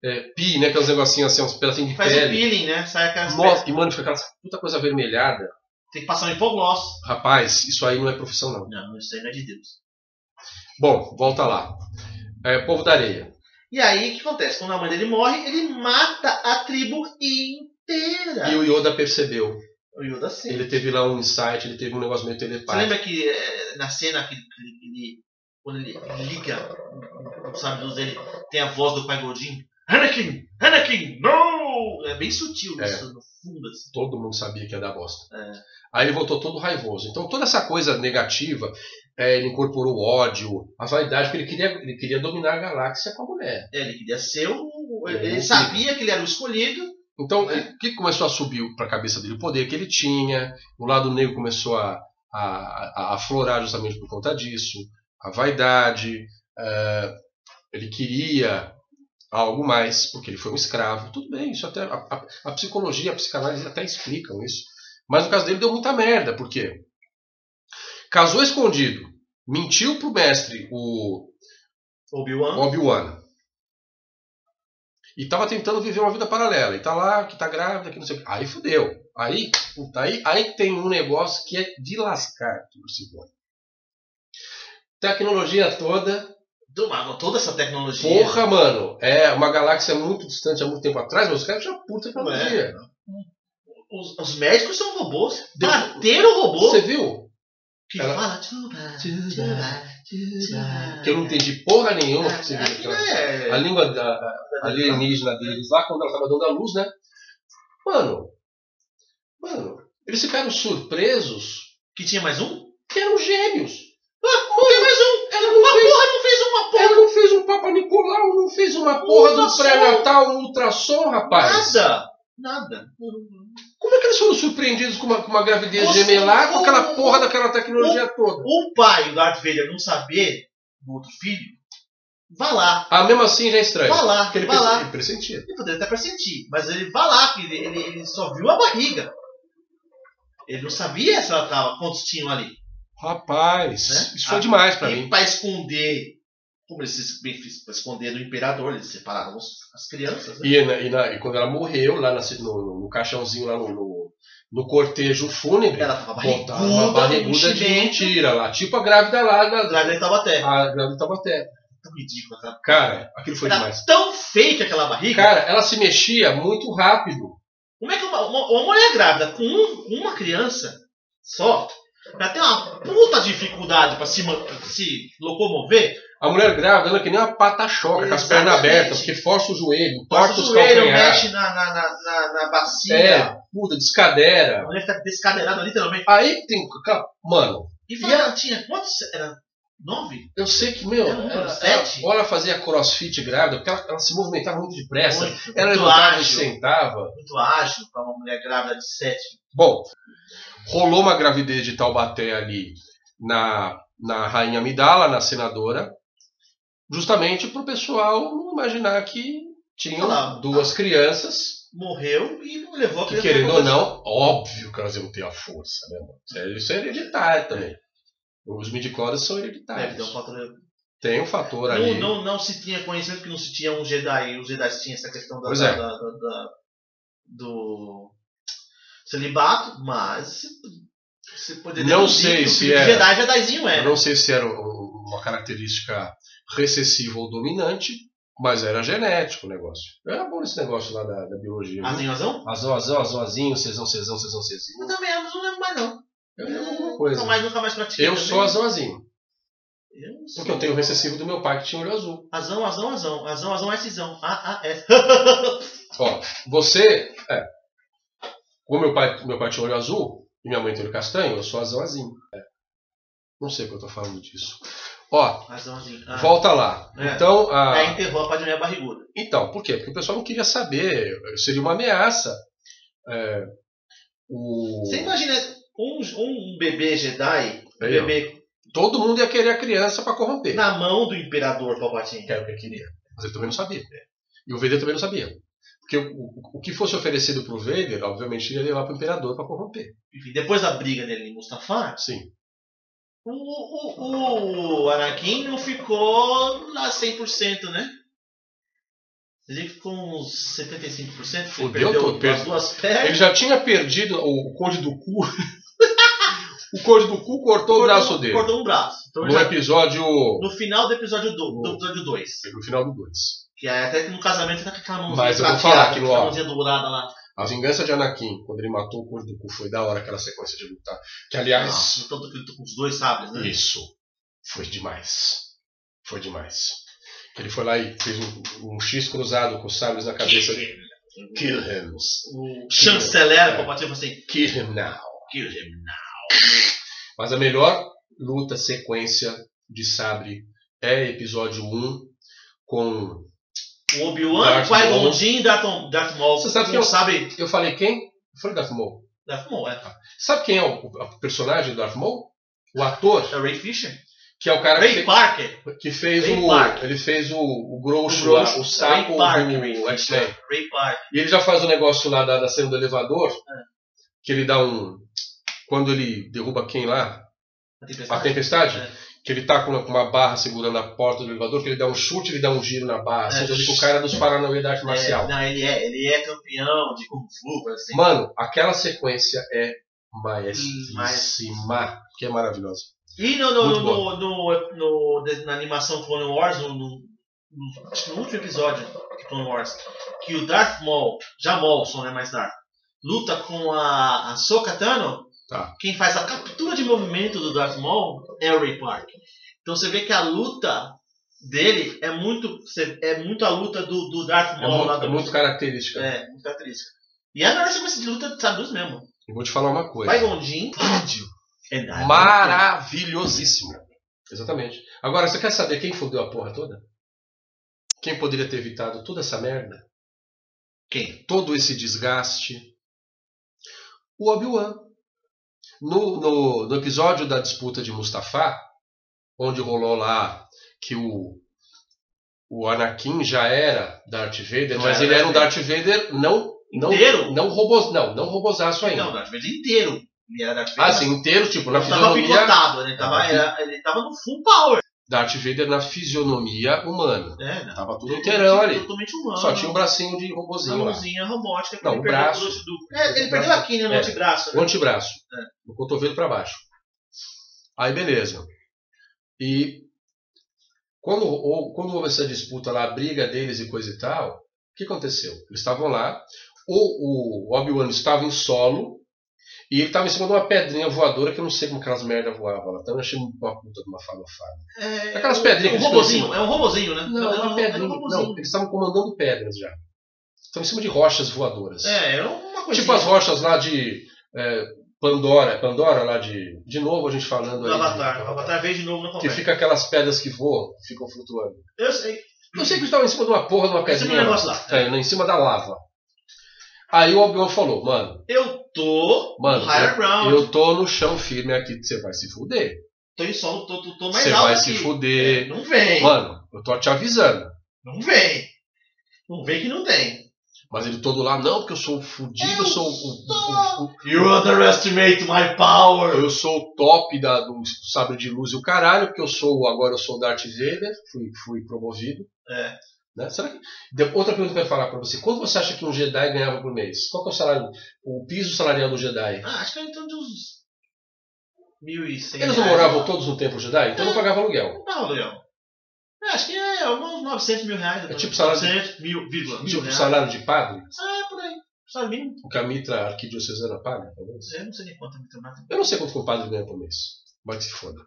[SPEAKER 1] é, pi, né? Aqueles negocinhos assim, uns pedacinhos de
[SPEAKER 2] Faz o
[SPEAKER 1] pele.
[SPEAKER 2] peeling, né? Sai aquelas peças.
[SPEAKER 1] Nossa, e mano, fica aquela puta coisa avermelhada.
[SPEAKER 2] Tem que passar um hipogloss.
[SPEAKER 1] Rapaz, isso aí não é profissão, não.
[SPEAKER 2] Não, isso aí não é de Deus.
[SPEAKER 1] Bom, volta lá. É, povo da areia.
[SPEAKER 2] E aí, o que acontece? Quando a mãe dele morre, ele mata a tribo inteira.
[SPEAKER 1] E o Yoda percebeu.
[SPEAKER 2] O Yoda sim.
[SPEAKER 1] Ele teve lá um insight, ele teve um negócio meio
[SPEAKER 2] Você
[SPEAKER 1] telepático.
[SPEAKER 2] lembra que eh, na cena que ele, que ele- que ele- quando ele liga o sabre de luz dele, tem a voz do pai gordinho? Anakin! Anakin! No! É bem sutil
[SPEAKER 1] É.
[SPEAKER 2] isso, no fundo. Assim.
[SPEAKER 1] Todo mundo sabia que ia dar bosta.
[SPEAKER 2] É.
[SPEAKER 1] Aí ele voltou todo raivoso. Então toda essa coisa negativa, é, ele incorporou o ódio, a vaidade, porque ele queria, ele queria dominar a galáxia com a mulher.
[SPEAKER 2] É, Ele queria ser o.
[SPEAKER 1] É,
[SPEAKER 2] Ele
[SPEAKER 1] o-
[SPEAKER 2] sabia que ele era o escolhido.
[SPEAKER 1] Então, o que começou a subir para a cabeça dele? O poder que ele tinha, o lado negro começou a, a, a aflorar justamente por conta disso, a vaidade, eh, ele queria algo mais, porque ele foi um escravo. Tudo bem, isso até a, a- a psicologia, a psicanálise até explicam isso. Mas no caso dele deu muita merda, por quê? Casou escondido, mentiu pro mestre, o
[SPEAKER 2] Obi-Wan.
[SPEAKER 1] Obi-Wan. E tava tentando viver uma vida paralela. E tá lá, que tá grávida, que não sei o que. Aí fudeu. Aí, puta, aí, aí tem um negócio que é de lascar, Turcibone. Tecnologia toda.
[SPEAKER 2] Domavam toda essa tecnologia.
[SPEAKER 1] Porra, mano. É uma galáxia muito distante há muito tempo atrás, mas os caras já puta
[SPEAKER 2] Não é?
[SPEAKER 1] tecnologia.
[SPEAKER 2] Os, os médicos são robôs.
[SPEAKER 1] Deu-
[SPEAKER 2] Bateram o robô.
[SPEAKER 1] Você viu?
[SPEAKER 2] que
[SPEAKER 1] Ela- É.
[SPEAKER 2] fala. Tuba, tuba, tuba.
[SPEAKER 1] Que eu não entendi porra nenhuma que você
[SPEAKER 2] Ah,
[SPEAKER 1] viu.
[SPEAKER 2] aquilo
[SPEAKER 1] naquela-
[SPEAKER 2] é-
[SPEAKER 1] A língua da, a alienígena deles lá, quando ela tava dando a luz, né? Mano, mano, eles ficaram surpresos
[SPEAKER 2] Que tinha mais um?
[SPEAKER 1] que eram gêmeos. Ah, mano, tem mais um! Ela não, fez,
[SPEAKER 2] Porra, não fez uma porra
[SPEAKER 1] ela não fez um Papa Nicolau, não fez uma porra do
[SPEAKER 2] Ultrassom. Ah.
[SPEAKER 1] pré-natal, um ultrassom, rapaz.
[SPEAKER 2] Nada! Nada. O
[SPEAKER 1] Como é que eles foram surpreendidos com uma, com uma gravidez
[SPEAKER 2] Nossa,
[SPEAKER 1] gemelar, com
[SPEAKER 2] o-
[SPEAKER 1] aquela porra daquela tecnologia toda?
[SPEAKER 2] Um pai, o Darth Vader, não saber do outro filho, vá lá,
[SPEAKER 1] Ah, mesmo assim já é estranho.
[SPEAKER 2] vá lá,
[SPEAKER 1] Porque ele
[SPEAKER 2] vá
[SPEAKER 1] presen-
[SPEAKER 2] lá.
[SPEAKER 1] ele pressentia.
[SPEAKER 2] Ele poderia até pressentir, mas ele vá lá, que ele, ele, ele só viu a barriga. Ele não sabia se ela tava, quantos tinham ali.
[SPEAKER 1] Rapaz,
[SPEAKER 2] Né?
[SPEAKER 1] isso foi
[SPEAKER 2] Ah,
[SPEAKER 1] demais É pra
[SPEAKER 2] e
[SPEAKER 1] mim.
[SPEAKER 2] pra esconder, como eles se- bem fiz, pra esconder do imperador, eles separaram os- as crianças. né?
[SPEAKER 1] E, na- e na- e quando ela morreu, lá na- no, no caixãozinho, lá no, no, no cortejo fúnebre,
[SPEAKER 2] Ela tava barriguda,
[SPEAKER 1] botaram uma barriguda de mentira lá. Tipo a grávida lá
[SPEAKER 2] A
[SPEAKER 1] da.
[SPEAKER 2] grávida tava até.
[SPEAKER 1] A grávida Taubaté.
[SPEAKER 2] Tão ridícula, tá?
[SPEAKER 1] Cara, aquilo foi
[SPEAKER 2] Era
[SPEAKER 1] demais.
[SPEAKER 2] tão fake aquela barriga.
[SPEAKER 1] Cara, ela se mexia muito rápido.
[SPEAKER 2] Como é que uma, uma, uma mulher grávida com um- com uma criança só, ela tem uma puta dificuldade pra se, man- pra se locomover,
[SPEAKER 1] A mulher grávida, ela é que nem uma patachoca, com as pernas
[SPEAKER 2] Exatamente.
[SPEAKER 1] abertas, porque força o joelho,
[SPEAKER 2] torce
[SPEAKER 1] torta
[SPEAKER 2] o
[SPEAKER 1] os
[SPEAKER 2] joelho,
[SPEAKER 1] calcanhares.
[SPEAKER 2] mexe na, na, na, na, na bacia,
[SPEAKER 1] É, puta,
[SPEAKER 2] a
[SPEAKER 1] descadera.
[SPEAKER 2] mulher tá descadeirada literalmente.
[SPEAKER 1] Aí tem. cara, Mano,
[SPEAKER 2] E, fala, ela tinha quantos? Era nove?
[SPEAKER 1] eu sei que, meu,
[SPEAKER 2] É um
[SPEAKER 1] ela, ela,
[SPEAKER 2] sete?
[SPEAKER 1] ou ela fazia crossfit grávida, porque ela, ela se movimentava muito depressa.
[SPEAKER 2] Muito,
[SPEAKER 1] É, Ela
[SPEAKER 2] muito
[SPEAKER 1] levantava e
[SPEAKER 2] ágil,
[SPEAKER 1] sentava.
[SPEAKER 2] muito ágil pra uma mulher grávida de sete.
[SPEAKER 1] Bom, rolou uma gravidez de Taubaté ali na, na rainha Amidala, na senadora, justamente para o pessoal não imaginar que tinham
[SPEAKER 2] Olá.
[SPEAKER 1] duas crianças,
[SPEAKER 2] Morreu e levou a
[SPEAKER 1] que
[SPEAKER 2] criança.
[SPEAKER 1] querendo
[SPEAKER 2] pra
[SPEAKER 1] ou
[SPEAKER 2] outra.
[SPEAKER 1] não, óbvio que elas iam ter a força, né, mano? Isso é- Isso é hereditário também. Os midichlorians são
[SPEAKER 2] É, deu um
[SPEAKER 1] hereditários.
[SPEAKER 2] fator-
[SPEAKER 1] Tem um fator
[SPEAKER 2] não,
[SPEAKER 1] ali.
[SPEAKER 2] não, não se tinha conhecimento que não se tinha um Jedi. Os Jedi tinham essa questão da,
[SPEAKER 1] Pois
[SPEAKER 2] da-
[SPEAKER 1] é.
[SPEAKER 2] da- da- da- do celibato, mas Você poderia
[SPEAKER 1] Não
[SPEAKER 2] um
[SPEAKER 1] sei
[SPEAKER 2] Jedi-
[SPEAKER 1] se
[SPEAKER 2] um
[SPEAKER 1] é.
[SPEAKER 2] Jedi, Jedizinho é.
[SPEAKER 1] Eu não sei se era um- uma característica recessiva ou dominante, mas era genético o negócio. Era bom esse negócio lá da, da biologia. viu?
[SPEAKER 2] Azinho, azão?
[SPEAKER 1] Azão, azão, azãozinho, cesão, cesão, cesão, cezinho.
[SPEAKER 2] Eu também eu não lembro mais, não.
[SPEAKER 1] Eu lembro É alguma
[SPEAKER 2] Nunca
[SPEAKER 1] coisa.
[SPEAKER 2] mais, nunca mais pratiquei.
[SPEAKER 1] Eu
[SPEAKER 2] é assim também.
[SPEAKER 1] sou azãozinho,
[SPEAKER 2] Eu não sou.
[SPEAKER 1] porque eu tenho o recessivo do meu pai que tinha olho azul.
[SPEAKER 2] Azão, azão, azão. Azão, azão, Szão. Ah, ah, é.
[SPEAKER 1] Ó, você, é, como meu pai, meu pai tinha olho azul e minha mãe tem olho castanho, eu sou azãozinho. É. Não sei porque eu tô falando disso. Ó,
[SPEAKER 2] Azãozinho. Ah.
[SPEAKER 1] volta lá.
[SPEAKER 2] É.
[SPEAKER 1] Então, a...
[SPEAKER 2] Aí enterrou a padrinha barriguda.
[SPEAKER 1] Então, por quê? Porque o pessoal não queria saber, seria uma ameaça. É, o-
[SPEAKER 2] Você imagina um, um bebê Jedi, um
[SPEAKER 1] Aí, ó.
[SPEAKER 2] bebê
[SPEAKER 1] Todo mundo ia querer a criança para corromper.
[SPEAKER 2] na mão do Imperador Palpatine.
[SPEAKER 1] Que era o que queria. Mas ele também não sabia. né? E o Vader também não sabia. Porque o, o- o que fosse oferecido para o Vader, obviamente, ia levar para o imperador para corromper.
[SPEAKER 2] Enfim, depois da briga dele em Mustafar,
[SPEAKER 1] Sim.
[SPEAKER 2] o, o, o Anakin não ficou lá 100%, né? Ele ficou uns 75%, porque
[SPEAKER 1] Fudeu
[SPEAKER 2] perdeu
[SPEAKER 1] todo,
[SPEAKER 2] as
[SPEAKER 1] perdeu.
[SPEAKER 2] duas pernas.
[SPEAKER 1] Ele já tinha perdido o Conde do Cu. o Conde do Cu cortou o braço dele. é
[SPEAKER 2] Cortou um braço. Então ele
[SPEAKER 1] No
[SPEAKER 2] já-
[SPEAKER 1] episódio.
[SPEAKER 2] no final do episódio 2, do
[SPEAKER 1] No-
[SPEAKER 2] episódio 2.
[SPEAKER 1] No final do 2.
[SPEAKER 2] Que é até que no casamento tá com aquela mãozinha
[SPEAKER 1] Mas eu vou
[SPEAKER 2] prateada,
[SPEAKER 1] falar que,
[SPEAKER 2] com
[SPEAKER 1] ó,
[SPEAKER 2] aquela mãozinha dourada lá.
[SPEAKER 1] A vingança de Anakin, quando ele matou o Conde do Cu, foi da hora aquela sequência de lutar. Que, aliás,
[SPEAKER 2] Nossa, tanto que ele tá com os dois sabres, né?
[SPEAKER 1] isso foi demais. Foi demais. Que ele foi lá e fez um, um X cruzado com os sabres na cabeça de Kill him.
[SPEAKER 2] O chanceler
[SPEAKER 1] É.
[SPEAKER 2] compatível falou assim:
[SPEAKER 1] Kill him now.
[SPEAKER 2] Kill him.
[SPEAKER 1] Mas a melhor luta sequência de sabre é episódio 1 com.
[SPEAKER 2] O Obi-Wan,
[SPEAKER 1] Darth
[SPEAKER 2] o Qui-Gon
[SPEAKER 1] Maul.
[SPEAKER 2] Jinn e Darth, Darth Maul.
[SPEAKER 1] Você sabe é
[SPEAKER 2] Não
[SPEAKER 1] que eu-
[SPEAKER 2] sabe?
[SPEAKER 1] Eu falei quem? Eu falei Darth Maul.
[SPEAKER 2] Darth Maul, é.
[SPEAKER 1] Sabe quem é o, o personagem do Darth Maul? O ator,
[SPEAKER 2] É o Ray Fisher?
[SPEAKER 1] que é o cara que
[SPEAKER 2] Ray Parker.
[SPEAKER 1] Que fez
[SPEAKER 2] Ray
[SPEAKER 1] o.
[SPEAKER 2] Park.
[SPEAKER 1] Ele fez o, o Groucho
[SPEAKER 2] O
[SPEAKER 1] lá,
[SPEAKER 2] Groucho.
[SPEAKER 1] o sapo
[SPEAKER 2] Ray Park, Ray
[SPEAKER 1] do X-Men.
[SPEAKER 2] Ray Parker.
[SPEAKER 1] E ele já faz o negócio lá da, da cena do elevador, que ele dá um. Quando ele derruba quem lá?
[SPEAKER 2] A
[SPEAKER 1] A
[SPEAKER 2] tempestade.
[SPEAKER 1] tempestade?
[SPEAKER 2] É.
[SPEAKER 1] Que ele tá com uma, com uma barra segurando a porta do elevador, que ele dá um chute, ele dá um giro na barra.
[SPEAKER 2] É.
[SPEAKER 1] Assim, já fica o cara dos Paranauê da arte marcial.
[SPEAKER 2] É, não, ele é, ele é campeão de Kung Fu, coisa assim.
[SPEAKER 1] Mano, aquela sequência é maestríssima. Que é maravilhosa.
[SPEAKER 2] E no, no,
[SPEAKER 1] Muito
[SPEAKER 2] no, no, no- de- na animação Clone Wars, no, no- no- acho que no último episódio de Clone Wars, que o Darth Maul, já Maul, só não é mais Darth, luta com a, a Sokka Tano,
[SPEAKER 1] Tá.
[SPEAKER 2] quem faz a captura de movimento do Darth Maul é o Ray Park. Então você vê que a luta dele é muito, você- é muito a luta do, do Darth
[SPEAKER 1] É
[SPEAKER 2] Maul lá
[SPEAKER 1] muito,
[SPEAKER 2] do
[SPEAKER 1] é muito característica.
[SPEAKER 2] É, muito característica. E é a melhor sequência de luta sabe dos mesmo. É
[SPEAKER 1] E vou te falar uma
[SPEAKER 2] Vai
[SPEAKER 1] coisa.
[SPEAKER 2] Gondin. um-
[SPEAKER 1] Maravilhosíssimo. Exatamente. Agora, você quer saber quem fudeu a porra toda? Quem poderia ter evitado toda essa merda?
[SPEAKER 2] Quem?
[SPEAKER 1] Todo esse desgaste? O Obi-Wan. No, no, no episódio da disputa de Mustafar, onde rolou lá que o, o Anakin já era Darth Vader,
[SPEAKER 2] Já
[SPEAKER 1] mas
[SPEAKER 2] era
[SPEAKER 1] ele era um
[SPEAKER 2] Darth
[SPEAKER 1] Darth Vader não não
[SPEAKER 2] Inteiro?
[SPEAKER 1] não robô, não, não robosaço ainda.
[SPEAKER 2] Não, Darth Vader inteiro. Ele era Darth Vader.
[SPEAKER 1] ah, sim, inteiro, tipo, na
[SPEAKER 2] Ele tava
[SPEAKER 1] fisionomia
[SPEAKER 2] picotado, né? Ele tava, era- ele tava no full power.
[SPEAKER 1] Darth Vader na fisionomia humana.
[SPEAKER 2] Né? Não,
[SPEAKER 1] Tava tudo
[SPEAKER 2] totalmente-
[SPEAKER 1] inteirão ali.
[SPEAKER 2] Totalmente humano.
[SPEAKER 1] Só tinha um bracinho de
[SPEAKER 2] uma
[SPEAKER 1] robozinho lá.
[SPEAKER 2] mãozinha robótica que
[SPEAKER 1] Não,
[SPEAKER 2] ele
[SPEAKER 1] o
[SPEAKER 2] perdeu
[SPEAKER 1] braço.
[SPEAKER 2] durante do- É, ele
[SPEAKER 1] O
[SPEAKER 2] perdeu
[SPEAKER 1] braço.
[SPEAKER 2] aqui, né? No
[SPEAKER 1] É.
[SPEAKER 2] antebraço.
[SPEAKER 1] O
[SPEAKER 2] né?
[SPEAKER 1] antebraço.
[SPEAKER 2] É.
[SPEAKER 1] Do cotovelo pra baixo. Aí beleza. E quando, ou- quando houve essa disputa lá, a briga deles e coisa e tal, o que aconteceu? Eles estavam lá, ou o Obi-Wan estava em solo, e ele estava em cima de uma pedrinha voadora que eu não sei como aquelas merda voavam lá. Então eu achei uma puta de uma farofada.
[SPEAKER 2] É,
[SPEAKER 1] Aquelas
[SPEAKER 2] é um-
[SPEAKER 1] pedrinhas que
[SPEAKER 2] É um
[SPEAKER 1] ficam
[SPEAKER 2] robozinho, é um robozinho, né?
[SPEAKER 1] Não, é assim? era uma
[SPEAKER 2] era
[SPEAKER 1] pedrinha.
[SPEAKER 2] um
[SPEAKER 1] Não,
[SPEAKER 2] robozinho.
[SPEAKER 1] eles estavam comandando pedras já. Estão em cima de rochas voadoras.
[SPEAKER 2] É, era uma coisa.
[SPEAKER 1] Tipo as rochas lá de é, Pandora, Pandora lá de. De novo a gente falando
[SPEAKER 2] do
[SPEAKER 1] aí. de-
[SPEAKER 2] Avatar. é né? O Avatar veio de novo na
[SPEAKER 1] né? Que
[SPEAKER 2] conversa.
[SPEAKER 1] fica aquelas pedras que voam, que ficam flutuando.
[SPEAKER 2] Eu sei.
[SPEAKER 1] Eu sei que eles estavam em cima de uma porra de uma
[SPEAKER 2] Eu sei do
[SPEAKER 1] pedrinha. lá.
[SPEAKER 2] negócio lá.
[SPEAKER 1] É, né, em cima da lava. Aí o Obi-Wan falou, mano,
[SPEAKER 2] Eu tô
[SPEAKER 1] mano,
[SPEAKER 2] no higher ground.
[SPEAKER 1] eu tô no chão firme aqui, você vai se fuder.
[SPEAKER 2] Tô em solo, tô, tô, tô mais
[SPEAKER 1] Você
[SPEAKER 2] alto é
[SPEAKER 1] vai
[SPEAKER 2] aqui. É.
[SPEAKER 1] se fuder.
[SPEAKER 2] Não vem.
[SPEAKER 1] Mano, eu tô te avisando.
[SPEAKER 2] Não vem. Não vem que não tem.
[SPEAKER 1] Mas ele todo lá, não, porque eu sou o fudido, eu sou o- o- o- o
[SPEAKER 2] You underestimate my power.
[SPEAKER 1] Eu sou o top da, do sabre de luz e o caralho, porque eu sou agora eu sou o Darth Vader, fui, fui promovido.
[SPEAKER 2] É.
[SPEAKER 1] Né? Será que... de- Outra pergunta que eu quero falar pra você. Quanto você acha que um Jedi ganhava por mês? Qual que é o salário? O piso salarial do Jedi?
[SPEAKER 2] Ah, acho que é em torno de uns 1.100
[SPEAKER 1] Eles não
[SPEAKER 2] reais.
[SPEAKER 1] moravam todos no templo Jedi, então não pagavam aluguel.
[SPEAKER 2] Não pagava aluguel. É, acho que é uns 900 mil reais.
[SPEAKER 1] É tipo salário de-
[SPEAKER 2] 900 mil, vírgula, mil
[SPEAKER 1] Tipo
[SPEAKER 2] reais.
[SPEAKER 1] salário de padre,
[SPEAKER 2] É, por aí. Salário mínimo.
[SPEAKER 1] o que a mitra arquidiocesana paga, talvez.
[SPEAKER 2] Eu não sei nem quanto é muito mais.
[SPEAKER 1] Eu não sei quanto que o padre ganha por mês. Vai que se foda.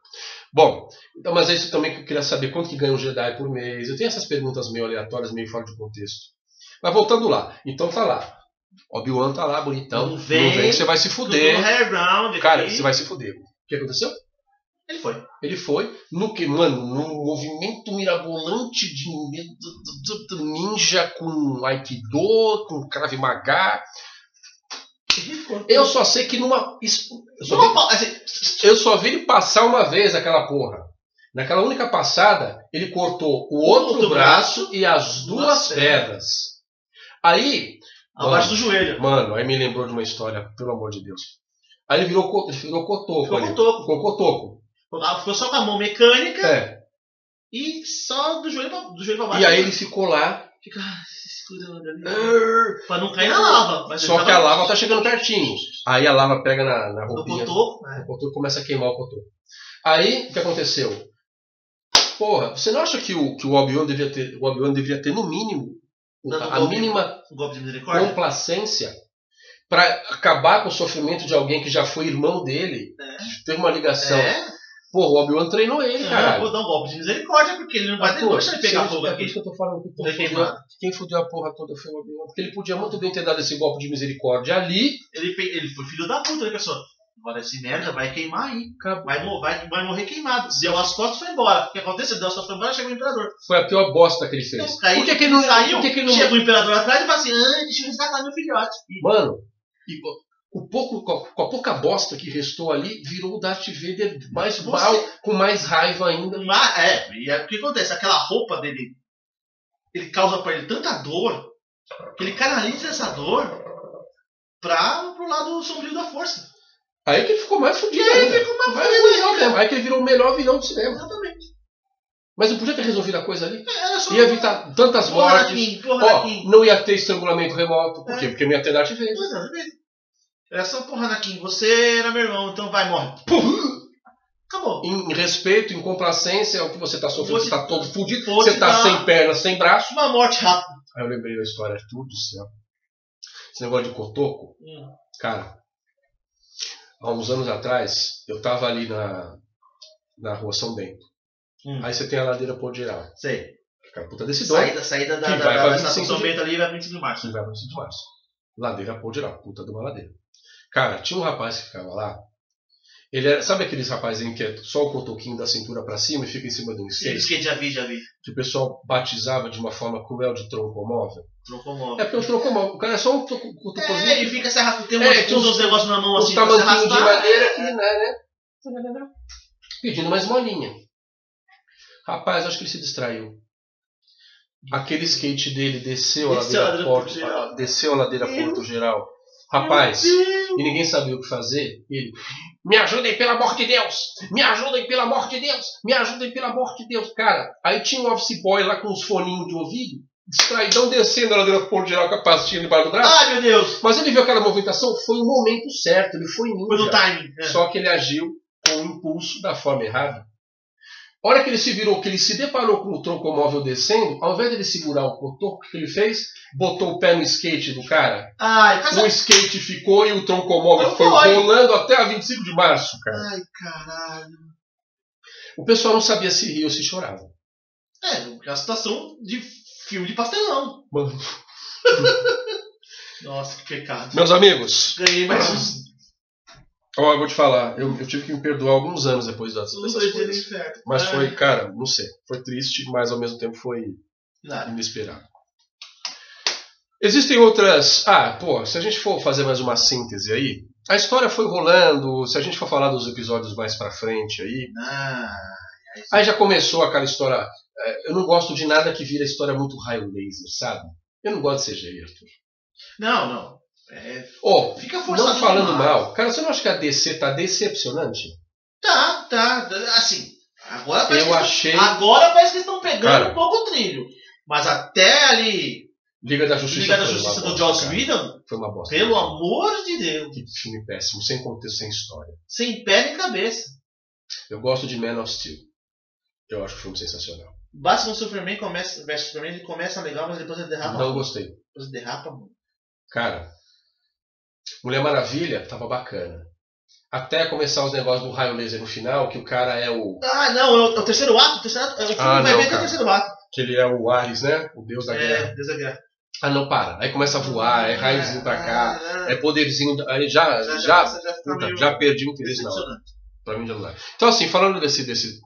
[SPEAKER 1] Bom, então, mas é isso também que eu queria saber. Quanto que ganha um Jedi por mês? Eu tenho essas perguntas meio aleatórias, meio fora de contexto. Mas voltando lá. Então tá lá. Obi-Wan tá lá, bonitão.
[SPEAKER 2] Não
[SPEAKER 1] Não
[SPEAKER 2] vem.
[SPEAKER 1] vem, que você vai se
[SPEAKER 2] Tudo no
[SPEAKER 1] fuder.
[SPEAKER 2] hair ground
[SPEAKER 1] Cara,
[SPEAKER 2] aqui.
[SPEAKER 1] você vai se fuder. O que aconteceu?
[SPEAKER 2] Ele foi.
[SPEAKER 1] Ele foi no que, mano, num movimento mirabolante de ni- d- d- d- ninja com aikido, com krav maga.
[SPEAKER 2] Ele ficou.
[SPEAKER 1] Eu só sei que numa es- eu só
[SPEAKER 2] Só
[SPEAKER 1] vi-
[SPEAKER 2] uma pausa, assim,
[SPEAKER 1] Eu só vi ele passar uma vez aquela porra. Naquela única passada, ele cortou o outro,
[SPEAKER 2] Outro braço
[SPEAKER 1] braço, e as duas
[SPEAKER 2] duas
[SPEAKER 1] pernas. Aí,
[SPEAKER 2] abaixo do joelho.
[SPEAKER 1] mano, aí me lembrou de uma história, pelo amor de Deus. Aí ele virou, co- ele virou cotoco.
[SPEAKER 2] Ficou
[SPEAKER 1] ali.
[SPEAKER 2] com toco.
[SPEAKER 1] Ficou cotoco.
[SPEAKER 2] Ficou só com a mão mecânica
[SPEAKER 1] É.
[SPEAKER 2] e só do joelho pra, do joelho pra baixo.
[SPEAKER 1] E aí ele ficou lá.
[SPEAKER 2] Fica ah, se segurando ali. Pra não cair na lava. Mas
[SPEAKER 1] Só
[SPEAKER 2] ele
[SPEAKER 1] que a
[SPEAKER 2] tava
[SPEAKER 1] lava tá chegando pertinho. Aí a lava pega na, na
[SPEAKER 2] No
[SPEAKER 1] roupinha.
[SPEAKER 2] cotoco. né?
[SPEAKER 1] O cotoco começa a queimar o cotoco. Aí, o que aconteceu? Porra, você não acha que o, que o Obi-Wan devia ter, o Obi-Wan devia ter no mínimo,
[SPEAKER 2] Não, não,
[SPEAKER 1] a
[SPEAKER 2] não.
[SPEAKER 1] mínima
[SPEAKER 2] Um golpe de misericórdia.
[SPEAKER 1] complacência para acabar com o sofrimento de alguém que já foi irmão dele, teve uma ligação.
[SPEAKER 2] É.
[SPEAKER 1] Porra, o Obi-Wan treinou ele,
[SPEAKER 2] Não, eu
[SPEAKER 1] caralho.
[SPEAKER 2] vou dar um golpe de misericórdia, porque ele não vai
[SPEAKER 1] Mas,
[SPEAKER 2] ter
[SPEAKER 1] pô,
[SPEAKER 2] deixar ele pegar
[SPEAKER 1] se
[SPEAKER 2] fogo
[SPEAKER 1] é por isso
[SPEAKER 2] aqui.
[SPEAKER 1] que eu tô falando que
[SPEAKER 2] Vai
[SPEAKER 1] quem fudeu,
[SPEAKER 2] queimar.
[SPEAKER 1] quem fudeu a porra toda foi o Obi-Wan. Porque ele podia muito bem ter dado esse golpe de misericórdia ali.
[SPEAKER 2] Ele, pe- ele foi filho da puta, né, pessoal? Agora esse merda vai queimar aí.
[SPEAKER 1] acabou.
[SPEAKER 2] Vai, mo- vai- vai morrer queimado. Deu as costas e foi embora. O que aconteceu? Deu as costas e foi embora, chegou o imperador.
[SPEAKER 1] Foi a pior bosta que ele fez.
[SPEAKER 2] Então, caiu,
[SPEAKER 1] por que, que ele não
[SPEAKER 2] Saiu,
[SPEAKER 1] Por que que ele não-
[SPEAKER 2] chegou o imperador atrás e falou assim: ah, deixa eu resgatar meu filhote. E
[SPEAKER 1] Mano, e co- o pouco, com a- com a pouca bosta que restou ali, virou o Darth Vader mais
[SPEAKER 2] Você-
[SPEAKER 1] mal, com mais raiva ainda.
[SPEAKER 2] Mas, é, e é, o que acontece? Aquela roupa dele, ele causa pra ele tanta dor, que ele canaliza essa dor pra, pro lado sombrio da força.
[SPEAKER 1] Aí que ele ficou mais fudido.
[SPEAKER 2] E aí
[SPEAKER 1] ainda.
[SPEAKER 2] ficou uma
[SPEAKER 1] Vai pro vilão mesmo. Aí que ele virou o melhor vilão do cinema.
[SPEAKER 2] Exatamente.
[SPEAKER 1] Mas não podia ter resolvido a coisa ali?
[SPEAKER 2] Era só
[SPEAKER 1] Ia evitar tantas
[SPEAKER 2] porra
[SPEAKER 1] mortes.
[SPEAKER 2] daqui, porra
[SPEAKER 1] Ó,
[SPEAKER 2] daqui.
[SPEAKER 1] não ia ter estrangulamento remoto. Por quê? Porque não ia ter Darth Vader.
[SPEAKER 2] Exatamente. Era só porra Anakin, você era meu irmão, então vai, morre. Acabou.
[SPEAKER 1] Em respeito, em complacência, é o que você tá sofrendo.
[SPEAKER 2] Vou
[SPEAKER 1] Você
[SPEAKER 2] te-
[SPEAKER 1] tá todo fudido.
[SPEAKER 2] vou
[SPEAKER 1] Você
[SPEAKER 2] te
[SPEAKER 1] tá
[SPEAKER 2] dar-
[SPEAKER 1] sem perna, sem braço.
[SPEAKER 2] Uma morte rápida.
[SPEAKER 1] Aí eu lembrei da história. Tudo do céu. Esse negócio de cotoco.
[SPEAKER 2] Hum.
[SPEAKER 1] Cara, há uns anos atrás, eu tava ali na, na rua São Bento.
[SPEAKER 2] Hum.
[SPEAKER 1] Aí você tem a ladeira Podgeral,
[SPEAKER 2] Sei.
[SPEAKER 1] que é a puta desse dói,
[SPEAKER 2] Saída, saída da,
[SPEAKER 1] Que
[SPEAKER 2] da,
[SPEAKER 1] vai
[SPEAKER 2] da,
[SPEAKER 1] pra
[SPEAKER 2] da estação
[SPEAKER 1] 25
[SPEAKER 2] São
[SPEAKER 1] de-
[SPEAKER 2] Bento ali vai 25 de março.
[SPEAKER 1] você vai no 5 de março. Ladeira Podgeral, puta de uma ladeira. Cara, tinha um rapaz que ficava lá. Ele era, sabe aqueles rapazinhos que é só o cotoquinho da cintura pra cima e fica em cima de um
[SPEAKER 2] Sim,
[SPEAKER 1] skate?
[SPEAKER 2] skate já vi, já vi.
[SPEAKER 1] Que o pessoal batizava de uma forma cruel de troncomóvel?
[SPEAKER 2] Trocou mó.
[SPEAKER 1] É porque o troncomóvel, o cara é só um toco-
[SPEAKER 2] É,
[SPEAKER 1] cotocozinho
[SPEAKER 2] ele fica se arrastando, tem
[SPEAKER 1] É,
[SPEAKER 2] umas-
[SPEAKER 1] tem uns-
[SPEAKER 2] uns negócios na mão
[SPEAKER 1] os
[SPEAKER 2] assim pra se
[SPEAKER 1] tamanquinhos Um de
[SPEAKER 2] arrastar.
[SPEAKER 1] madeira aqui, né, né? Pedindo mais molinha. Rapaz, acho que ele se distraiu. Aquele skate dele desceu a
[SPEAKER 2] Desceu a
[SPEAKER 1] ladeira
[SPEAKER 2] ladeira
[SPEAKER 1] Porto,
[SPEAKER 2] Porto Geral.
[SPEAKER 1] desceu a ladeira
[SPEAKER 2] Meu
[SPEAKER 1] Porto Geral. Rapaz, e ninguém sabia o que fazer. Ele, me ajudem pelo amor de Deus! Me ajudem pelo amor de Deus! Me ajudem pelo amor de Deus! Cara, aí tinha um office boy lá com uns foninhos de ouvido, distraidão, descendo a ladeira Porto Geral com a pastinha debaixo do braço.
[SPEAKER 2] Ai meu Deus!
[SPEAKER 1] Mas ele viu aquela movimentação, foi no momento certo, ele foi ninja.
[SPEAKER 2] Foi no timing. né?
[SPEAKER 1] Só que ele agiu com o impulso da forma errada. A hora que ele se virou, que ele se deparou com o troncomóvel descendo, ao invés de ele segurar o cotoco, o que ele fez? Botou o pé no skate do cara.
[SPEAKER 2] Ai, casa...
[SPEAKER 1] O skate ficou e o troncomóvel
[SPEAKER 2] Não
[SPEAKER 1] foi
[SPEAKER 2] foi.
[SPEAKER 1] rolando até a 25 de março, cara.
[SPEAKER 2] Ai, caralho.
[SPEAKER 1] O pessoal não sabia se ria ou se chorava.
[SPEAKER 2] É, é uma situação de filme de pastelão.
[SPEAKER 1] Mano.
[SPEAKER 2] Nossa, que pecado.
[SPEAKER 1] Meus amigos,
[SPEAKER 2] Ganhei mais uns
[SPEAKER 1] ó, eu vou te falar, eu, eu tive que me perdoar alguns anos depois das,
[SPEAKER 2] uns
[SPEAKER 1] dessas
[SPEAKER 2] dois É, dias no
[SPEAKER 1] coisas.
[SPEAKER 2] inferno.
[SPEAKER 1] Mas
[SPEAKER 2] Ai,
[SPEAKER 1] foi, cara, não sei, foi triste, mas ao mesmo tempo foi
[SPEAKER 2] nada.
[SPEAKER 1] inesperado. Existem outras. Ah, pô, se a gente for fazer mais uma síntese aí, a história foi rolando. Se a gente for falar dos episódios mais pra frente aí,
[SPEAKER 2] Ah,
[SPEAKER 1] aí já começou aquela história. eh, Eu não gosto de nada que vira história muito raio laser, sabe? Eu não gosto de CGI, Arthur.
[SPEAKER 2] Não, não. É,
[SPEAKER 1] Ó,
[SPEAKER 2] fica forçado.
[SPEAKER 1] não falando
[SPEAKER 2] demais.
[SPEAKER 1] mal, cara, você não acha que a DC tá decepcionante?
[SPEAKER 2] Tá, tá. tá, Assim, agora parece,
[SPEAKER 1] Eu
[SPEAKER 2] que,
[SPEAKER 1] achei
[SPEAKER 2] agora parece que estão pegando
[SPEAKER 1] Cara.
[SPEAKER 2] um pouco o trilho. Mas até ali,
[SPEAKER 1] Liga da Justiça.
[SPEAKER 2] Liga da
[SPEAKER 1] foi uma
[SPEAKER 2] Justiça do
[SPEAKER 1] bosta,
[SPEAKER 2] Joss
[SPEAKER 1] cara.
[SPEAKER 2] Whedon,
[SPEAKER 1] Foi uma bosta.
[SPEAKER 2] pelo amor de Deus,
[SPEAKER 1] Que filme péssimo, sem contexto, sem história.
[SPEAKER 2] sem pé nem cabeça.
[SPEAKER 1] Eu gosto de Man of Steel. Eu acho o filme sensacional.
[SPEAKER 2] Batman Superman começa, versus Superman, ele começa legal, mas depois ele derrapa.
[SPEAKER 1] Não gostei.
[SPEAKER 2] Depois ele derrapa, mano.
[SPEAKER 1] Cara, Mulher Maravilha tava bacana. Até começar os negócios do raio laser no final, que o cara é o.
[SPEAKER 2] Ah, não, é o, é o terceiro ato. O terceiro ato é o filme
[SPEAKER 1] Ah,
[SPEAKER 2] vai
[SPEAKER 1] não,
[SPEAKER 2] ver até o
[SPEAKER 1] cara.
[SPEAKER 2] terceiro ato.
[SPEAKER 1] Que ele é o Ares, né? O deus da guerra.
[SPEAKER 2] É, Deus da guerra.
[SPEAKER 1] Ah, não, para. Aí começa a voar, é raiozinho pra cá,
[SPEAKER 2] Ah,
[SPEAKER 1] é poderzinho. da- Aí já, já, já,
[SPEAKER 2] já, já,
[SPEAKER 1] puta,
[SPEAKER 2] meio
[SPEAKER 1] já perdi o interesse na hora.
[SPEAKER 2] decepcionante.
[SPEAKER 1] Pra mim já não dá. Então, assim, falando desse, desse,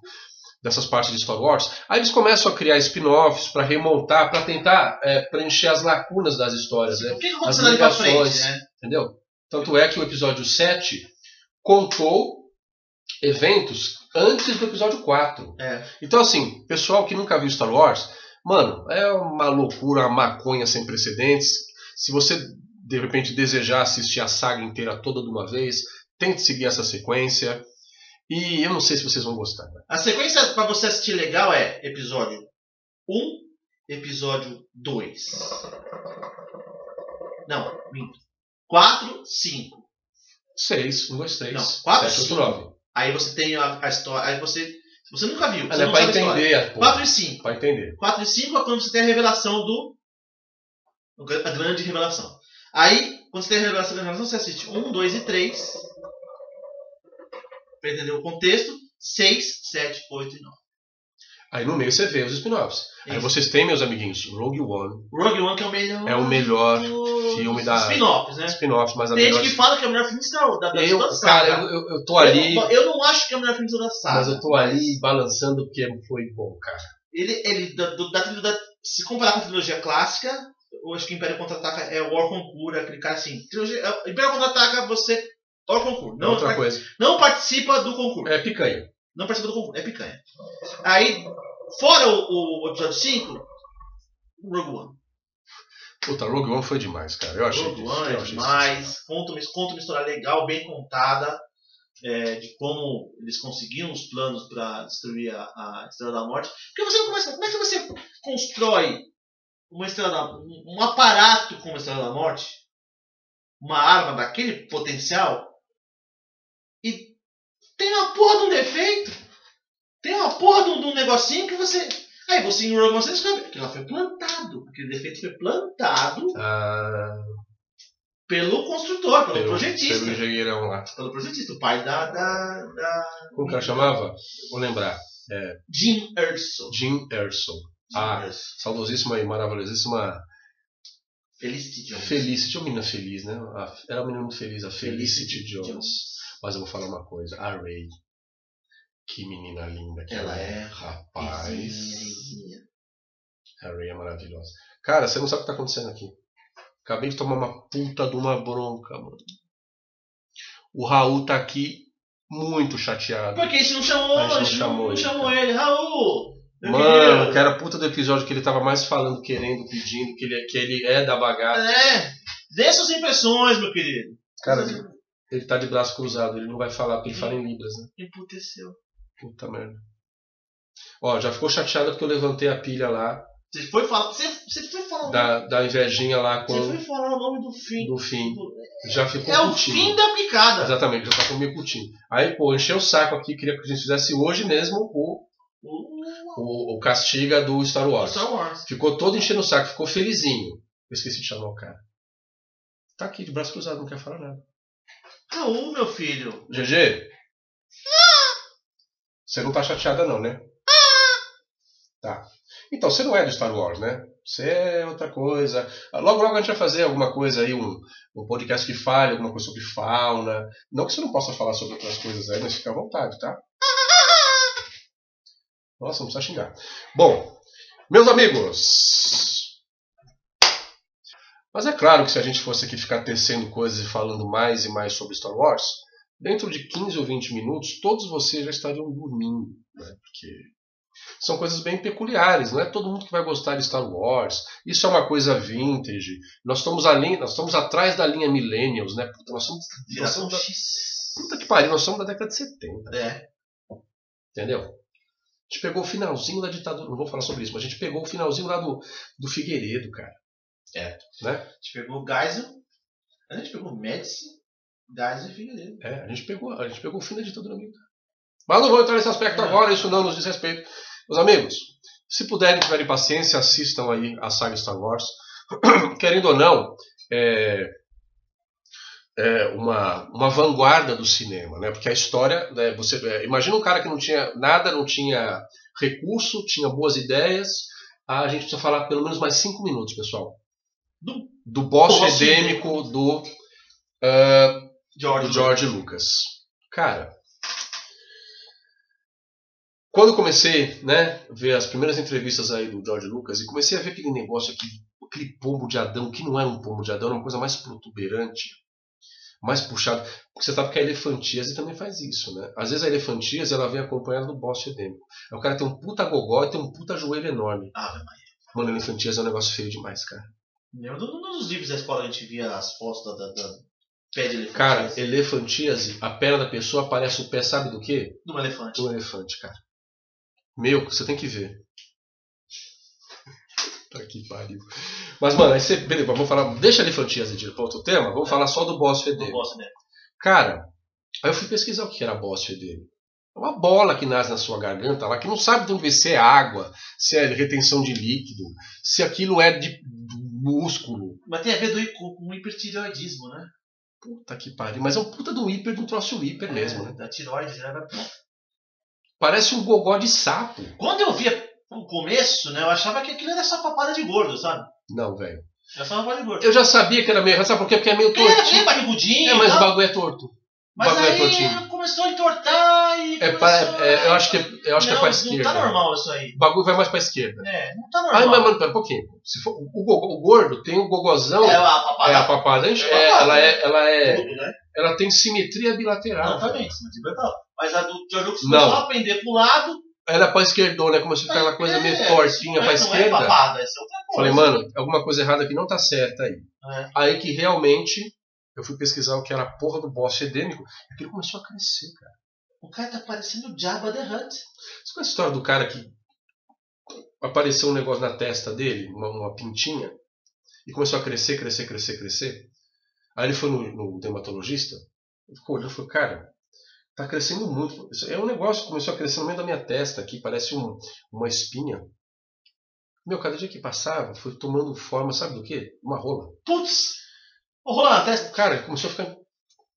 [SPEAKER 1] dessas partes de Star Wars, aí eles começam a criar spin-offs pra remontar, pra tentar é, preencher as lacunas das histórias, né?
[SPEAKER 2] O assim, que que
[SPEAKER 1] As
[SPEAKER 2] aconteceu ali pra frente,
[SPEAKER 1] ligações.
[SPEAKER 2] né?
[SPEAKER 1] Entendeu? Tanto é que o episódio 7 contou eventos antes do episódio 4.
[SPEAKER 2] É.
[SPEAKER 1] Então, assim, pessoal que nunca viu Star Wars, mano, é uma loucura, uma maconha sem precedentes. Se você, de repente, desejar assistir a saga inteira toda de uma vez, tente seguir essa sequência. E eu não sei se vocês vão gostar. né?
[SPEAKER 2] A sequência pra você assistir legal é episódio 1, episódio 2. Não, minto. 4, 5.
[SPEAKER 1] Seis, um, dois, três,
[SPEAKER 2] Não, quatro,
[SPEAKER 1] sete, oito,
[SPEAKER 2] cinco.
[SPEAKER 1] nove.
[SPEAKER 2] Aí você tem a, a história. Aí você. Se você nunca viu, você
[SPEAKER 1] Ela é
[SPEAKER 2] não
[SPEAKER 1] pra
[SPEAKER 2] sabe a história.
[SPEAKER 1] entender, a porra,
[SPEAKER 2] 4 e 5.
[SPEAKER 1] pra entender.
[SPEAKER 2] 4 e 5 é quando você tem a revelação do. A grande revelação. Aí, quando você tem a revelação da revelação, você assiste 1, 2 e 3. Pra entender o contexto. 6, 7, 8 e 9.
[SPEAKER 1] Aí no meio você vê os spin-offs. Aí
[SPEAKER 2] Isso.
[SPEAKER 1] vocês têm, meus amiguinhos, Rogue One
[SPEAKER 2] Rogue One que é o melhor.
[SPEAKER 1] é o melhor
[SPEAKER 2] dos
[SPEAKER 1] filme da-
[SPEAKER 2] Spin-offs, né?
[SPEAKER 1] spin-off, mas a
[SPEAKER 2] Tem
[SPEAKER 1] melhor.
[SPEAKER 2] gente que fala que é o melhor filme de Star Wars. Da, da
[SPEAKER 1] Eu,
[SPEAKER 2] toda a saga.
[SPEAKER 1] cara, eu, eu, eu tô ali,
[SPEAKER 2] Eu, não- eu não acho que é o melhor filme de toda a saga.
[SPEAKER 1] mas eu tô ali balançando porque foi bom, cara.
[SPEAKER 2] Ele, ele da, do- da, trilha- da- se comparar com a trilogia clássica, eu acho que Império Contra-Ataca é o Orconcura, aquele cara assim. Trilogia, é, Império Contra-Ataca, você. Orconcura. Não,
[SPEAKER 1] Outra coisa.
[SPEAKER 2] não participa do concurso.
[SPEAKER 1] É picanha.
[SPEAKER 2] Não participa do concurso, é picanha. Aí, fora o, o episódio 5, Rogue One.
[SPEAKER 1] Puta, Rogue One foi demais, cara. Eu achei.
[SPEAKER 2] Rogue
[SPEAKER 1] disso,
[SPEAKER 2] One
[SPEAKER 1] eu
[SPEAKER 2] é
[SPEAKER 1] achei
[SPEAKER 2] demais. Conta uma, conta uma história legal, bem contada, é, de como eles conseguiram os planos para destruir a, a Estrela da Morte. Porque você não começa. Como é que você constrói uma estrela da, um um aparato como a Estrela da Morte? Uma arma daquele potencial? E tem uma porra de um defeito? Tem uma porra de um, de um negocinho que você. Aí você em Rogue One você descobre. Aquilo lá foi plantado. Aquele defeito foi plantado
[SPEAKER 1] Ah,
[SPEAKER 2] pelo construtor, pelo,
[SPEAKER 1] pelo,
[SPEAKER 2] projetista.
[SPEAKER 1] pelo engenheirão lá.
[SPEAKER 2] Pelo projetista, o pai da, da, da
[SPEAKER 1] Como que ela chamava? Vou lembrar.
[SPEAKER 2] Jim Erso.
[SPEAKER 1] Jim Erso. Ah. Saudosíssima e maravilhosíssima
[SPEAKER 2] Felicity Jones.
[SPEAKER 1] Felicity. Uma menina feliz, né? A- era uma menina muito feliz, a Felicity Jones. Mas eu vou falar uma coisa. A Ray. Que menina linda que
[SPEAKER 2] Ela
[SPEAKER 1] ela,
[SPEAKER 2] é
[SPEAKER 1] Rapaz.
[SPEAKER 2] Vizinha,
[SPEAKER 1] A Ray é maravilhosa. Cara, você não sabe o que tá acontecendo aqui. Acabei de tomar uma puta de uma bronca, mano. O Raul tá aqui muito
[SPEAKER 2] vizinha.
[SPEAKER 1] chateado.
[SPEAKER 2] Por que a gente não chamou,
[SPEAKER 1] A gente não
[SPEAKER 2] a gente não
[SPEAKER 1] chamou
[SPEAKER 2] não
[SPEAKER 1] ele,
[SPEAKER 2] chamou
[SPEAKER 1] cara.
[SPEAKER 2] ele. Raul! meu
[SPEAKER 1] Mano,
[SPEAKER 2] querido.
[SPEAKER 1] que era a puta do episódio que ele tava mais falando, querendo, pedindo, que ele, que ele é da bagaça.
[SPEAKER 2] É, dê suas impressões, meu querido.
[SPEAKER 1] Cara, ele tá de braço cruzado, ele não vai falar, porque ele fala em Libras, né?
[SPEAKER 2] Emputeceu.
[SPEAKER 1] Puta merda. Ó, já ficou chateada porque eu levantei a pilha lá,
[SPEAKER 2] Você foi falar. Você, você foi falar.
[SPEAKER 1] da, da invejinha lá
[SPEAKER 2] Você
[SPEAKER 1] com
[SPEAKER 2] foi falar o nome do fim.
[SPEAKER 1] do fim. Já ficou
[SPEAKER 2] Tipo assim, É o
[SPEAKER 1] putinho.
[SPEAKER 2] fim da picada.
[SPEAKER 1] Exatamente, já tá com meio putinho. Aí, pô, encheu o saco aqui, queria que a gente fizesse hoje mesmo o,
[SPEAKER 2] O
[SPEAKER 1] o, o castiga do é Star Wars.
[SPEAKER 2] Star Wars.
[SPEAKER 1] Ficou todo enchendo o saco, ficou felizinho. Eu esqueci de chamar o cara. Tá aqui, de braço cruzado, não quer falar nada.
[SPEAKER 2] Raul, meu filho.
[SPEAKER 1] GG? Você não tá chateada não, né? Tá. Então, você não é do Star Wars, né? Você é outra coisa. Ah, Logo, logo a gente vai fazer alguma coisa aí, um, um podcast que fale, alguma coisa sobre fauna. Não que você não possa falar sobre outras coisas aí, mas fica à vontade, tá? Nossa, não precisa xingar. Bom, meus amigos. Mas é claro que se a gente fosse aqui ficar tecendo coisas e falando mais e mais sobre Star Wars, dentro de 15 ou 20 minutos, todos vocês já estariam dormindo. Né? Porque são coisas bem peculiares, não é todo mundo que vai gostar de Star Wars. Isso é uma coisa vintage. Nós estamos, ali, nós estamos atrás da linha Millennials, né? Puta, nós somos, nós
[SPEAKER 2] Geração
[SPEAKER 1] somos da,
[SPEAKER 2] X.
[SPEAKER 1] puta que pariu, nós somos da década de 70.
[SPEAKER 2] É.
[SPEAKER 1] Entendeu? A gente pegou o finalzinho da ditadura. Não vou falar sobre isso, mas a gente pegou o finalzinho lá do, do Figueiredo, cara.
[SPEAKER 2] A gente pegou o Geisel, a gente pegou o Médici, Geisel e Figueiredo.
[SPEAKER 1] É, a gente pegou, a gente pegou o fim da ditadura militar. Mas não vou entrar nesse aspecto agora, isso não nos diz respeito. Meus amigos, se puderem, tiverem paciência, assistam aí a saga Star Wars. Querendo ou não, é, é uma, uma vanguarda do cinema, né? Porque a história, né, você é, imagina um cara que não tinha nada, não tinha recurso, tinha boas ideias. Ah, a gente precisa falar pelo menos mais cinco minutos, pessoal,
[SPEAKER 2] Do
[SPEAKER 1] do boss
[SPEAKER 2] Boss
[SPEAKER 1] endêmico do ah,
[SPEAKER 2] George.
[SPEAKER 1] do George Lucas. Cara, quando eu comecei, né, ver as primeiras entrevistas aí do George Lucas e comecei a ver aquele negócio aqui, aquele pombo de Adão, que não era um pombo de Adão, era uma coisa mais protuberante, mais puxada. Porque você sabe que a elefantíase também faz isso, né? Às vezes a elefantíase ela vem acompanhada do boste edêmico. Aí o cara tem um puta gogó e tem um puta joelho enorme.
[SPEAKER 2] Ave Maria.
[SPEAKER 1] Mano, a elefantíase é um negócio feio demais, cara.
[SPEAKER 2] Lembra do- do- dos livros da escola a gente via as fotos da, da, da pé de elefante?
[SPEAKER 1] Cara, elefantíase, a perna da pessoa parece o pé, sabe do quê?
[SPEAKER 2] de um elefante.
[SPEAKER 1] Um elefante, cara. Meu, você tem que ver. Tá que pariu. Mas, mano, aí você. Beleza, vamos falar. Deixa a elefantias de pra outro tema. Vamos falar só do boss
[SPEAKER 2] Não
[SPEAKER 1] fedendo.
[SPEAKER 2] gosto né? dele.
[SPEAKER 1] Cara, aí eu fui pesquisar o que era boss fedendo. É uma bola que nasce na sua garganta lá, que não sabe de onde vem, se é água, se é retenção de líquido, se aquilo é de músculo.
[SPEAKER 2] Mas tem a ver do, hi- com, com hipertireoidismo, né?
[SPEAKER 1] Puta que pariu. Mas é um puta do hiper, de um troço hiper mesmo, né?
[SPEAKER 2] É, Da tireoide leva
[SPEAKER 1] Parece um gogó de sapo.
[SPEAKER 2] Quando eu via o começo, né, eu achava que aquilo era só papada de gordo, sabe?
[SPEAKER 1] Não, velho.
[SPEAKER 2] Era só papada de gordo.
[SPEAKER 1] Eu já sabia que era meio. Sabe por quê? Porque é meio
[SPEAKER 2] Porque ele era
[SPEAKER 1] É tortinho.
[SPEAKER 2] meio barrigudinho,
[SPEAKER 1] É, mas o
[SPEAKER 2] tal,
[SPEAKER 1] bagulho é torto.
[SPEAKER 2] mas
[SPEAKER 1] bagulho é
[SPEAKER 2] aí
[SPEAKER 1] tortinho.
[SPEAKER 2] começou a entortar e.
[SPEAKER 1] É
[SPEAKER 2] começou
[SPEAKER 1] pra,
[SPEAKER 2] a-
[SPEAKER 1] é- eu acho que é, eu acho
[SPEAKER 2] né?
[SPEAKER 1] que é
[SPEAKER 2] não,
[SPEAKER 1] pra
[SPEAKER 2] não
[SPEAKER 1] esquerda.
[SPEAKER 2] tá normal isso aí.
[SPEAKER 1] O bagulho vai mais pra esquerda.
[SPEAKER 2] É, não tá
[SPEAKER 1] Ai,
[SPEAKER 2] normal.
[SPEAKER 1] mas mano, pera um pouquinho. Se for, o, go- o gordo tem o gogozão,
[SPEAKER 2] É
[SPEAKER 1] é,
[SPEAKER 2] a papada.
[SPEAKER 1] a papada. enche-
[SPEAKER 2] É,
[SPEAKER 1] é, ela é, ela é,
[SPEAKER 2] tudo, né?
[SPEAKER 1] ela tem simetria bilateral. tá?
[SPEAKER 2] Exatamente, mas de verdade. Mas a do George Lucas
[SPEAKER 1] Não.
[SPEAKER 2] começou a aprender pro lado.
[SPEAKER 1] Ela é pra esquerdona, é como se fosse aquela coisa meio
[SPEAKER 2] É,
[SPEAKER 1] tortinha
[SPEAKER 2] mas
[SPEAKER 1] pra
[SPEAKER 2] não é
[SPEAKER 1] esquerda.
[SPEAKER 2] papada, isso é outra coisa.
[SPEAKER 1] Falei, mano, alguma coisa errada aqui não tá certa aí.
[SPEAKER 2] É.
[SPEAKER 1] Aí que realmente eu fui pesquisar o que era a porra do boss edêmico, e aquilo começou a crescer, cara.
[SPEAKER 2] O cara tá parecendo o Jabba the Hutt.
[SPEAKER 1] Você conhece a história do cara que apareceu um negócio na testa dele, uma, uma pintinha, e começou a crescer, crescer, crescer, crescer? Aí ele foi no, no dermatologista, ele ficou olhando e falou, cara, tá crescendo muito. Isso é um negócio que começou a crescer no meio da minha testa aqui, parece um- uma espinha. Meu, cada dia que passava, foi tomando forma, sabe do quê? Uma rola.
[SPEAKER 2] Putz! Ô, Roland, tá,
[SPEAKER 1] Cara, ele começou a ficar...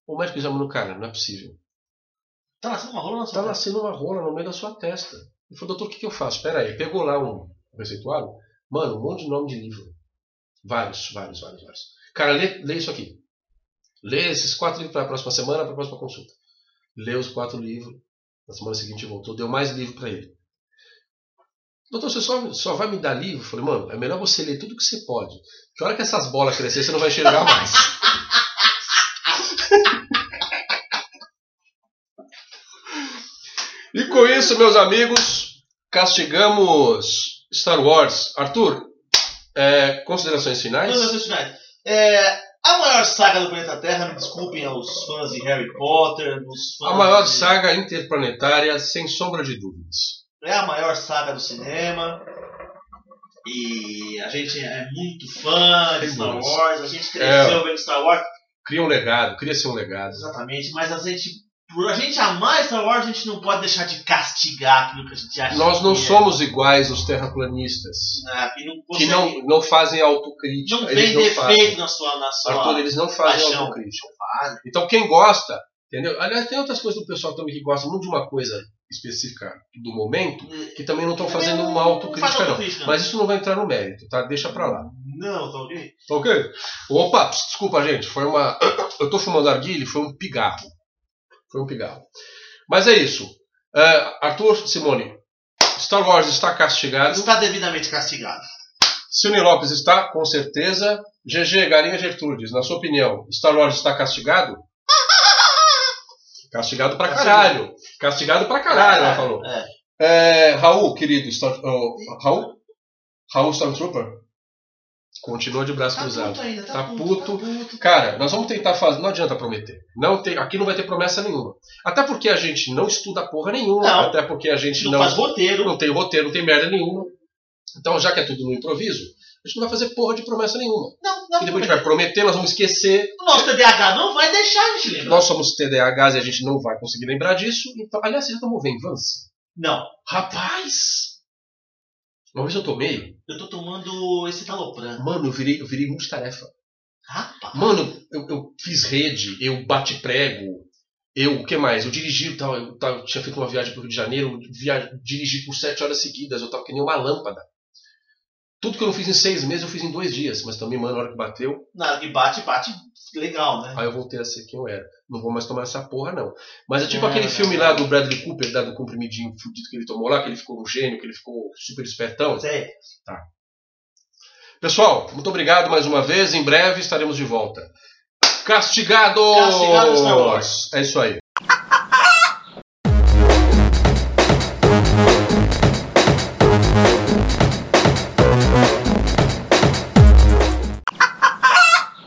[SPEAKER 1] O médico examinou, cara, não é possível.
[SPEAKER 2] tá nascendo uma rola na
[SPEAKER 1] Tá
[SPEAKER 2] sua
[SPEAKER 1] nascendo uma rola no meio da sua testa. Ele falou, doutor, o que, que eu faço? Espera aí, pegou lá um receituário, mano, um monte de nome de livro. Vários, vários, vários, vários. Cara, lê, lê isso aqui. Lê esses quatro livros para a próxima semana, para a próxima consulta. Lê os quatro livros. Na semana seguinte voltou, deu mais livro para ele. Doutor, você só, só vai me dar livro? Eu falei, mano, é melhor você ler tudo que você pode. Que a hora que essas bolas crescer, você não vai enxergar mais. E com isso, meus amigos, castigamos Star Wars. Arthur, é, considerações finais?
[SPEAKER 2] Todas as finais. É, a maior saga do planeta Terra, me desculpem aos fãs de Harry Potter, nos fãs
[SPEAKER 1] A maior
[SPEAKER 2] de-
[SPEAKER 1] saga interplanetária, sem sombra de dúvidas.
[SPEAKER 2] É a maior saga do cinema. E a gente é muito fã de
[SPEAKER 1] Sem
[SPEAKER 2] Star
[SPEAKER 1] dúvidas.
[SPEAKER 2] Wars, a gente
[SPEAKER 1] É.
[SPEAKER 2] cresceu vendo Star Wars,
[SPEAKER 1] Cria um legado, cria ser um legado.
[SPEAKER 2] exatamente, mas a gente, por a gente amar Star Wars, a gente não pode deixar de castigar aquilo que a gente acha.
[SPEAKER 1] Nós não
[SPEAKER 2] que é,
[SPEAKER 1] somos iguais os terraplanistas,
[SPEAKER 2] né, que não,
[SPEAKER 1] que
[SPEAKER 2] consegue-
[SPEAKER 1] não, não fazem
[SPEAKER 2] não
[SPEAKER 1] autocrítica. Eles
[SPEAKER 2] tem
[SPEAKER 1] não fazem.
[SPEAKER 2] defeito na sua, na sua
[SPEAKER 1] Arthur, eles não fazem
[SPEAKER 2] paixão.
[SPEAKER 1] autocrítica. Então, quem gosta, entendeu? Aliás, tem outras coisas do pessoal também que gosta muito de uma coisa específica do momento, que também não estão fazendo uma autocrítica, não. Mas isso não vai entrar no mérito, tá? Deixa pra lá.
[SPEAKER 2] Não, tá ok?
[SPEAKER 1] Tá Ok? Opa, ps, desculpa, gente. Foi uma. Eu tô fumando arguile, foi um pigarro. Foi um pigarro. Mas é isso. É, Arthur, Simone, Star Wars está castigado.
[SPEAKER 2] Está tá devidamente castigado.
[SPEAKER 1] Silene Lopes está, com certeza. GG, Galinha Gertrudes, na sua opinião, Star Wars está castigado? Castigado pra caralho. Castigado pra caralho, ela falou.
[SPEAKER 2] É.
[SPEAKER 1] É, Raul, querido, Star, oh, Raul? Raul Stormtrooper? Continua de braço
[SPEAKER 2] Tá
[SPEAKER 1] cruzado.
[SPEAKER 2] puto ainda, tá,
[SPEAKER 1] Tá
[SPEAKER 2] puto.
[SPEAKER 1] puto.
[SPEAKER 2] Tá puto.
[SPEAKER 1] Cara, nós vamos tentar fazer. Não adianta prometer. Não tem, aqui não vai ter promessa nenhuma. Até porque a gente não estuda porra nenhuma.
[SPEAKER 2] Não.
[SPEAKER 1] Até porque a gente
[SPEAKER 2] Não
[SPEAKER 1] não,
[SPEAKER 2] faz roteiro.
[SPEAKER 1] não tem roteiro, não tem merda nenhuma. Então, já que é tudo no improviso, a gente não vai fazer porra de promessa nenhuma.
[SPEAKER 2] Não, não.
[SPEAKER 1] E depois a gente vai prometer, nós vamos esquecer.
[SPEAKER 2] O nosso TDAH não vai deixar a gente lembrar.
[SPEAKER 1] Nós somos TDAHs e a gente não vai conseguir lembrar disso. Então, aliás, você já tomou Venvance?
[SPEAKER 2] Não.
[SPEAKER 1] Rapaz! Uma vez eu tomei,
[SPEAKER 2] Eu tô tomando esse talopran.
[SPEAKER 1] mano, eu virei, eu virei multitarefa.
[SPEAKER 2] Rapaz.
[SPEAKER 1] Mano, eu, eu fiz rede, eu bati prego, eu, o que mais? Eu dirigi e tal, eu, tava- tinha feito uma viagem pro Rio de Janeiro, via, dirigi por sete horas seguidas, eu tava que nem uma lâmpada. Tudo que eu não fiz em seis meses, eu fiz em dois dias, mas também, mano, na hora que bateu,
[SPEAKER 2] Na hora que bate, bate legal, né?
[SPEAKER 1] Aí eu voltei a ser quem eu era. Não vou mais tomar essa porra, não. Mas é tipo
[SPEAKER 2] É,
[SPEAKER 1] aquele
[SPEAKER 2] né?
[SPEAKER 1] filme lá do Bradley Cooper, dado comprimidinho fudido que ele tomou lá, que ele ficou um gênio, que ele ficou super espertão.
[SPEAKER 2] Zé,
[SPEAKER 1] Pessoal, muito obrigado mais uma vez. Em breve estaremos de volta. Castigado!
[SPEAKER 2] Castigado Star Wars.
[SPEAKER 1] É isso aí.